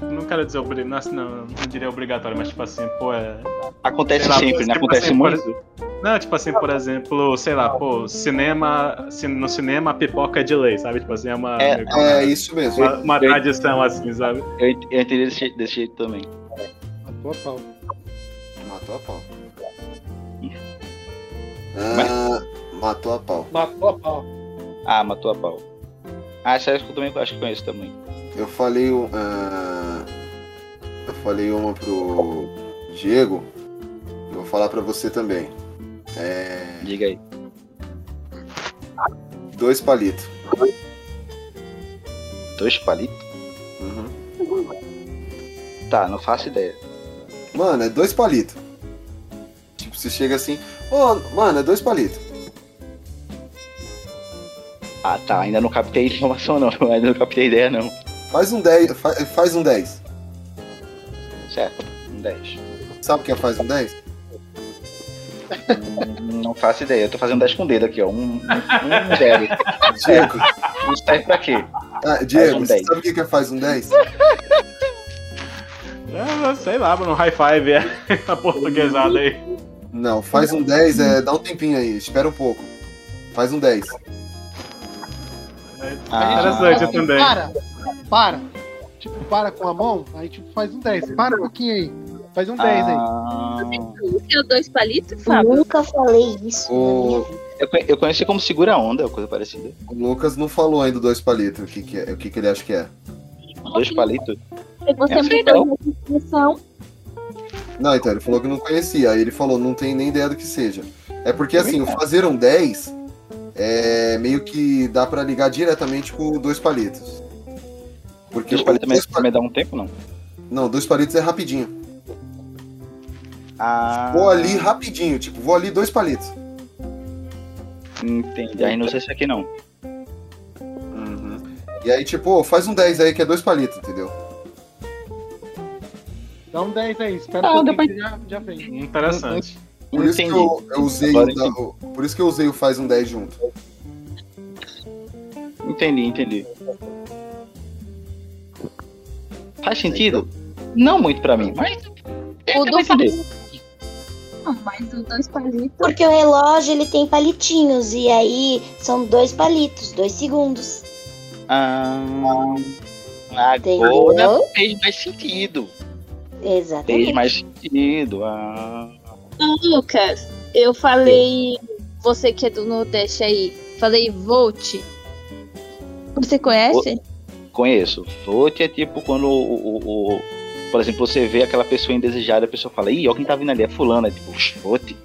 [SPEAKER 4] Não quero dizer obrigatório, não, não diria obrigatório, mas tipo assim, pô, é.
[SPEAKER 11] Acontece
[SPEAKER 4] sei lá,
[SPEAKER 11] sempre, né?
[SPEAKER 4] tipo
[SPEAKER 11] Acontece
[SPEAKER 4] assim, por
[SPEAKER 11] muito.
[SPEAKER 4] exemplo- Não, tipo assim, por exemplo, sei lá, pô, cinema. cin- No cinema a pipoca é delay, sabe? Tipo assim, é uma.
[SPEAKER 11] É,
[SPEAKER 5] É isso mesmo.
[SPEAKER 4] uma, uma tradição assim, sabe?
[SPEAKER 11] Eu, ent- eu entendi desse, jeito- desse jeito também.
[SPEAKER 3] Matou a pau.
[SPEAKER 5] Matou a pau. Ah, matou a pau.
[SPEAKER 3] Matou a pau.
[SPEAKER 11] Ah, matou a pau. Ah, essa eu também acho que conheço também.
[SPEAKER 5] Eu falei um- ah, eu falei uma pro Diego. Eu vou falar pra você também. É,
[SPEAKER 11] Diga aí.
[SPEAKER 5] dois palitos.
[SPEAKER 11] Dois palitos?
[SPEAKER 5] Uhum.
[SPEAKER 11] Tá, não faço ideia.
[SPEAKER 5] Mano, é dois palitos. Tipo, você chega assim, ô, mano, é dois palitos.
[SPEAKER 11] Ah, tá. Ainda não captei informação, não. Ainda não captei ideia, não.
[SPEAKER 5] Faz um 10, fa- faz um 10.
[SPEAKER 11] Certo. Um 10.
[SPEAKER 5] Sabe o que é faz um 10?
[SPEAKER 11] Não faço ideia. Eu tô fazendo 10 com o dedo aqui, ó. Um, um, um zero.
[SPEAKER 5] Diego,
[SPEAKER 11] Isso serve pra quê?
[SPEAKER 5] ah, Diego,
[SPEAKER 11] um
[SPEAKER 5] você
[SPEAKER 11] 10.
[SPEAKER 5] sabe o que que é faz um 10?
[SPEAKER 4] Ah, sei lá, mano, high five é tá portuguesado aí.
[SPEAKER 5] Não, faz um 10 é. Dá um tempinho aí, espera um pouco. Faz um 10.
[SPEAKER 11] Ah.
[SPEAKER 4] interessante
[SPEAKER 3] Assim,
[SPEAKER 4] também.
[SPEAKER 3] Para, para. Tipo, para com a mão, aí tipo faz um 10. Para um pouquinho aí. Faz um 10 aí.
[SPEAKER 11] Ah,
[SPEAKER 2] Que é o dois palitos,
[SPEAKER 6] Eu
[SPEAKER 2] Fábio?
[SPEAKER 6] nunca falei isso na minha
[SPEAKER 5] O,
[SPEAKER 6] vida.
[SPEAKER 11] eu, conhe- eu conheci como segura onda, coisa parecida.
[SPEAKER 5] o Lucas não falou ainda dois palitos, o que, que, é, o que, que ele acha que é.
[SPEAKER 11] Dois palitos.
[SPEAKER 2] Você
[SPEAKER 11] É
[SPEAKER 2] mudou essa expressão.
[SPEAKER 5] Não, então, ele falou que não conhecia. Aí ele falou, não tem nem ideia do que seja. É porque, assim, o fazer um 10 é meio que dá pra ligar diretamente com o dois palitos. Porque
[SPEAKER 11] Dois
[SPEAKER 5] o-
[SPEAKER 11] palitos também,
[SPEAKER 5] dois pa-
[SPEAKER 11] também dá um tempo, não?
[SPEAKER 5] Não, dois palitos é rapidinho.
[SPEAKER 11] Ah,
[SPEAKER 5] Vou ali rapidinho, tipo, vou ali dois palitos.
[SPEAKER 11] Ah, Entendi. Aí não sei se é aqui não.
[SPEAKER 5] E aí, tipo, ô, faz um 10 aí que é dois palitos, entendeu?
[SPEAKER 3] Dá um 10 aí, espera
[SPEAKER 11] Ah,
[SPEAKER 3] um pouquinho
[SPEAKER 11] depois-
[SPEAKER 3] que já, já vem.
[SPEAKER 11] Uhum.
[SPEAKER 4] Interessante.
[SPEAKER 5] Por isso, que
[SPEAKER 11] Entendi.
[SPEAKER 5] eu, eu usei
[SPEAKER 11] Agora
[SPEAKER 5] o, da- o- por isso que eu usei o faz um 10 junto.
[SPEAKER 11] Entendi, entendi. Faz sentido?
[SPEAKER 5] então.
[SPEAKER 11] Não muito pra mim, mas.
[SPEAKER 2] O
[SPEAKER 11] dou
[SPEAKER 2] do
[SPEAKER 11] entender.
[SPEAKER 2] palito. Não, mas o dois palitos.
[SPEAKER 6] Porque o relógio ele tem palitinhos e aí são dois palitos, dois segundos.
[SPEAKER 11] Ah,
[SPEAKER 6] Entendeu?
[SPEAKER 11] agora
[SPEAKER 5] né?
[SPEAKER 11] fez mais sentido. Fez
[SPEAKER 6] Exatamente.
[SPEAKER 11] mais sentido. Ah,
[SPEAKER 2] Lucas, eu falei. Você que é do Nordeste aí. Falei Volt. Você conhece?
[SPEAKER 11] conheço. Vote é tipo quando o, o- o- Por exemplo, você vê aquela pessoa indesejada, a pessoa fala, ih, olha quem tá vindo ali, é fulano. É tipo, vote.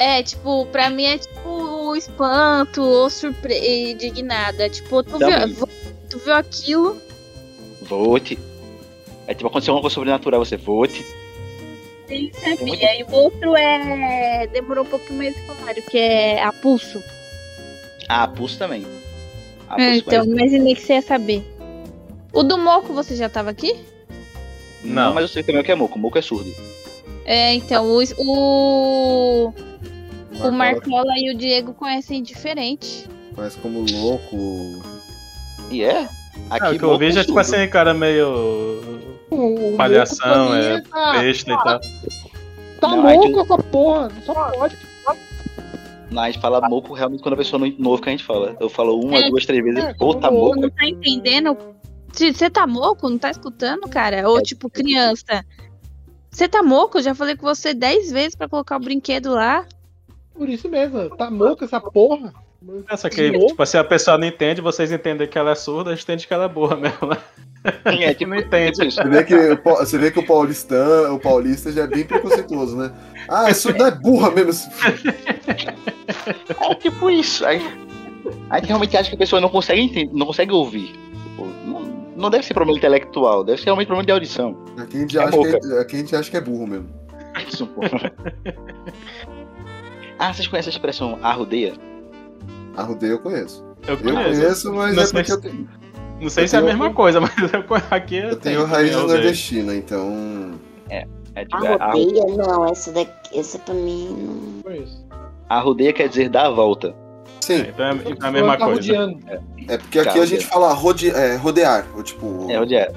[SPEAKER 2] É, tipo, pra mim é tipo o espanto ou surpre... indignado. É tipo, tu
[SPEAKER 11] Também.
[SPEAKER 2] viu, tu viu aquilo?
[SPEAKER 11] Vote. É tipo, aconteceu uma coisa sobrenatural, você vote.
[SPEAKER 2] Sim, sabia.
[SPEAKER 11] muito-
[SPEAKER 2] E o outro é. Demorou um pouco mais de falar, que é a pulso.
[SPEAKER 11] Ah, pulso também. Ah,
[SPEAKER 2] É,
[SPEAKER 11] pulso
[SPEAKER 2] então, imaginei que você ia saber. O do Moco, você já tava aqui?
[SPEAKER 11] Não, mas eu sei também o que é moco. Moco é surdo.
[SPEAKER 2] É, então, o. O, o Marcola e o Diego conhecem diferente.
[SPEAKER 11] Tá
[SPEAKER 5] Mas como louco.
[SPEAKER 11] E é?
[SPEAKER 4] Ah, o que eu vejo é tipo assim, cara, meio. Palhação, é
[SPEAKER 12] Ah,
[SPEAKER 4] besta e
[SPEAKER 3] Tá
[SPEAKER 4] tal.
[SPEAKER 11] Não, a
[SPEAKER 3] louco
[SPEAKER 11] gente-
[SPEAKER 3] essa porra, só pode.
[SPEAKER 4] assim-
[SPEAKER 11] Mas a gente
[SPEAKER 4] Ah.
[SPEAKER 11] fala moco realmente quando a pessoa não novo que a gente fala. Eu falo uma,
[SPEAKER 2] É.
[SPEAKER 11] duas, três vezes,
[SPEAKER 3] É,
[SPEAKER 11] ou tá
[SPEAKER 2] Ou
[SPEAKER 11] moco.
[SPEAKER 2] não tá entendendo? Se Você tá moco? Não tá escutando, cara?
[SPEAKER 11] É.
[SPEAKER 2] Ou tipo, criança. Você tá moco? Já falei com você dez vezes pra colocar o brinquedo lá.
[SPEAKER 3] Por isso mesmo, tá louco essa porra.
[SPEAKER 4] É, só que, tipo assim, a pessoa não entende, vocês entendem que ela é surda, a gente entende que ela é boa mesmo, né?
[SPEAKER 11] É, tipo,
[SPEAKER 4] Não entende.
[SPEAKER 11] tipo isso.
[SPEAKER 5] Você vê que, o pau- você vê que o, paulistã, o paulista já é bem preconceituoso, né? Ah, isso não é burra mesmo. esse f-
[SPEAKER 11] É tipo isso. Aí, aí realmente acha que a pessoa não consegue entender, não consegue ouvir. Tipo, não, não deve ser problema intelectual, deve ser realmente problema de audição.
[SPEAKER 5] Aqui a gente,
[SPEAKER 11] É
[SPEAKER 5] acha que é, aqui a gente acha que é burro mesmo.
[SPEAKER 11] Isso, pô. ah, vocês conhecem a expressão arrudeia?
[SPEAKER 5] Arrudei eu conheço.
[SPEAKER 4] Eu
[SPEAKER 5] Eu
[SPEAKER 4] conheço.
[SPEAKER 5] conheço, mas
[SPEAKER 4] Não
[SPEAKER 5] é
[SPEAKER 4] sei
[SPEAKER 5] porque
[SPEAKER 4] se-
[SPEAKER 5] eu tenho,
[SPEAKER 4] Não sei
[SPEAKER 5] Eu
[SPEAKER 4] se é a
[SPEAKER 5] tenho- um
[SPEAKER 4] mesma coisa, mas eu conheço aqui. é assim,
[SPEAKER 5] eu tenho raiz nordestina, então.
[SPEAKER 11] É, tipo, é, arru-
[SPEAKER 6] Arrodeia? Não, essa daqui, essa pra mim não.
[SPEAKER 3] Foi isso.
[SPEAKER 11] arrudeia quer dizer dar a volta.
[SPEAKER 5] Sim,
[SPEAKER 4] Então é, então é a mesma
[SPEAKER 5] um
[SPEAKER 3] tá
[SPEAKER 4] coisa.
[SPEAKER 3] rodeando.
[SPEAKER 5] é porque aqui a gente fala rode, é, rodear, ou tipo.
[SPEAKER 11] É rodear.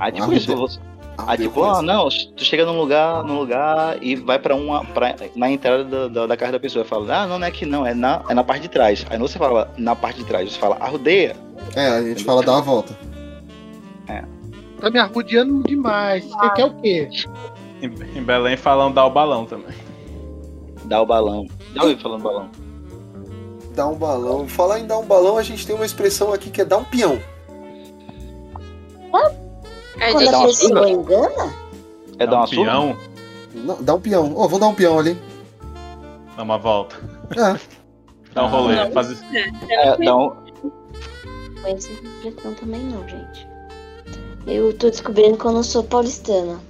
[SPEAKER 11] Aí tipo isso,
[SPEAKER 5] Arrudeia.
[SPEAKER 11] você. Aí
[SPEAKER 5] arrudei eu
[SPEAKER 11] tipo, ah,
[SPEAKER 5] conheço.
[SPEAKER 11] não, tu chega num lugar, num lugar e vai pra uma. Pra, na entrada da, da, da casa da pessoa. Fala, ah, não, não é aqui não, é na, é na parte de trás. Aí não você fala na parte de trás, você fala arrudeia.
[SPEAKER 5] É, a gente fala dar a volta.
[SPEAKER 3] Tá me arrudeando demais. Você quer o quê?
[SPEAKER 4] Em, em Belém falam dar o balão também.
[SPEAKER 11] Dá o balão. Dá o falando balão.
[SPEAKER 5] Dar um balão. Falar em dar um balão, a gente tem uma expressão aqui que é dar um peão.
[SPEAKER 2] A
[SPEAKER 6] Quando
[SPEAKER 2] gente
[SPEAKER 11] dá
[SPEAKER 6] a
[SPEAKER 11] É uma surra?
[SPEAKER 6] pessoa engana,
[SPEAKER 11] É dar uma surra?
[SPEAKER 4] um peão,
[SPEAKER 5] Não, dar um peão. Ó, vou dar um peão ali.
[SPEAKER 4] dá uma volta.
[SPEAKER 5] É.
[SPEAKER 4] Dá um rolê.
[SPEAKER 2] Não.
[SPEAKER 4] faz-
[SPEAKER 11] É, dá um...
[SPEAKER 6] não é essa expressão também não, gente. Eu tô descobrindo que eu não sou paulistana.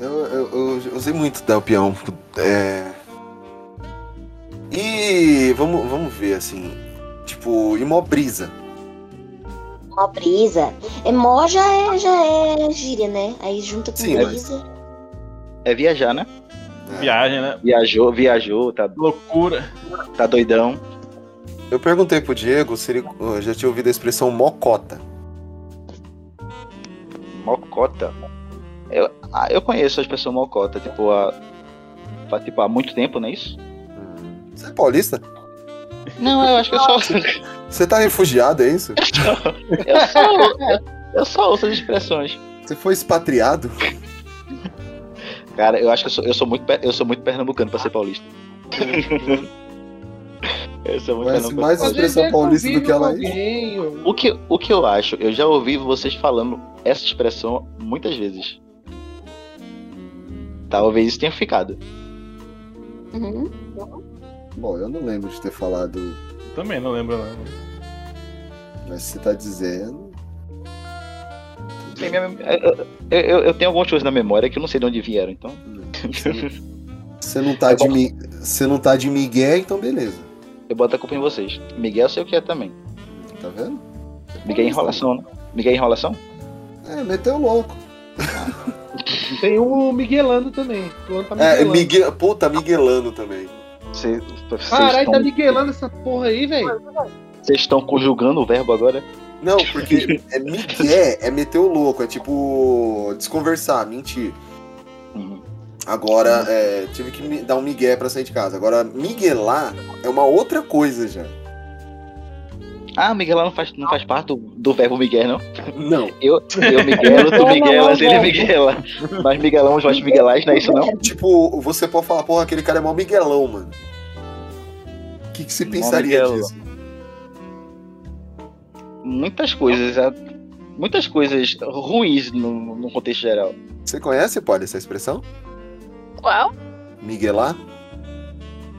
[SPEAKER 5] Eu, eu- eu- eu usei muito dar o peão. É... E vamos, vamos ver, assim. Tipo, imobrisa.
[SPEAKER 6] Mó brisa. É mó já é, já é gíria, né? Aí junta com
[SPEAKER 5] Sim, mas-
[SPEAKER 6] brisa.
[SPEAKER 11] é viajar, né?
[SPEAKER 4] Viagem, né?
[SPEAKER 11] Viajou, viajou, tá,
[SPEAKER 4] Loucura.
[SPEAKER 11] tá doidão.
[SPEAKER 5] Eu perguntei pro Diego se ele uh, já tinha ouvido a expressão mocota.
[SPEAKER 11] Mocota. Eu, ah, eu conheço as pessoas mocota, tipo, há, faz, tipo, há muito tempo, não é isso?
[SPEAKER 5] Você é paulista?
[SPEAKER 11] Não, eu acho que eu só,
[SPEAKER 5] Você tá refugiado, é isso?
[SPEAKER 11] eu só, eu só ouço as expressões.
[SPEAKER 5] Você foi expatriado?
[SPEAKER 11] Cara, eu acho que eu sou, eu sou, muito, pe- eu sou muito pernambucano pra ser paulista. eu sou muito
[SPEAKER 5] Conhece
[SPEAKER 11] pernambucano.
[SPEAKER 5] mais Ah, a
[SPEAKER 3] Às vezes
[SPEAKER 5] expressão
[SPEAKER 3] é
[SPEAKER 5] paulista do
[SPEAKER 3] convívio
[SPEAKER 5] que ela
[SPEAKER 3] com
[SPEAKER 5] é.
[SPEAKER 3] alguém, ou-
[SPEAKER 11] O que, o que eu acho, eu já ouvi vocês falando essa expressão muitas vezes. Talvez isso tenha ficado.
[SPEAKER 6] Uhum.
[SPEAKER 5] Bom, eu não lembro de ter falado,
[SPEAKER 4] Também não lembro, não.
[SPEAKER 5] mas você tá dizendo.
[SPEAKER 11] Tem minha mem- eu- Eu, eu- eu tenho algumas coisas na memória que eu não sei de onde vieram, então.
[SPEAKER 5] Você não tá de, mi... você não tá de migué, então beleza.
[SPEAKER 11] Eu boto a culpa em vocês. Miguel eu sei o que é também.
[SPEAKER 5] Tá vendo?
[SPEAKER 11] Miguel é enrolação, né? Miguel é enrolação?
[SPEAKER 5] É, meteu louco.
[SPEAKER 3] Tem o Miguelando também. O Luan tá
[SPEAKER 5] É,
[SPEAKER 3] Miguelando.
[SPEAKER 5] Miguel, puta, miguelando também.
[SPEAKER 11] Vocês vocês
[SPEAKER 3] Caralho, tá
[SPEAKER 11] estão,
[SPEAKER 3] Miguelando essa porra aí, velho.
[SPEAKER 11] vocês estão conjugando o verbo agora?
[SPEAKER 5] Não, porque é migué, é meter o louco, é tipo desconversar, mentir.
[SPEAKER 11] Uhum.
[SPEAKER 5] Agora, é, tive que me- dar um migué pra sair de casa. Agora, miguelar é uma outra coisa já.
[SPEAKER 11] Ah, Miguel lá não faz, não faz parte do, do verbo Miguel, não?
[SPEAKER 5] Não.
[SPEAKER 11] Eu, eu Miguelo, tu
[SPEAKER 3] Não, não,
[SPEAKER 11] Miguelas,
[SPEAKER 3] não,
[SPEAKER 11] ele é
[SPEAKER 3] não.
[SPEAKER 11] Miguela. Nós Miguelamos, vós Miguelais, não é isso não?
[SPEAKER 5] Tipo, você pode falar, porra, aquele cara é mó miguelão, mano. O que, que você
[SPEAKER 11] Mó
[SPEAKER 5] pensaria
[SPEAKER 11] miguelão.
[SPEAKER 5] disso?
[SPEAKER 11] Muitas coisas, ah, muitas coisas ruins no, no contexto geral.
[SPEAKER 5] Você conhece, Poli, essa expressão?
[SPEAKER 2] Qual?
[SPEAKER 5] Miguelar?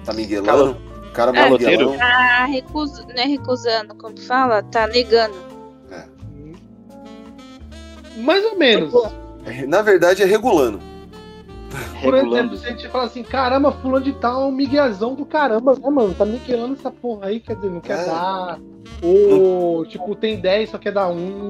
[SPEAKER 5] Tá miguelando? O cara mó
[SPEAKER 11] É,
[SPEAKER 5] miguelão.
[SPEAKER 2] Tá recusando, não é recusando, como fala? Tá negando.
[SPEAKER 3] Mais ou menos.
[SPEAKER 5] Na verdade, é regulando.
[SPEAKER 3] Por exemplo,
[SPEAKER 11] regulando.
[SPEAKER 3] se a gente fala assim, caramba, fulano de tal é um miguezão do caramba, né, mano? Tá miguelando essa porra aí, quer dizer, não quer
[SPEAKER 5] É.
[SPEAKER 3] dar. Ou, tipo, tem 10, só quer dar um.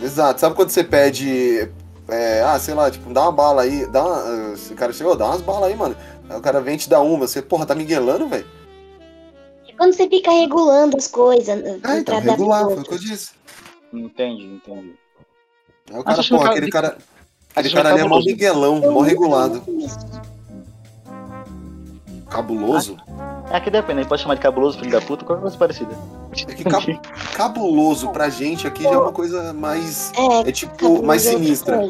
[SPEAKER 5] Exato. Sabe quando você pede. é, ah, sei lá, tipo, dá uma bala aí. Dá uma, esse cara chegou, dá umas balas aí, mano. Aí o cara vem te dar uma. Você, porra, tá miguelando, velho?
[SPEAKER 6] É Quando você fica regulando as coisas. né?
[SPEAKER 5] Ah, então, regular, foi o que eu disse.
[SPEAKER 11] Entendi, entendi.
[SPEAKER 5] Aí o
[SPEAKER 11] Mas
[SPEAKER 5] cara,
[SPEAKER 11] acho que
[SPEAKER 5] porra,
[SPEAKER 11] o cara-
[SPEAKER 5] aquele cara. Aquele
[SPEAKER 11] acho
[SPEAKER 5] cara ali é mó
[SPEAKER 11] cabuloso.
[SPEAKER 5] miguelão, mó regulado. Cabuloso?
[SPEAKER 11] É que depende, pode chamar de cabuloso, filho da puta, qualquer coisa parecida.
[SPEAKER 5] É que cab- cabuloso pra gente aqui já é uma coisa mais. É tipo, mais sinistra.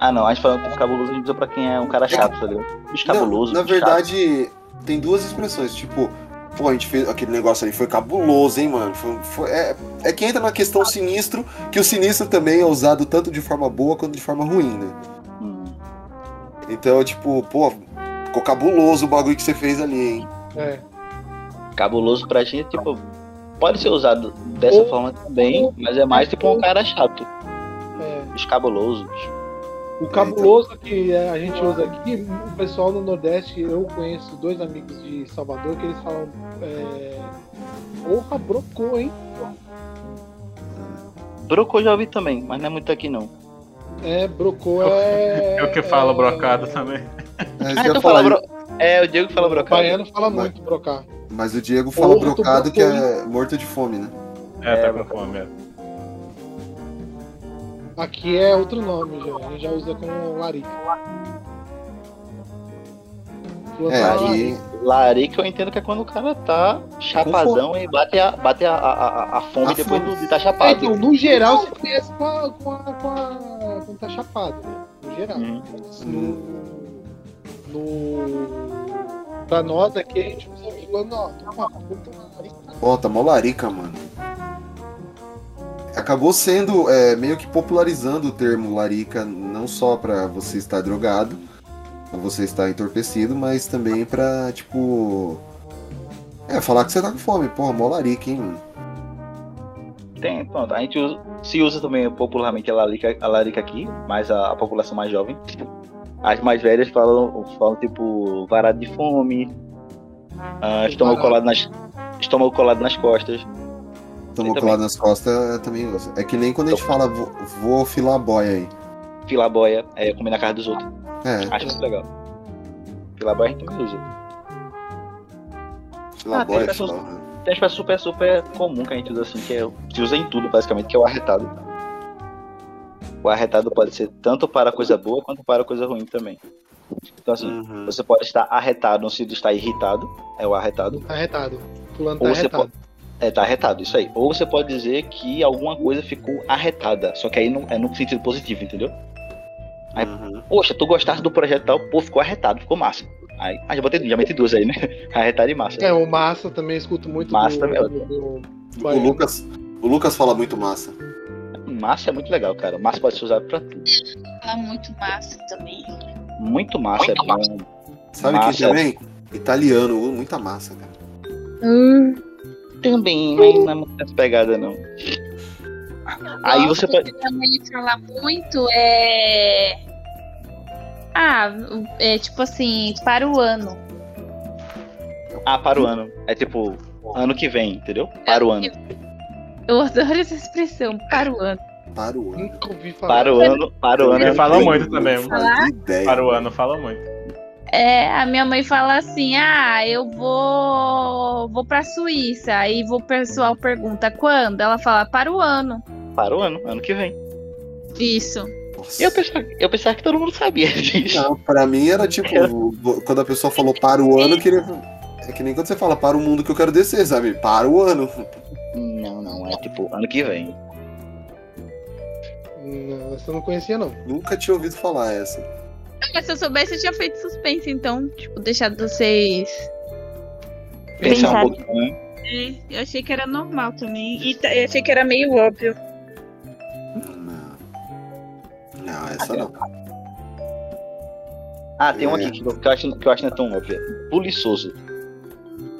[SPEAKER 11] Ah não, a gente fala por cabuloso, a gente usa pra quem é um cara chato, tá ligado? Bicho cabuloso,
[SPEAKER 5] Não, na
[SPEAKER 11] bicho
[SPEAKER 5] verdade, tem duas expressões. Tipo, pô, a gente fez aquele negócio ali, foi cabuloso, hein, mano? Foi- foi- é, é que entra na questão sinistro, que o sinistro também é usado tanto de forma boa quanto de forma ruim, né?
[SPEAKER 11] Hum.
[SPEAKER 5] Então, tipo, pô, ficou cabuloso o bagulho que você fez ali, hein?
[SPEAKER 3] É.
[SPEAKER 11] chato. Cabuloso pra gente, tipo, pode ser usado dessa
[SPEAKER 3] Hum.
[SPEAKER 11] forma também, mas é mais tipo um cara chato.
[SPEAKER 3] é.
[SPEAKER 11] Bicho cabuloso, bicho.
[SPEAKER 3] O cabuloso que a gente usa aqui, o pessoal no Nordeste, eu conheço dois amigos de Salvador que eles falam. É, Porra, brocou, hein?
[SPEAKER 11] Broco eu já ouvi também, mas não é muito aqui não.
[SPEAKER 3] É, brocou é.
[SPEAKER 4] Eu que falo brocado também.
[SPEAKER 11] Ah, então fala bro... É, o Diego que fala brocado.
[SPEAKER 3] O baiano fala muito brocar.
[SPEAKER 5] Mas o Diego fala
[SPEAKER 3] Ou tu
[SPEAKER 5] brocado
[SPEAKER 3] brocou,
[SPEAKER 5] que é morto de fome, né?
[SPEAKER 4] É, tá com fome. é.
[SPEAKER 3] Aqui é outro nome já, a gente já usa como larica.
[SPEAKER 5] É, aí-
[SPEAKER 11] Larica eu entendo que é quando o cara tá chapadão e bate a, bate a, a, a- a fome
[SPEAKER 5] A
[SPEAKER 11] depois
[SPEAKER 5] fome.
[SPEAKER 11] do- de tá
[SPEAKER 3] É,
[SPEAKER 11] chapado.
[SPEAKER 3] então, no geral se conhece com a. com a. com a. quando tá chapado, né? No geral.
[SPEAKER 11] Uhum.
[SPEAKER 3] No. Pra nós aqui a gente usa falando, ó, tá uma puta larica.
[SPEAKER 5] Ó, tá mó larica, mano. Acabou sendo é, meio que popularizando o termo larica, não só pra você estar drogado, ou você estar entorpecido, mas também pra, tipo. É, falar que você tá com fome. Porra, mó larica, hein, mano.
[SPEAKER 11] Tem, pronto. A gente usa- se usa também popularmente a larica, a larica aqui, mas a, a população mais jovem. As mais velhas falam, falam tipo, varado de fome, ah, estômago, colado nas, estômago colado nas costas.
[SPEAKER 5] Tomou colado nas costas eu também gosto. É que nem quando a gente fala, vou, vou filar a boia aí.
[SPEAKER 11] Filaboia, é comer na casa dos outros.
[SPEAKER 5] É,
[SPEAKER 11] Acho muito legal. Filaboia a gente também usa.
[SPEAKER 5] filar
[SPEAKER 11] Ah, tem
[SPEAKER 5] boia,
[SPEAKER 11] pessoas-
[SPEAKER 5] filar- é
[SPEAKER 11] Tem uma espécie super, super comum que a gente usa assim, que é, se usa em tudo basicamente, que é o arretado. O arretado pode ser tanto para coisa boa quanto para coisa ruim também. Então assim, você pode estar arretado, não se está irritado, é o arretado.
[SPEAKER 3] Arretado. Fulano
[SPEAKER 11] Ou
[SPEAKER 3] tá
[SPEAKER 11] você
[SPEAKER 3] arretado.
[SPEAKER 11] pode. É, tá arretado, isso aí. Ou você pode dizer que alguma coisa ficou arretada, só que aí não, é no sentido positivo, entendeu? Aí,
[SPEAKER 5] Uhum.
[SPEAKER 11] poxa, tu gostaste do projeto tal, pô, ficou arretado, ficou massa. Aí, ah, já, botei, já meti duas aí, né? Arretado e massa.
[SPEAKER 3] É, o Massa também escuto muito.
[SPEAKER 11] Massa
[SPEAKER 3] do-
[SPEAKER 11] também.
[SPEAKER 3] do- do-
[SPEAKER 5] O Lucas, o Lucas fala muito massa.
[SPEAKER 11] Massa é muito legal, cara. Massa pode ser usado pra tudo.
[SPEAKER 13] Fala muito massa também.
[SPEAKER 11] Muito massa é bom.
[SPEAKER 5] Sabe
[SPEAKER 11] Massa.
[SPEAKER 5] quem também? Italiano, muita massa, cara.
[SPEAKER 11] Também, mas não é muito pegada, não. Aí você
[SPEAKER 13] Gosto
[SPEAKER 11] pode.
[SPEAKER 13] que Também fala muito é. Ah, é tipo assim, para o ano.
[SPEAKER 11] Ah, para o ano. É tipo, ano que vem, entendeu? Para o ano.
[SPEAKER 2] Eu adoro essa expressão, para o ano.
[SPEAKER 5] Para o
[SPEAKER 2] ano.
[SPEAKER 3] Nunca ouvi
[SPEAKER 11] Para o ano, para o ano.
[SPEAKER 4] Ele
[SPEAKER 11] é
[SPEAKER 4] fala
[SPEAKER 11] ano que
[SPEAKER 4] muito
[SPEAKER 11] vem.
[SPEAKER 4] também.
[SPEAKER 2] Falar?
[SPEAKER 4] Para o ano fala muito.
[SPEAKER 2] É, a minha mãe fala assim: "Ah, eu vou vou para Suíça". Aí vou- o pessoal pergunta: "Quando?". Ela fala: "Para o ano".
[SPEAKER 11] Para o ano, ano que vem.
[SPEAKER 2] Isso.
[SPEAKER 11] Eu pensava, eu pensava que todo mundo sabia disso.
[SPEAKER 5] Não, pra mim era tipo, quando a pessoa falou para o ano, eu queria. É que nem quando você fala para o mundo que eu quero descer, sabe? Para o ano.
[SPEAKER 11] Não, não, é tipo, ano que vem.
[SPEAKER 3] Não, essa eu não conhecia, não.
[SPEAKER 5] Nunca tinha ouvido falar essa.
[SPEAKER 2] Mas se eu soubesse, eu tinha feito suspense, então, tipo, deixado vocês.
[SPEAKER 11] Pensar um
[SPEAKER 2] Pensar.
[SPEAKER 11] pouquinho, né?
[SPEAKER 2] É, eu achei que era normal também. E ta- eu achei que era meio óbvio.
[SPEAKER 5] Não, essa não.
[SPEAKER 11] Ah, tem uma aqui que eu que eu acho, que eu acho não é tão óbvia. Buliçoso.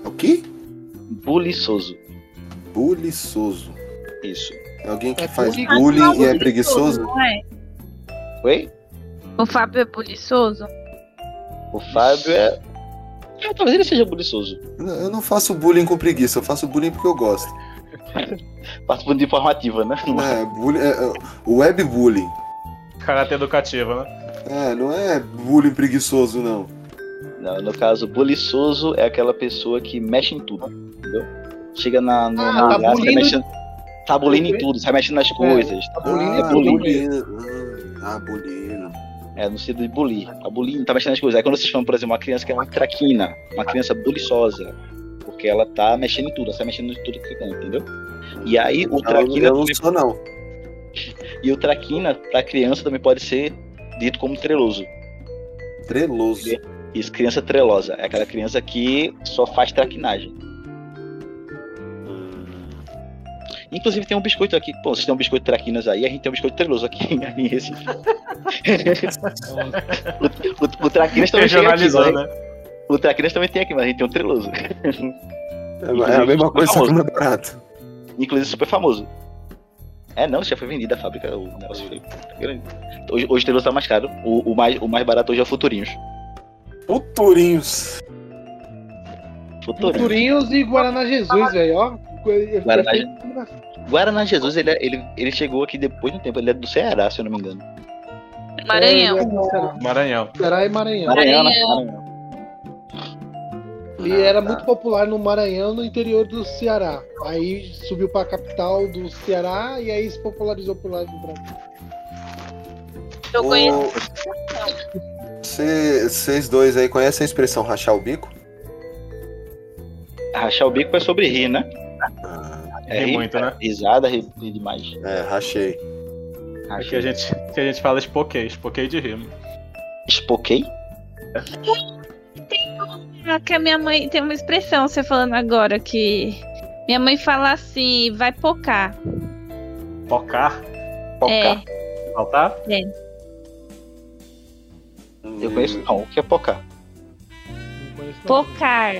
[SPEAKER 5] É O quê?
[SPEAKER 11] Buliçoso.
[SPEAKER 5] Buliçoso.
[SPEAKER 11] Isso.
[SPEAKER 5] É alguém que
[SPEAKER 11] É
[SPEAKER 5] faz
[SPEAKER 11] bullying.
[SPEAKER 5] bullying e é
[SPEAKER 2] Preguiçoso,
[SPEAKER 5] preguiçoso?
[SPEAKER 2] não é?
[SPEAKER 11] Oi?
[SPEAKER 2] O Fábio é preguiçoso?
[SPEAKER 11] O Fábio é. é, talvez ele seja buliçoso.
[SPEAKER 5] Eu não faço bullying com preguiça, eu faço bullying porque eu gosto.
[SPEAKER 11] Participa de informativa, né?
[SPEAKER 5] É, bullying, é, é, web bullying.
[SPEAKER 4] Caráter educativo, né?
[SPEAKER 5] É, não é bullying preguiçoso, não.
[SPEAKER 11] Não, no caso, buliçoso é aquela pessoa que mexe em tudo, entendeu? Chega na, no,
[SPEAKER 3] Ah,
[SPEAKER 11] no
[SPEAKER 3] tá
[SPEAKER 11] lugar, sai
[SPEAKER 3] bulindo-
[SPEAKER 11] mexendo, tá bulindo em tudo, sai mexendo nas coisas. Tá bulindo, é
[SPEAKER 5] ah,
[SPEAKER 11] bullying.
[SPEAKER 5] bullying. Ah, bullying.
[SPEAKER 11] É, no sentido de bulir. Tá bulindo, tá mexendo nas coisas. Aí quando vocês falam, por exemplo, uma criança que é uma traquina, uma criança buliçosa, porque ela tá mexendo em tudo, ela sai mexendo em tudo que tem, entendeu? E aí o
[SPEAKER 5] Não,
[SPEAKER 11] traquina...
[SPEAKER 5] eu não sou, não.
[SPEAKER 11] E o traquina, pra criança, também pode ser dito como treloso.
[SPEAKER 5] Treloso.
[SPEAKER 11] Isso, criança trelosa. É aquela criança que só faz traquinagem. Inclusive tem um biscoito aqui. Bom, vocês têm um biscoito traquinas aí, a gente tem um biscoito treloso aqui em Recife. o, o, o traquinas também tem aqui.
[SPEAKER 4] Regionalizou, né?
[SPEAKER 11] mas- O traquinas também tem aqui, mas a gente tem um treloso.
[SPEAKER 5] É a mesma coisa, só que mais barato.
[SPEAKER 11] Inclusive super famoso. É não, já foi vendida a fábrica, o negócio foi grande. Hoje, hoje o treloso tá mais caro. O, o mais, o mais barato hoje é o Futurinhos.
[SPEAKER 5] Futurinhos.
[SPEAKER 11] Futurinhos.
[SPEAKER 3] Turinhos e Guaraná Jesus, velho, ó.
[SPEAKER 11] Guaraná Je- Guaraná Jesus, ele, é- ele, ele chegou aqui depois de um tempo. Ele é do Ceará, se eu não me engano. É,
[SPEAKER 14] Maranhão.
[SPEAKER 4] Maranhão.
[SPEAKER 3] né? Ceará e Maranhão.
[SPEAKER 11] Maranhão, né? Ah,
[SPEAKER 3] E era
[SPEAKER 11] tá.
[SPEAKER 3] muito popular no Maranhão, no interior do Ceará. Aí subiu pra capital do Ceará e aí se popularizou por lá do Brasil.
[SPEAKER 14] Eu conheço.
[SPEAKER 5] Vocês dois aí conhecem a expressão rachar o bico?
[SPEAKER 11] Rachar o bico é sobre rir, né? É
[SPEAKER 4] Ri
[SPEAKER 11] rir,
[SPEAKER 4] muito, né?
[SPEAKER 11] Risada, rir, rir demais.
[SPEAKER 5] Ah, É, rachei.
[SPEAKER 4] Aqui a gente, aqui a gente fala espoquei, espoquei de rima.
[SPEAKER 11] Espoquei?
[SPEAKER 2] Ah, que a minha mãe tem uma expressão você falando agora que minha mãe fala assim, vai pocar.
[SPEAKER 4] Pocar?
[SPEAKER 11] Pocar.
[SPEAKER 4] Faltar?
[SPEAKER 2] É.
[SPEAKER 11] Eu conheço não. O que é pocar?
[SPEAKER 2] Pocar.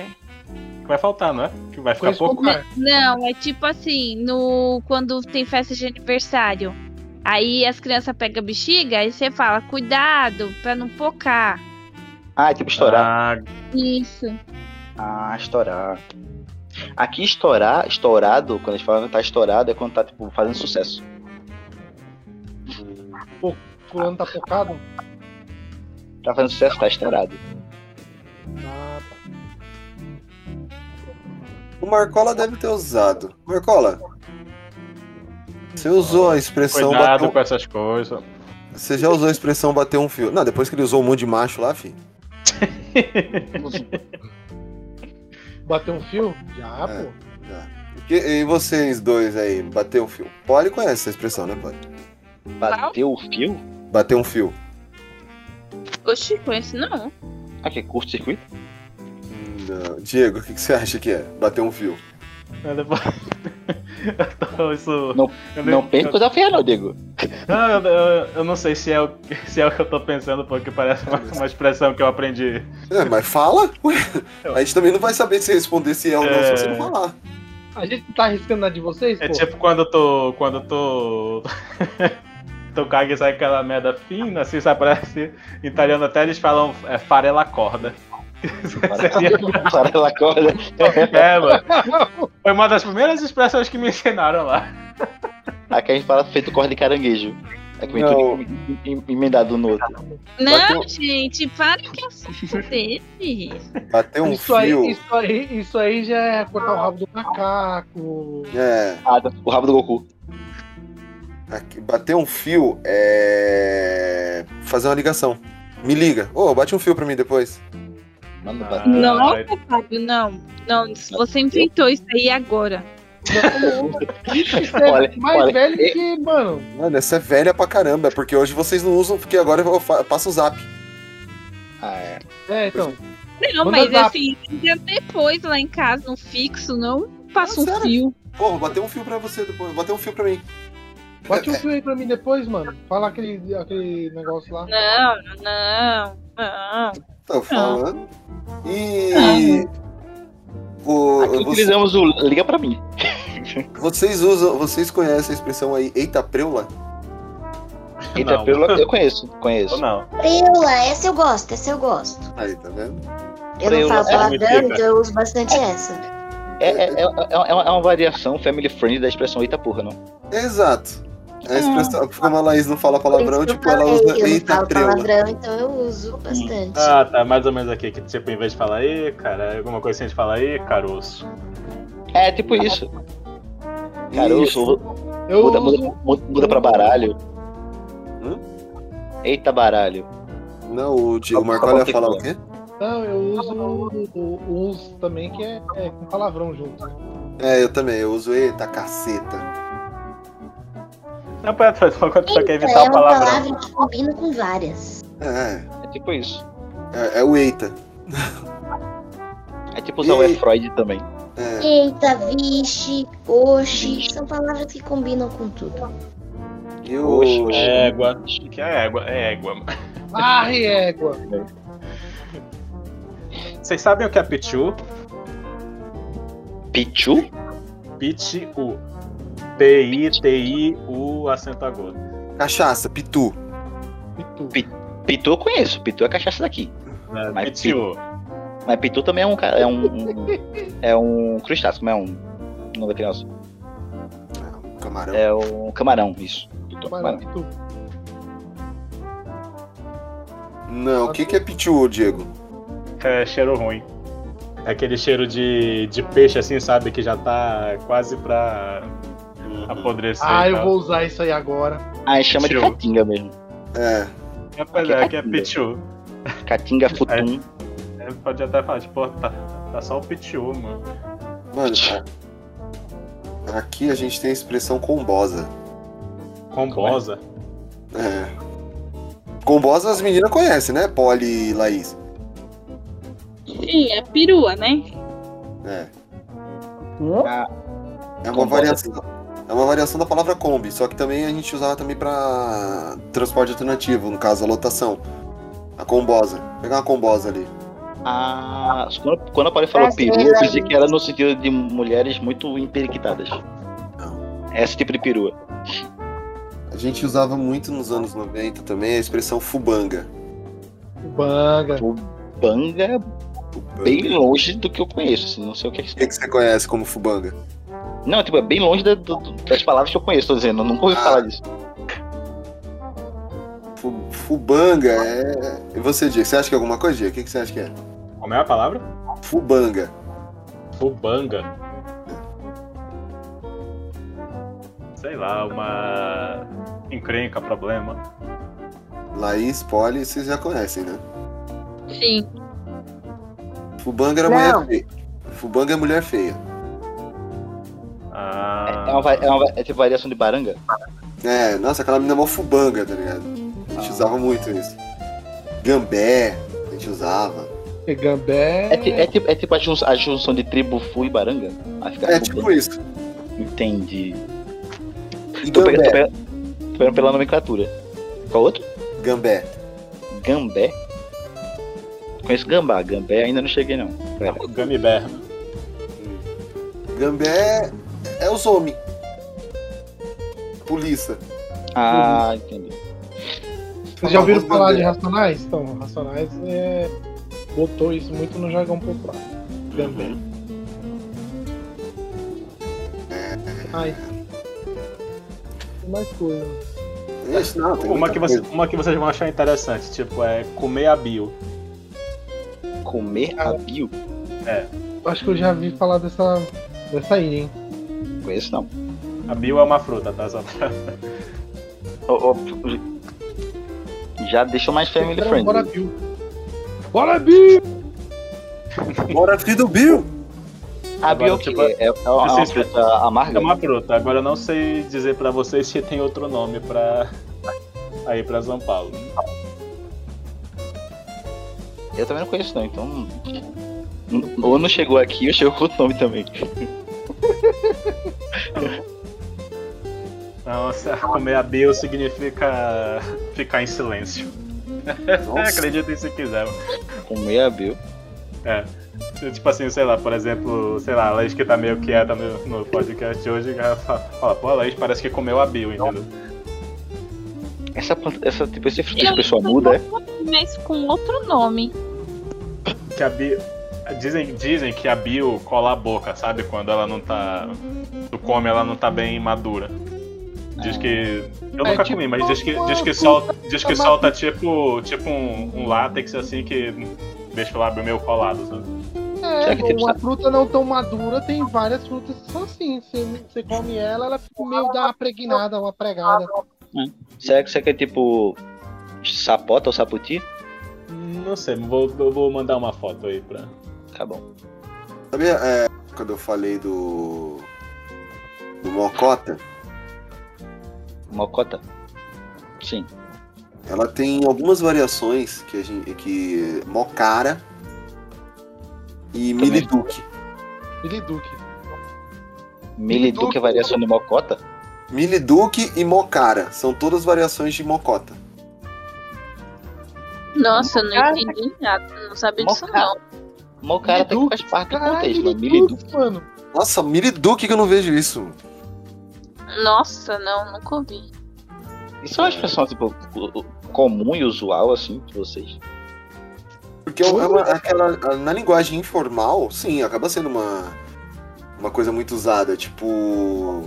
[SPEAKER 4] Vai faltar, não é? Que vai ficar
[SPEAKER 3] Conheço
[SPEAKER 4] pouco.
[SPEAKER 3] pocar.
[SPEAKER 2] Não, é tipo assim, no quando tem festa de aniversário. Aí as crianças pegam bexiga aí você fala, cuidado pra não pocar.
[SPEAKER 11] Ah, é tipo estourar.
[SPEAKER 2] Isso.
[SPEAKER 11] Ah, estourar. Aqui estourar, estourado, quando a gente fala que tá estourado, é quando tá, tipo, fazendo sucesso.
[SPEAKER 3] Fulano tá focado?
[SPEAKER 11] Tá fazendo sucesso, tá estourado.
[SPEAKER 3] Ah,
[SPEAKER 5] O Marcola deve ter usado. Marcola, você usou a expressão.
[SPEAKER 4] Cuidado
[SPEAKER 5] bater
[SPEAKER 4] com essas coisas.
[SPEAKER 5] um- Você já usou a expressão bater um fio. Não, depois que ele usou um monte de macho lá, fi.
[SPEAKER 3] Bateu um fio? Já,
[SPEAKER 11] É.
[SPEAKER 3] pô.
[SPEAKER 5] E, e vocês dois aí, bater um fio? Poli conhece essa expressão, né, Poli?
[SPEAKER 11] Bateu o fio?
[SPEAKER 5] Bater um fio.
[SPEAKER 2] Oxi, conheço não.
[SPEAKER 11] Ah, que é curto-circuito?
[SPEAKER 5] Não. Diego, o que, que você acha que é? Bater um fio.
[SPEAKER 4] Eu depois- Então, isso...
[SPEAKER 11] Não,
[SPEAKER 4] eu
[SPEAKER 11] Não
[SPEAKER 4] lembro-
[SPEAKER 11] pensa em coisa feia, não, Diego.
[SPEAKER 4] Não, eu, eu- eu não sei se é, o, se é o que eu tô pensando, porque parece uma, uma expressão que eu aprendi.
[SPEAKER 5] É, mas fala. Ué, a gente também não vai saber se responder se é ou não, se você não
[SPEAKER 4] É.
[SPEAKER 5] falar.
[SPEAKER 3] A gente tá arriscando na de vocês,
[SPEAKER 4] É
[SPEAKER 3] pô?
[SPEAKER 4] tipo quando eu tô. Quando eu tô. tô cague sai aquela merda fina, assim, sabe? Parece. Em italiano até eles falam é, farela corda.
[SPEAKER 11] Para ela acorda.
[SPEAKER 4] É, mano. Foi uma das primeiras expressões que me ensinaram lá.
[SPEAKER 11] Aqui a gente fala feito corda de caranguejo. É que vem
[SPEAKER 5] Não.
[SPEAKER 11] tudo em- em- emendado no outro.
[SPEAKER 2] Não,
[SPEAKER 5] Bateu-
[SPEAKER 2] gente, para que assunto desse.
[SPEAKER 5] Bater um
[SPEAKER 3] isso,
[SPEAKER 5] fio.
[SPEAKER 3] aí, é isso, aí, isso aí já é cortar o rabo do macaco.
[SPEAKER 5] É.
[SPEAKER 11] Ah, tá. o rabo do Goku.
[SPEAKER 5] Aqui, bater um fio é. Fazer uma ligação. Me liga. Ô, bate um fio pra mim depois.
[SPEAKER 11] Mano,
[SPEAKER 4] Ah,
[SPEAKER 2] Nossa, Fábio, não. Não, você inventou isso aí agora.
[SPEAKER 3] Isso é
[SPEAKER 11] Olha,
[SPEAKER 3] mais
[SPEAKER 11] olha,
[SPEAKER 3] velho que, mano.
[SPEAKER 5] Mano, essa é velha pra caramba, é porque hoje vocês não usam, porque agora eu fa- passo o zap.
[SPEAKER 11] Ah, é.
[SPEAKER 3] É, então.
[SPEAKER 2] Não,
[SPEAKER 3] Manda
[SPEAKER 2] mas
[SPEAKER 3] zap.
[SPEAKER 2] assim, ainda depois lá em casa, no fixo, não passa
[SPEAKER 5] Ah,
[SPEAKER 2] um
[SPEAKER 5] sério?
[SPEAKER 2] fio.
[SPEAKER 5] Porra, bater um fio pra você depois, bater um fio pra mim.
[SPEAKER 3] Bate um fio aí pra mim depois, mano. Fala aquele, aquele negócio lá.
[SPEAKER 2] Não, não, não.
[SPEAKER 5] Tô falando. E. O- você-
[SPEAKER 11] Aqui utilizamos o liga pra mim.
[SPEAKER 5] vocês usam, vocês conhecem a expressão aí, eita preula?
[SPEAKER 11] Itapirula, eu conheço, conheço.
[SPEAKER 4] não.
[SPEAKER 6] Preula, essa eu gosto, essa eu gosto.
[SPEAKER 5] Aí, tá vendo?
[SPEAKER 6] Eu não
[SPEAKER 11] Preula
[SPEAKER 6] falo
[SPEAKER 11] é
[SPEAKER 6] palavrão,
[SPEAKER 11] muito
[SPEAKER 6] então eu uso bastante essa.
[SPEAKER 11] É, é, é, é, é uma, é uma variação family friend da expressão eita porra, não?
[SPEAKER 5] Exato. É a expressão, como a Laís não fala palavrão, tipo, ela usa
[SPEAKER 6] é eu não
[SPEAKER 5] eita
[SPEAKER 6] falo
[SPEAKER 5] preula.
[SPEAKER 6] palavrão, então eu uso bastante.
[SPEAKER 4] Ah, tá, mais ou menos aqui, que tipo, em vez de falar aí, cara, alguma coisa assim, a gente fala aí, caroço.
[SPEAKER 11] É, tipo isso. Caroço,
[SPEAKER 3] Eu
[SPEAKER 11] muda,
[SPEAKER 3] uso-
[SPEAKER 11] muda, muda, muda pra baralho. Eita baralho.
[SPEAKER 5] Não, o Diego
[SPEAKER 11] Marco
[SPEAKER 5] Marcola ia falar o
[SPEAKER 11] é?
[SPEAKER 5] quê?
[SPEAKER 3] Não, eu uso o- o o uso também, que é, é com palavrão junto.
[SPEAKER 5] É, eu também, eu uso eita caceta.
[SPEAKER 4] Não, pera, só só quando só quer
[SPEAKER 6] Eita
[SPEAKER 4] evitar
[SPEAKER 6] é
[SPEAKER 4] o
[SPEAKER 6] uma
[SPEAKER 4] palavrão.
[SPEAKER 6] palavra que combina com várias.
[SPEAKER 5] É,
[SPEAKER 11] É tipo isso.
[SPEAKER 5] é, é o eita.
[SPEAKER 11] É tipo usar o é Freud também.
[SPEAKER 5] É,
[SPEAKER 6] Eita, vixe, oxe, são palavras que combinam com tudo.
[SPEAKER 5] eu...
[SPEAKER 11] Oxe.
[SPEAKER 4] Égua. O que é égua? É égua. mano.
[SPEAKER 3] Arre, égua!
[SPEAKER 4] Vocês sabem o que é pichu?
[SPEAKER 11] Pichu?
[SPEAKER 4] Pitiu. P-I-T-I-U, acento agudo.
[SPEAKER 5] Cachaça, pitu.
[SPEAKER 3] Pitu.
[SPEAKER 11] Pitu eu conheço. Pitu é cachaça daqui.
[SPEAKER 4] É,
[SPEAKER 11] Mas
[SPEAKER 4] pitiu.
[SPEAKER 11] Mas pitu também é um. ca- É um, um- é um crustáceo, como é um. O nome da criança?
[SPEAKER 5] Camarão.
[SPEAKER 11] É o camarão, isso. Pitu, é um
[SPEAKER 3] Camarão,
[SPEAKER 11] camarão.
[SPEAKER 3] pitu.
[SPEAKER 5] Não, o que que é pitu, Diego?
[SPEAKER 4] É cheiro ruim. É aquele cheiro de, de peixe, assim, sabe? Que já tá quase pra
[SPEAKER 11] Uhum.
[SPEAKER 4] apodrecer. tá?
[SPEAKER 3] Ah,
[SPEAKER 4] e
[SPEAKER 3] eu
[SPEAKER 11] tá.
[SPEAKER 4] tal.
[SPEAKER 3] vou usar isso aí agora.
[SPEAKER 11] Ah, chama de
[SPEAKER 4] Pichu.
[SPEAKER 11] catinga mesmo.
[SPEAKER 5] É,
[SPEAKER 4] É, pois é, que é pitiu.
[SPEAKER 11] Catinga futum.
[SPEAKER 4] É, pode até falar, tipo, ó, tá, tá só o pitiu, mano.
[SPEAKER 5] mano, a- aqui a gente tem a expressão combosa.
[SPEAKER 4] Combosa.
[SPEAKER 5] É. Combosa as meninas conhecem, né, Polly e Laís?
[SPEAKER 2] Sim, é perua, né?
[SPEAKER 5] É.
[SPEAKER 11] Ah,
[SPEAKER 5] É uma
[SPEAKER 11] Combosa.
[SPEAKER 5] variação. É uma variação da palavra Kombi, só que também a gente usava também pra transporte alternativo, no caso a lotação. A combosa. Pegar uma combosa ali.
[SPEAKER 11] ah, é. quando, quando a Polly falou peru, eu pensei que era no sentido de mulheres muito emperiquitadas. Esse tipo de perua.
[SPEAKER 5] A gente usava muito nos anos 90 também a expressão fubanga.
[SPEAKER 3] Banga.
[SPEAKER 11] Banga é
[SPEAKER 5] Fubanga.
[SPEAKER 11] bem longe do que eu conheço, assim, não sei o que é isso.
[SPEAKER 5] O que, que você conhece como fubanga?
[SPEAKER 11] Não, tipo, é bem longe da- do- do- das palavras que eu conheço, tô dizendo, eu nunca ouvi
[SPEAKER 5] Ah.
[SPEAKER 11] falar disso.
[SPEAKER 5] Fu- Fubanga é. E você, Diego? Você acha que é alguma coisa, Diego? O que, que você acha que é?
[SPEAKER 4] Como é a palavra?
[SPEAKER 5] Fubanga.
[SPEAKER 4] Fubanga. Sei lá, uma encrenca, problema.
[SPEAKER 5] Laís, Poli, vocês já conhecem, né?
[SPEAKER 2] Sim.
[SPEAKER 5] Fubanga era
[SPEAKER 6] Não.
[SPEAKER 5] mulher feia. Fubanga é mulher feia.
[SPEAKER 11] É,
[SPEAKER 4] Ah,
[SPEAKER 11] é uma, va- é uma va- é tipo variação de baranga?
[SPEAKER 5] É, nossa, aquela menina é mó fubanga, tá ligado? A
[SPEAKER 4] Ah.
[SPEAKER 5] gente usava muito isso. Gambé, a gente usava.
[SPEAKER 3] E Gambé.
[SPEAKER 11] É, ti- é tipo, é tipo a, jun- a junção de tribo fu e baranga? Aí fica
[SPEAKER 5] É
[SPEAKER 11] fu-
[SPEAKER 5] tipo isso.
[SPEAKER 11] Entendi.
[SPEAKER 5] E
[SPEAKER 11] Tô pegando,
[SPEAKER 5] gambé.
[SPEAKER 11] tô pegando, tô pegando pela nomenclatura. Qual outro?
[SPEAKER 5] Gambé.
[SPEAKER 11] Gambé? Conheço gambá, gambé ainda não cheguei não. Pera.
[SPEAKER 4] gamibé.
[SPEAKER 5] Gambé é os homens. Polícia.
[SPEAKER 11] Ah, entendi.
[SPEAKER 3] Vocês já ouviram falar de Racionais? Então, Racionais é, botou isso muito no jargão popular. Gambé. Ai. Tem mais coisa.
[SPEAKER 5] Ixi, não, tem
[SPEAKER 4] Uma
[SPEAKER 5] muita
[SPEAKER 4] que, você,
[SPEAKER 5] coisa.
[SPEAKER 4] uma que vocês vão achar interessante, tipo, é comer a bio.
[SPEAKER 11] Comer a bio?
[SPEAKER 3] Eu Acho que eu já vi falar dessa, dessa aí, hein?
[SPEAKER 11] Conheço não.
[SPEAKER 4] A bio é uma fruta, tá? Só pra...
[SPEAKER 11] Ô, ô, já deixou mais family
[SPEAKER 3] Então,
[SPEAKER 11] friendly.
[SPEAKER 3] Bora, Bill. Bora, Bill!
[SPEAKER 5] Bora aqui do Bill!
[SPEAKER 11] A bio é o
[SPEAKER 4] Agora,
[SPEAKER 11] quê?
[SPEAKER 4] tipo,
[SPEAKER 11] É, é uma,
[SPEAKER 4] vocês-
[SPEAKER 11] uma fruta
[SPEAKER 4] É
[SPEAKER 11] amarga?
[SPEAKER 4] uma fruta. Agora eu não sei dizer pra vocês se tem outro nome pra. Aí pra São Paulo.
[SPEAKER 11] Eu também não conheço não, então... n- Ou não chegou aqui, ou chegou com outro nome também.
[SPEAKER 4] Então, se- comer a bio significa ficar em silêncio. É,
[SPEAKER 5] Nossa,
[SPEAKER 4] Acreditem se quiser.
[SPEAKER 11] Comer a bio.
[SPEAKER 4] Tipo assim, sei lá, por exemplo, sei lá, a Laís que tá meio quieta no, no podcast hoje, ela fa- fala, pô, a Laís parece que comeu a bio, entendeu?
[SPEAKER 11] Essa, pan- essa, tipo, esse fruto de pessoa muda, é?
[SPEAKER 14] Mas com outro nome.
[SPEAKER 4] Que a Bill. Dizem, dizem que a Bill cola a boca, sabe? Quando ela não tá. Tu come, ela não tá bem madura. Diz que. Eu
[SPEAKER 12] É
[SPEAKER 4] nunca
[SPEAKER 12] tipo
[SPEAKER 4] comi, mas diz que, diz que
[SPEAKER 12] uma
[SPEAKER 4] solta,
[SPEAKER 12] puta
[SPEAKER 4] diz que
[SPEAKER 12] tomada.
[SPEAKER 4] solta tipo, tipo um, um látex assim que deixa o lábio meio colado, sabe?
[SPEAKER 3] É,
[SPEAKER 4] Será que tem
[SPEAKER 3] uma
[SPEAKER 4] que-
[SPEAKER 3] fruta não tão madura tem várias frutas que são assim. Você, você come ela, ela fica meio dá uma pregnada, uma pregada.
[SPEAKER 11] Será que isso aqui é tipo. sapota ou saputi?
[SPEAKER 4] Não sei, vou, eu vou mandar uma foto aí pra.
[SPEAKER 11] Tá bom.
[SPEAKER 5] Sabia é, quando eu falei do. do Mocota?
[SPEAKER 11] Mocota? Sim.
[SPEAKER 5] Ela tem algumas variações que a gente. que. Mocara e Miliduque.
[SPEAKER 3] Miliduque.
[SPEAKER 11] Miliduque é variação de mocota?
[SPEAKER 5] Miliduque e Mocara são todas variações de Mocota.
[SPEAKER 14] Nossa, eu não entendi nada. Não sabia disso, não.
[SPEAKER 11] Mocara até que faz parte do contexto, mano. Miliduque.
[SPEAKER 5] Nossa, Miliduque que eu não vejo isso.
[SPEAKER 14] Nossa, não, nunca ouvi.
[SPEAKER 11] Isso é uma expressão, tipo, comum e usual, assim, de vocês.
[SPEAKER 5] Porque é uma- aquela, na linguagem informal, sim, acaba sendo uma, uma coisa muito usada. Tipo.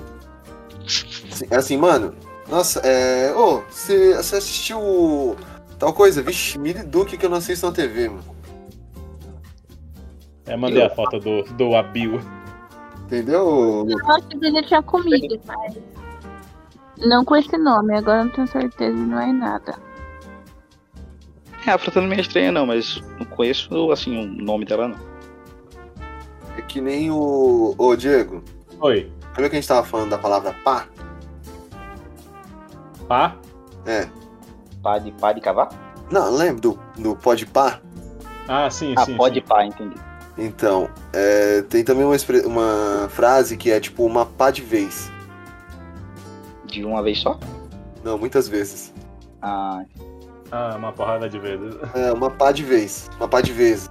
[SPEAKER 5] assim- Assim, mano, nossa, é. Ô, você você assistiu tal coisa? Vixe, Mili Duque que eu não assisto na TV, mano.
[SPEAKER 4] É, mandei a foto do, do Abil.
[SPEAKER 5] Entendeu?
[SPEAKER 14] Eu acho que eu já tinha comido, mas. Não com esse nome, agora eu não tenho certeza, não é nada.
[SPEAKER 11] É, a fruta não me estranha, não, mas não conheço, assim, o nome dela, não.
[SPEAKER 5] É que nem o. Ô, Diego.
[SPEAKER 4] Oi.
[SPEAKER 5] Lembra que a gente tava falando da palavra pá?
[SPEAKER 4] Pá?
[SPEAKER 5] É.
[SPEAKER 11] Pá de, pá de cavar?
[SPEAKER 5] Não, lembra do, do pó de pá?
[SPEAKER 4] Ah, sim,
[SPEAKER 11] ah,
[SPEAKER 5] sim,
[SPEAKER 11] pode pá, entendi.
[SPEAKER 5] Então, é, tem também uma, expre- uma frase que é tipo uma pá de vez.
[SPEAKER 11] De uma vez só?
[SPEAKER 5] Não, muitas vezes.
[SPEAKER 11] Ah,
[SPEAKER 4] Ah, uma porrada de vezes.
[SPEAKER 5] É, uma pá de vez. Uma pá de vezes.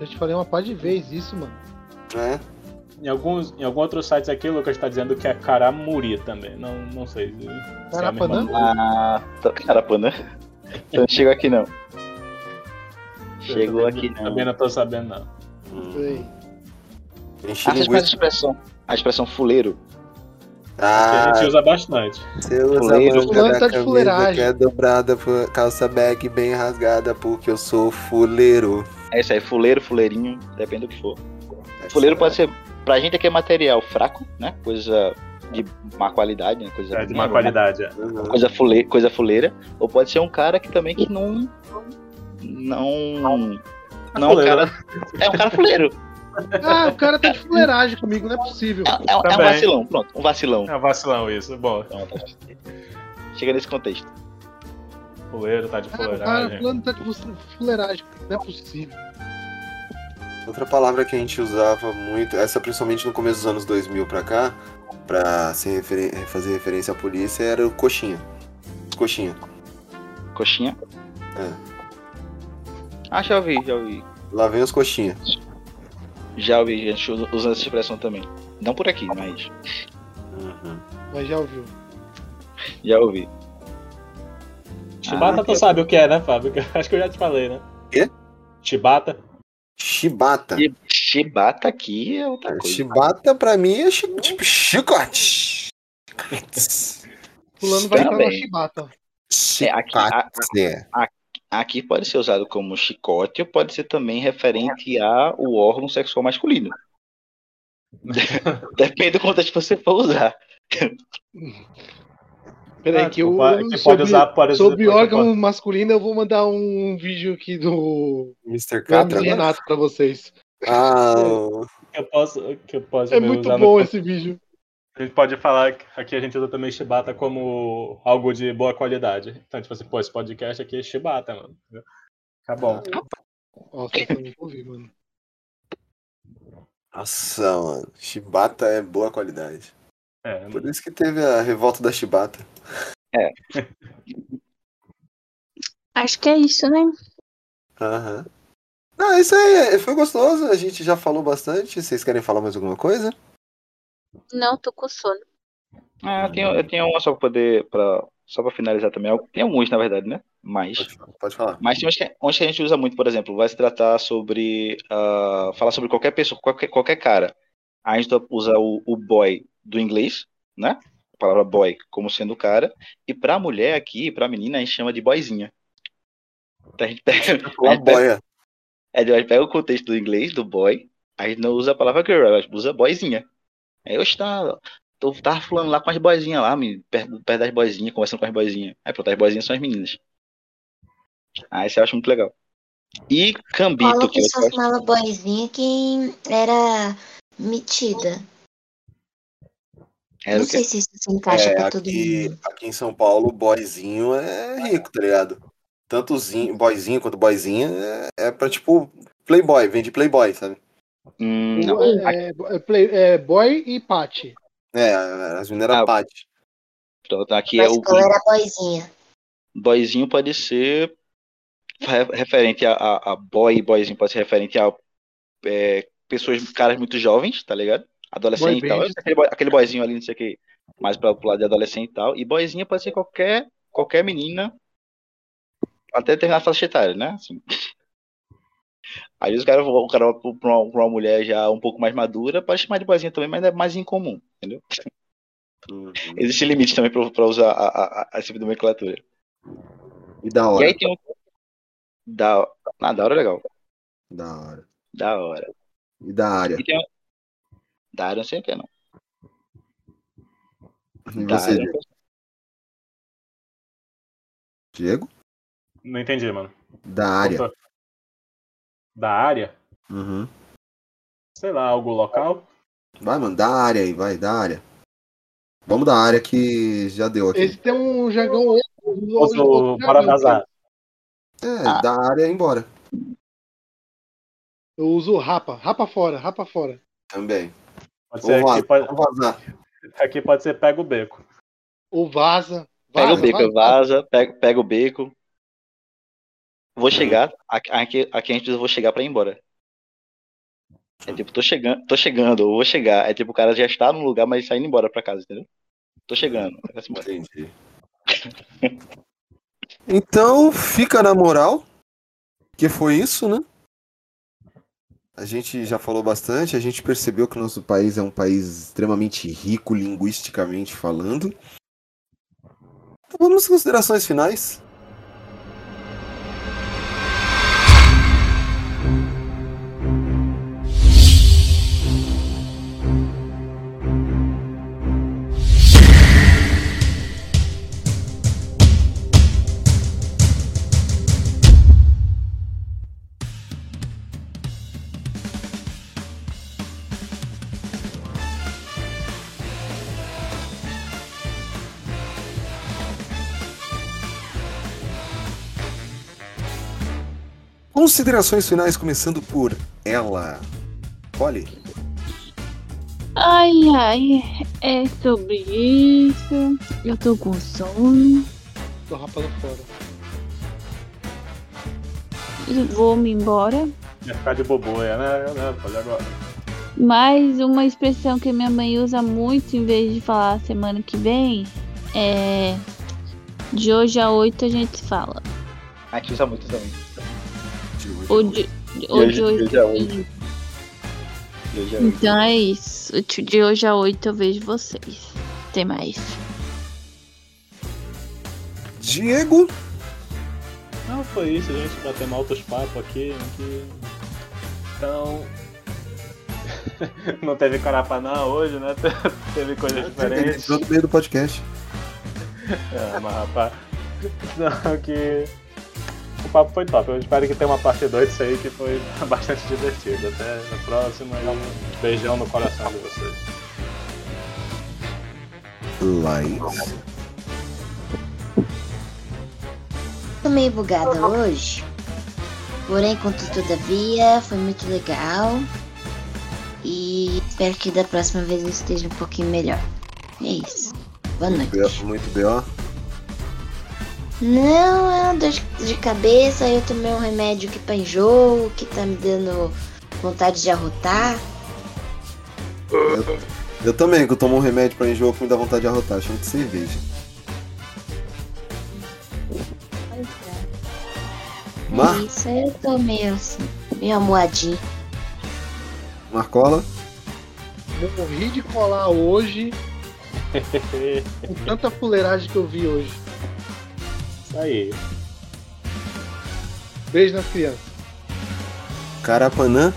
[SPEAKER 3] Eu te falei uma par de vezes isso, mano.
[SPEAKER 5] É.
[SPEAKER 4] Em alguns em algum outro site aqui, o Lucas tá dizendo que é caramuri também. Não, não sei. se- se é a mesma
[SPEAKER 3] Carapanã?
[SPEAKER 4] coisa.
[SPEAKER 11] Ah, tá- Carapanã. Então não chegou aqui não.
[SPEAKER 4] Eu
[SPEAKER 11] Chegou
[SPEAKER 4] também-
[SPEAKER 11] aqui não.
[SPEAKER 4] Também não tô sabendo, não.
[SPEAKER 5] Hum,
[SPEAKER 11] Ah, vocês conhecem a expressão, a expressão fuleiro?
[SPEAKER 4] Que
[SPEAKER 5] Ah,
[SPEAKER 4] a gente usa bastante.
[SPEAKER 5] Você usa a manga
[SPEAKER 11] Fuleiro.
[SPEAKER 5] da
[SPEAKER 11] Fulano tá de
[SPEAKER 5] camisa que
[SPEAKER 11] fuleiragem.
[SPEAKER 5] é dobrada, fu- calça bag bem rasgada, porque eu sou fuleiro.
[SPEAKER 11] É isso aí, fuleiro, fuleirinho, depende do que for. Fuleiro pode ser, pra gente aqui é material fraco, né? Coisa de má qualidade, né? Coisa
[SPEAKER 4] É de má qualidade, é.
[SPEAKER 11] Coisa, fule, coisa fuleira. Ou pode ser um cara que também que não. Não. Não, um
[SPEAKER 3] fuleiro.
[SPEAKER 11] cara. É um cara fuleiro.
[SPEAKER 3] Ah, o cara tá de fuleiragem comigo, não é possível.
[SPEAKER 11] É, um- é um vacilão, pronto, um vacilão.
[SPEAKER 4] É um vacilão isso, bom.
[SPEAKER 11] Chega nesse contexto.
[SPEAKER 4] Fuleiro, tá de
[SPEAKER 3] Ah,
[SPEAKER 4] fuleiragem.
[SPEAKER 3] fulano tá de fuleiragem, não é possível.
[SPEAKER 5] Outra palavra que a gente usava muito, essa principalmente no começo dos anos 2000 pra cá, pra se referen- fazer referência à polícia, era o coxinha. Coxinha.
[SPEAKER 11] Coxinha?
[SPEAKER 5] É.
[SPEAKER 11] Ah, já ouvi, já ouvi.
[SPEAKER 5] Lá vem os coxinha.
[SPEAKER 11] Já ouvi gente usa- usando essa expressão também. Não por aqui, mas Uhum.
[SPEAKER 3] Mas já ouviu.
[SPEAKER 11] já ouvi.
[SPEAKER 4] Chibata
[SPEAKER 11] Ah,
[SPEAKER 4] tu sabe o que é, né, Fábio? Acho que eu já te falei, né?
[SPEAKER 5] Quê?
[SPEAKER 4] Chibata.
[SPEAKER 5] Chibata.
[SPEAKER 11] Chibata aqui é outra
[SPEAKER 5] coisa. Chibata pra mim é chi- tipo chicote.
[SPEAKER 3] Fulano vai entrar na
[SPEAKER 11] Também.
[SPEAKER 3] chibata.
[SPEAKER 11] É, aqui, a-
[SPEAKER 5] É.
[SPEAKER 11] a- aqui pode ser usado como chicote ou pode ser também referente ao órgão sexual masculino. Depende do contexto que você for usar.
[SPEAKER 3] Peraí, que eu.
[SPEAKER 11] Ah, que pode usar, pode usar
[SPEAKER 3] sobre
[SPEAKER 11] depois,
[SPEAKER 3] órgão
[SPEAKER 11] pode.
[SPEAKER 3] masculino, eu vou mandar um vídeo aqui do.
[SPEAKER 5] Mr.
[SPEAKER 4] Catra, né?
[SPEAKER 3] Renato pra vocês.
[SPEAKER 5] Ah.
[SPEAKER 4] Que eu posso. Que eu posso
[SPEAKER 3] É
[SPEAKER 4] ver
[SPEAKER 3] muito
[SPEAKER 4] usar no-
[SPEAKER 3] bom esse vídeo.
[SPEAKER 4] A gente pode falar que aqui a gente usa também Chibata como algo de boa qualidade. Então, tipo assim, pô, esse podcast aqui é Chibata, mano. entendeu? Tá bom.
[SPEAKER 3] Nossa, eu não ouvi, mano.
[SPEAKER 5] Nossa, mano. Chibata é boa qualidade.
[SPEAKER 4] É,
[SPEAKER 5] Por isso que teve a revolta da Chibata.
[SPEAKER 11] É.
[SPEAKER 14] Acho que é isso, né?
[SPEAKER 5] Aham. Não, é isso aí foi gostoso. A gente já falou bastante. Vocês querem falar mais alguma coisa?
[SPEAKER 14] Não, tô com sono.
[SPEAKER 11] Ah, eu tenho, eu tenho uma só pra poder pra só pra finalizar também, tem alguns, na verdade, né? Mas.
[SPEAKER 5] Pode falar.
[SPEAKER 11] Mas tem uns que, uns que a gente usa muito, por exemplo, vai se tratar sobre. ah, falar sobre qualquer pessoa, qualquer, qualquer cara. A gente usa o, o boy do inglês, né? A palavra boy como sendo cara. E pra mulher aqui, pra menina, a gente chama de boyzinha. Então a gente pega. a gente pega-
[SPEAKER 5] boia.
[SPEAKER 11] é, a gente pega o contexto do inglês, do boy, a gente não usa a palavra girl, a gente usa boyzinha. Aí eu estava. Tô, tava fulano lá com as boyzinhas lá, me, perto, perto das boyzinhas, conversando com as boyzinhas. Aí pronto, as boyzinhas são as meninas. Ah, Aí você acha muito legal. E
[SPEAKER 6] Falou
[SPEAKER 11] cambito, que
[SPEAKER 6] que
[SPEAKER 11] eu
[SPEAKER 6] só
[SPEAKER 11] gosto.
[SPEAKER 6] chamava boizinha quem era metida.
[SPEAKER 5] É,
[SPEAKER 11] é
[SPEAKER 6] Não sei se isso se encaixa pra todo
[SPEAKER 5] aqui, aqui em São Paulo, boyzinho é rico, tá ligado? Tanto zinho, boyzinho quanto boyzinha é, é pra tipo playboy, vende playboy, sabe?
[SPEAKER 11] Hum,
[SPEAKER 3] É, é play- é boy e Pati.
[SPEAKER 5] É, as meninas
[SPEAKER 1] Ah,
[SPEAKER 5] eram pate.
[SPEAKER 11] Pronto, aqui é o
[SPEAKER 6] boizinha.
[SPEAKER 11] boyzinho pode ser re- referente a, a, a boy, boyzinho pode ser referente a é, pessoas, caras muito jovens, tá ligado? Adolescente
[SPEAKER 12] Boy
[SPEAKER 11] e tal.
[SPEAKER 12] band.
[SPEAKER 11] Aquele, boy- aquele boyzinho ali, não sei o que, mais pra, pro lado de adolescente e tal. E boyzinha pode ser qualquer, qualquer menina até determinada faixa etária, né? Assim. Às vezes o cara, o cara vai pra uma, pra uma mulher já um pouco mais madura, pode chamar de boyzinha também, mas é mais incomum, entendeu? Existe limite também pra, pra usar a, a, a, esse tipo de nomenclatura.
[SPEAKER 1] E da
[SPEAKER 11] E
[SPEAKER 1] hora.
[SPEAKER 11] aí tem um. Da... Ah, da hora é legal.
[SPEAKER 1] Da hora.
[SPEAKER 11] Da hora.
[SPEAKER 1] E da área.
[SPEAKER 11] E tem um... Da área eu não sei o que é, não.
[SPEAKER 1] E
[SPEAKER 11] Da
[SPEAKER 1] você,
[SPEAKER 11] área,
[SPEAKER 1] Diego? Diego?
[SPEAKER 4] Não entendi, mano.
[SPEAKER 1] Da área.
[SPEAKER 4] Voltou. Da área?
[SPEAKER 1] Uhum.
[SPEAKER 4] Sei lá, algo local?
[SPEAKER 1] Vai, mano, da área aí, vai, da área. Vamos da área que já deu aqui.
[SPEAKER 3] Esse tem um jargão.
[SPEAKER 4] Posso parar de azar?
[SPEAKER 1] É, da área e embora.
[SPEAKER 3] Eu uso rapa. Rapa fora, rapa fora.
[SPEAKER 5] Também.
[SPEAKER 4] Pode
[SPEAKER 3] Ou
[SPEAKER 4] ser
[SPEAKER 3] vaza,
[SPEAKER 4] aqui, pode...
[SPEAKER 11] aqui pode ser pega o beco.
[SPEAKER 3] Ou vaza.
[SPEAKER 11] Pega o
[SPEAKER 3] Vaza, vaza.
[SPEAKER 11] beco, vaza, pega, pega o beco.
[SPEAKER 1] Uhum.
[SPEAKER 11] Vou chegar. Aqui, aqui aqui a gente usa vou chegar pra ir embora. É tipo, tô chegando, tô chegando, ou vou chegar. É tipo, o cara já está no lugar, mas está indo embora pra casa, entendeu? Tô chegando.
[SPEAKER 1] Uhum.
[SPEAKER 5] Entendi. Então fica na moral. Que foi isso, né? A gente já falou bastante, a gente percebeu que o nosso país é um país extremamente rico linguisticamente falando. Então vamos às considerações finais. Considerações finais começando por ela. Olhe.
[SPEAKER 2] Ai, ai, é sobre isso. Eu tô com sono.
[SPEAKER 3] Tô rapando fora.
[SPEAKER 2] Vou me embora.
[SPEAKER 4] Ia ficar de boboia, né? né? Fazer agora.
[SPEAKER 2] Mas uma expressão que minha mãe usa muito em vez de falar semana que vem é. De hoje a oito a gente fala.
[SPEAKER 11] Aqui usa muito também.
[SPEAKER 2] Ou de, ou de
[SPEAKER 11] é
[SPEAKER 1] é
[SPEAKER 2] oito a oito. Então é isso. De hoje a oito eu vejo vocês. Até mais.
[SPEAKER 5] Diego?
[SPEAKER 4] Não, foi isso, gente. Batemos altos papos aqui. que- Então. não teve carapanã hoje, né? teve coisa diferente.
[SPEAKER 1] Todo meio do podcast.
[SPEAKER 4] É, mas rapaz. Não, que. O papo foi top. Eu espero que tenha uma parte 2 disso aí que foi bastante divertido. Até a próxima e um beijão no coração de vocês.
[SPEAKER 5] Laís.
[SPEAKER 6] Tô meio bugada hoje. Porém, contudo, todavia, foi muito legal. E espero que da próxima vez eu esteja um pouquinho melhor. É isso. Boa noite.
[SPEAKER 5] Muito B.O.
[SPEAKER 6] Não, é uma dor de cabeça. Eu tomei um remédio que pra enjoo, que tá me dando vontade de arrotar.
[SPEAKER 5] Eu também, que eu tomo um remédio pra enjoo que me dá vontade de arrotar, chama de cerveja.
[SPEAKER 6] Eu tô meio assim, meio amuadinho.
[SPEAKER 1] Marcola?
[SPEAKER 3] Morri de colar hoje. com tanta fuleiragem que eu vi hoje.
[SPEAKER 4] Isso aí.
[SPEAKER 3] Beijo nas crianças.
[SPEAKER 5] Carapanã?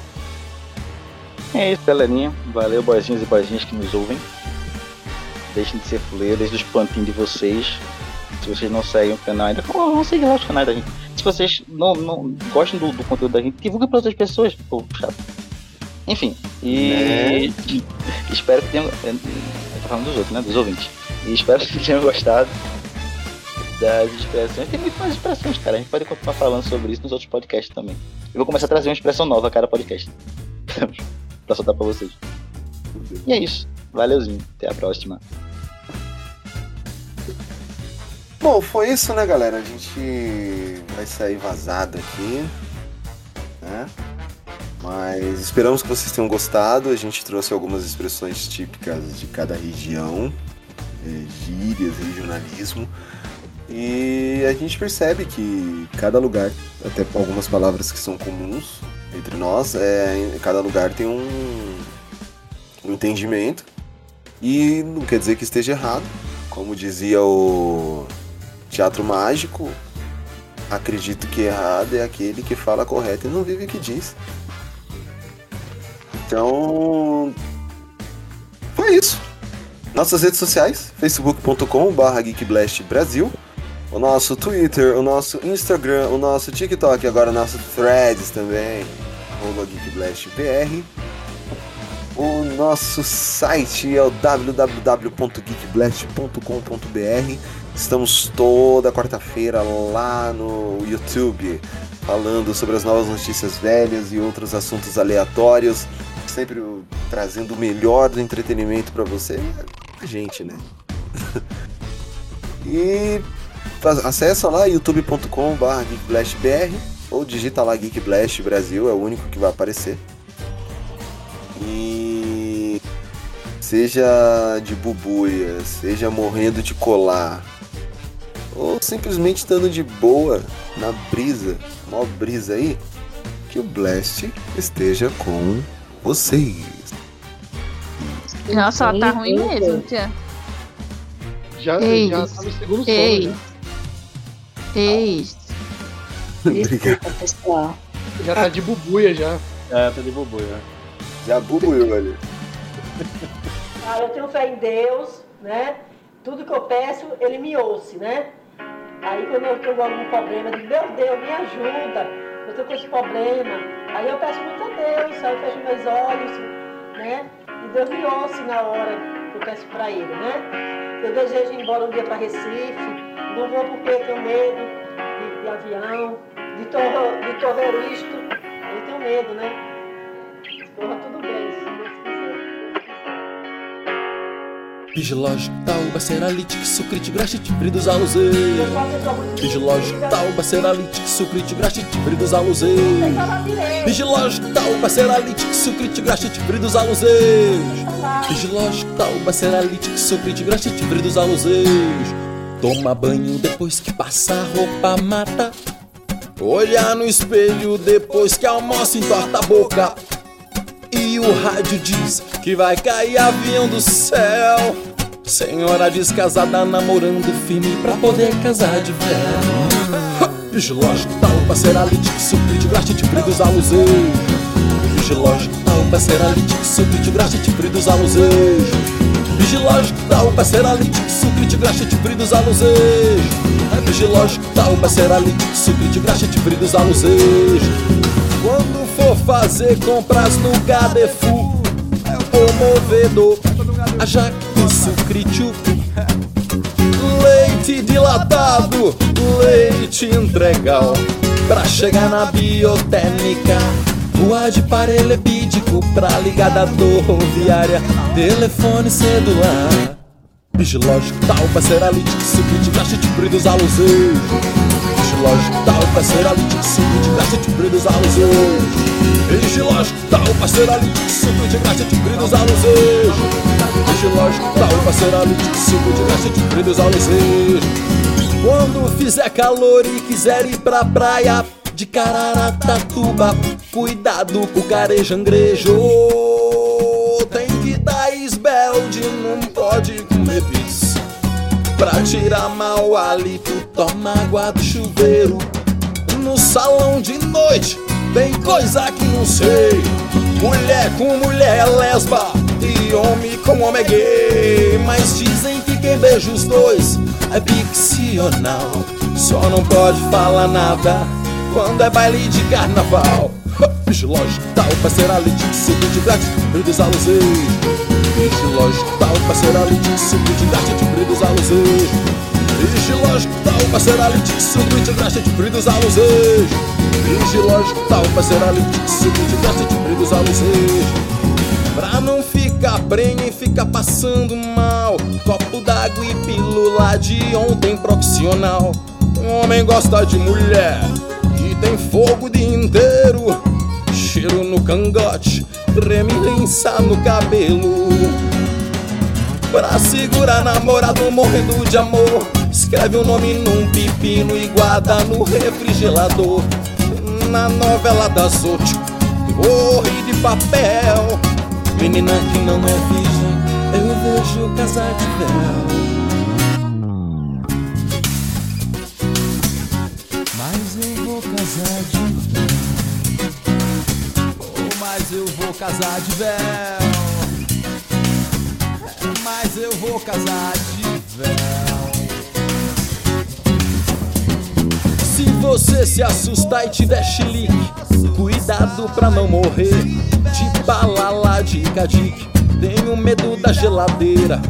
[SPEAKER 11] É isso, galerinha. Valeu, boizinhos e boizinhas que nos ouvem. Deixem de ser fuleiro, deixem os pantinhos de vocês. Se vocês não seguem o canal ainda, vão seguir lá os canais da gente. Se vocês não, não gostam do, do conteúdo da gente, divulguem para outras pessoas. Pô, chato. Enfim, e espero que tenham. é, Eu tô falando dos outros, né? Dos ouvintes. E espero que tenham gostado das expressões. Tem muito mais expressões, cara. A gente pode continuar falando sobre isso nos outros podcasts também. Eu vou começar a trazer uma expressão nova a cada podcast. pra soltar pra vocês. E é isso. Valeuzinho. Até a próxima.
[SPEAKER 5] Bom, foi isso, né, galera? A gente vai sair vazado aqui. Né? Mas esperamos que vocês tenham gostado. A gente trouxe algumas expressões típicas de cada região, eh, gírias, regionalismo. E a gente percebe que cada lugar, até algumas palavras que são comuns entre nós, é, em cada lugar tem um, um entendimento. E não quer dizer que esteja errado. Como dizia o Teatro Mágico, acredito que errado é aquele que fala correto e não vive o que diz. Então. Foi isso. Nossas redes sociais, facebook.com.br geekblastbrasil, o nosso Twitter, o nosso Instagram, o nosso TikTok, agora o nosso Threads também, arroba geekblastbr. O nosso site é o www.geekblast.com.br. Estamos toda quarta-feira lá no YouTube, falando sobre as novas notícias velhas e outros assuntos aleatórios, sempre o- trazendo o melhor do entretenimento para você, a gente, né? e fa- acessa lá youtube.com.br geekblastbr ou digita lá Geek Blast Brasil, é o único que vai aparecer. E seja de bubuia, seja morrendo de colar, ou simplesmente estando de boa na brisa, mó brisa aí, que o Blast esteja com vocês.
[SPEAKER 2] Nossa, ó, tá ruim mesmo, tia.
[SPEAKER 3] Já,
[SPEAKER 2] Ei,
[SPEAKER 3] já tá no segundo
[SPEAKER 2] ei.
[SPEAKER 3] sono.
[SPEAKER 2] Ei,
[SPEAKER 6] Desculpa, pessoal.
[SPEAKER 3] Já, já tá de bubuia já.
[SPEAKER 4] É, tá de boboia.
[SPEAKER 5] Já bubuiu, velho.
[SPEAKER 12] Ah, eu tenho fé em Deus, né? Tudo que eu peço, ele me ouça, né? Aí quando eu tenho algum problema, eu digo, meu Deus, me ajuda, eu estou com esse problema. Aí eu peço muito a Deus, aí eu fecho meus olhos, né? E Deus me ouça na hora que eu peço para ele, né? Eu desejo ir embora um dia para Recife, não vou porque eu tenho medo de, de avião, de, torro, de terrorista, eu tenho medo, né? Corra tudo bem, se Deus quiser.
[SPEAKER 15] Pidilógico, tauba, seralítico, sucrite, graxite, bridos alusei.
[SPEAKER 12] um
[SPEAKER 15] Pidilógico, tauba, seralítico, sucrite, graxite, bridos alusei. Pidilógico, tauba, seralítico, sucrite, graxite, bridos alusei. Pidilógico, tauba, seralítico, sucrite, graxite, bridos alusei. Toma banho depois que passa a roupa mata. Olhar no espelho depois que almoça, entorta a boca. E o rádio diz que vai cair avião do céu. Senhora diz casada, namorando firme pra poder casar de véu. Vigilógico, tal, parceira lítico, suplite, graxa, te dos alusei. Vigilógico, tal, parceira lítico, suplite, graxa, te dos alusei. Vigilógico, tal, parceira lítico, suplite, graxa, te dos alusei. Vigilógico, tal, parceira lítico, suplite, graxa, te dos alusei. Quando for fazer compras no Gadefu O movedor, a jaque, sucrítico Leite dilatado, leite entregal Pra chegar na biotécnica Rua de paralelepídico pra ligar da rodoviária Telefone celular Vigilógico tal, parceira lítico, sucrítico, caixa de bridos aluseiros Vigilógico tal, parceira lítico, sucrítico, caixa de bridos aluseiros Vigilógico tal, parceira lítico, sucrítico, caixa de bridos aluseiros Vigilógico tal, parceira lítico, sucrítico, caixa de bridos aluseiros Quando fizer calor e quiser ir pra praia de Cararatuba, cuidado com o carejangrejo. Tem que dar esbelde, não pode comer bis. Pra tirar mau hálito, toma água do chuveiro. No salão de noite, tem coisa que não sei. Mulher com mulher é lesba e homem com homem é gay. Mas dizem que quem beija os dois é ficcional. Só não pode falar nada quando é baile de carnaval. Bicho tal, parceira de suco de gato, brilhos alusei. Bicho tal, parceira de suco de gato, brilhos alusei. Bicho tal, parceira de suco de gato, brilhos alusei. Bicho tal, parceira de suco de gato, brilhos alusei. Pra não ficar prenha e ficar passando mal Copo d'água e pílula de ontem profissional Um homem gosta de mulher e tem fogo o dia inteiro Cheiro no cangote, creme lença no cabelo Pra segurar namorado morrendo de amor Escreve o nome num pepino e guarda no refrigerador Na novela das oito, corre de papel Menina que não é virgem, eu vejo casar de véu. Mas eu vou casar de véu. Oh, mas eu vou casar de véu. Mas eu vou casar de véu. Se você se assustar e te der chilique, cuidado pra não morrer de balala de cadique. Tenho medo da geladeira,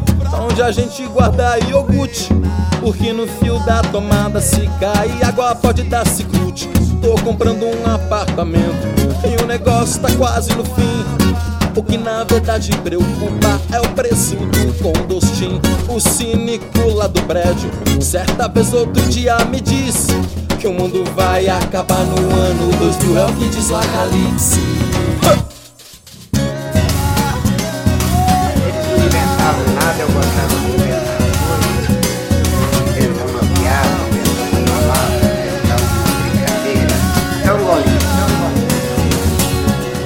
[SPEAKER 15] onde a gente guarda iogurte. Porque no fio da tomada se cai, água pode dar ciclute. Tô comprando um apartamento e o negócio tá quase no fim. O que na verdade preocupa é o preço do condostim. O cínico lá do prédio, certa vez outro dia me disse que o mundo vai acabar no ano 2000, é o que diz o Acalipse.
[SPEAKER 16] nada, eu gostava de inventar coisas. Inventar uma piada, inventar uma palavra, inventar uma brincadeira. É um golinho, é um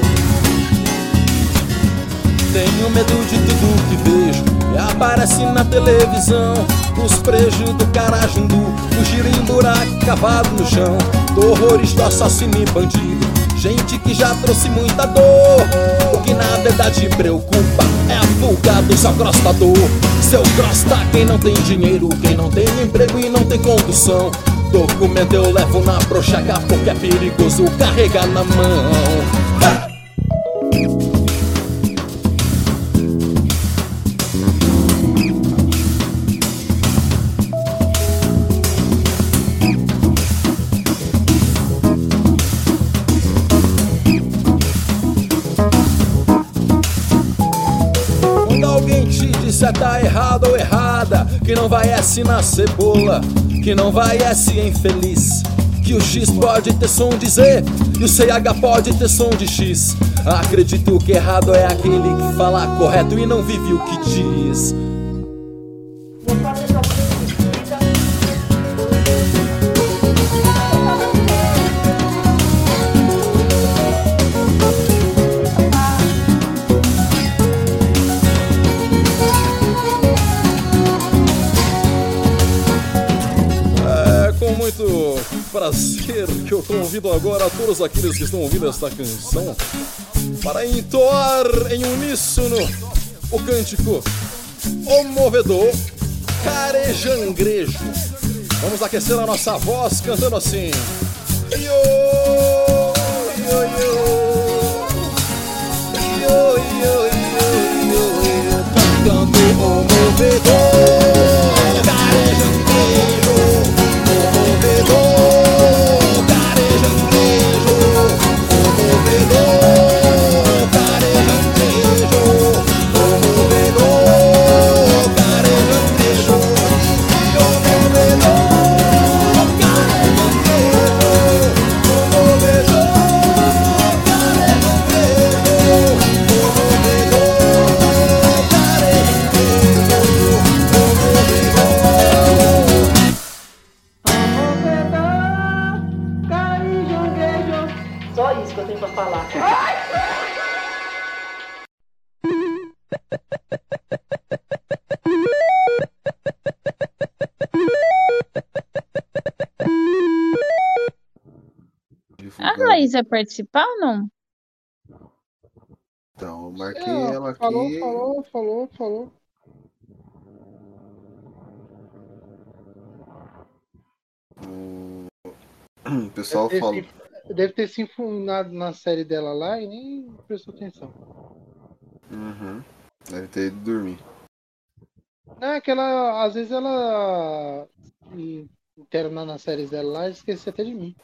[SPEAKER 16] golinho.
[SPEAKER 15] Tenho medo de tudo que vejo e aparece na televisão. Os prejos do Um Carajundu, fugirem em buraco cavado no chão. Horrores do assassino e bandido, gente que já trouxe muita dor. O que na verdade preocupa é a fuga do seu crostador. Seu crosta, quem não tem dinheiro, quem não tem emprego e não tem condução. Documento eu levo na prochaga porque é perigoso carregar na mão. Hey! Você tá errado ou errada, que não vai é se na cebola, que não vai é se infeliz. Que o X pode ter som de Z e o CH pode ter som de X. Acredito que errado é aquele que fala correto e não vive o que diz. É, prazer que eu convido agora a todos aqueles que estão ouvindo esta canção para entoar em uníssono o cântico O Movedor Carejangrejo. Vamos aquecer a nossa voz cantando assim. Yo, yo, yo. Yo, yo, yo, yo. Cantando o movedor Carejangrejo. O movedor
[SPEAKER 12] um
[SPEAKER 2] quiser é participar ou não?
[SPEAKER 1] Então, eu marquei
[SPEAKER 3] É,
[SPEAKER 1] ela aqui.
[SPEAKER 3] falou, falou, falou, falou.
[SPEAKER 5] Hum,
[SPEAKER 1] O pessoal
[SPEAKER 3] deve,
[SPEAKER 1] fala.
[SPEAKER 3] Ter, se- deve ter se enfunado na série dela lá e nem prestou atenção.
[SPEAKER 1] Uhum. Deve ter ido dormir.
[SPEAKER 3] Não, é que ela, às vezes ela se interna nas séries dela lá e esquece até de mim.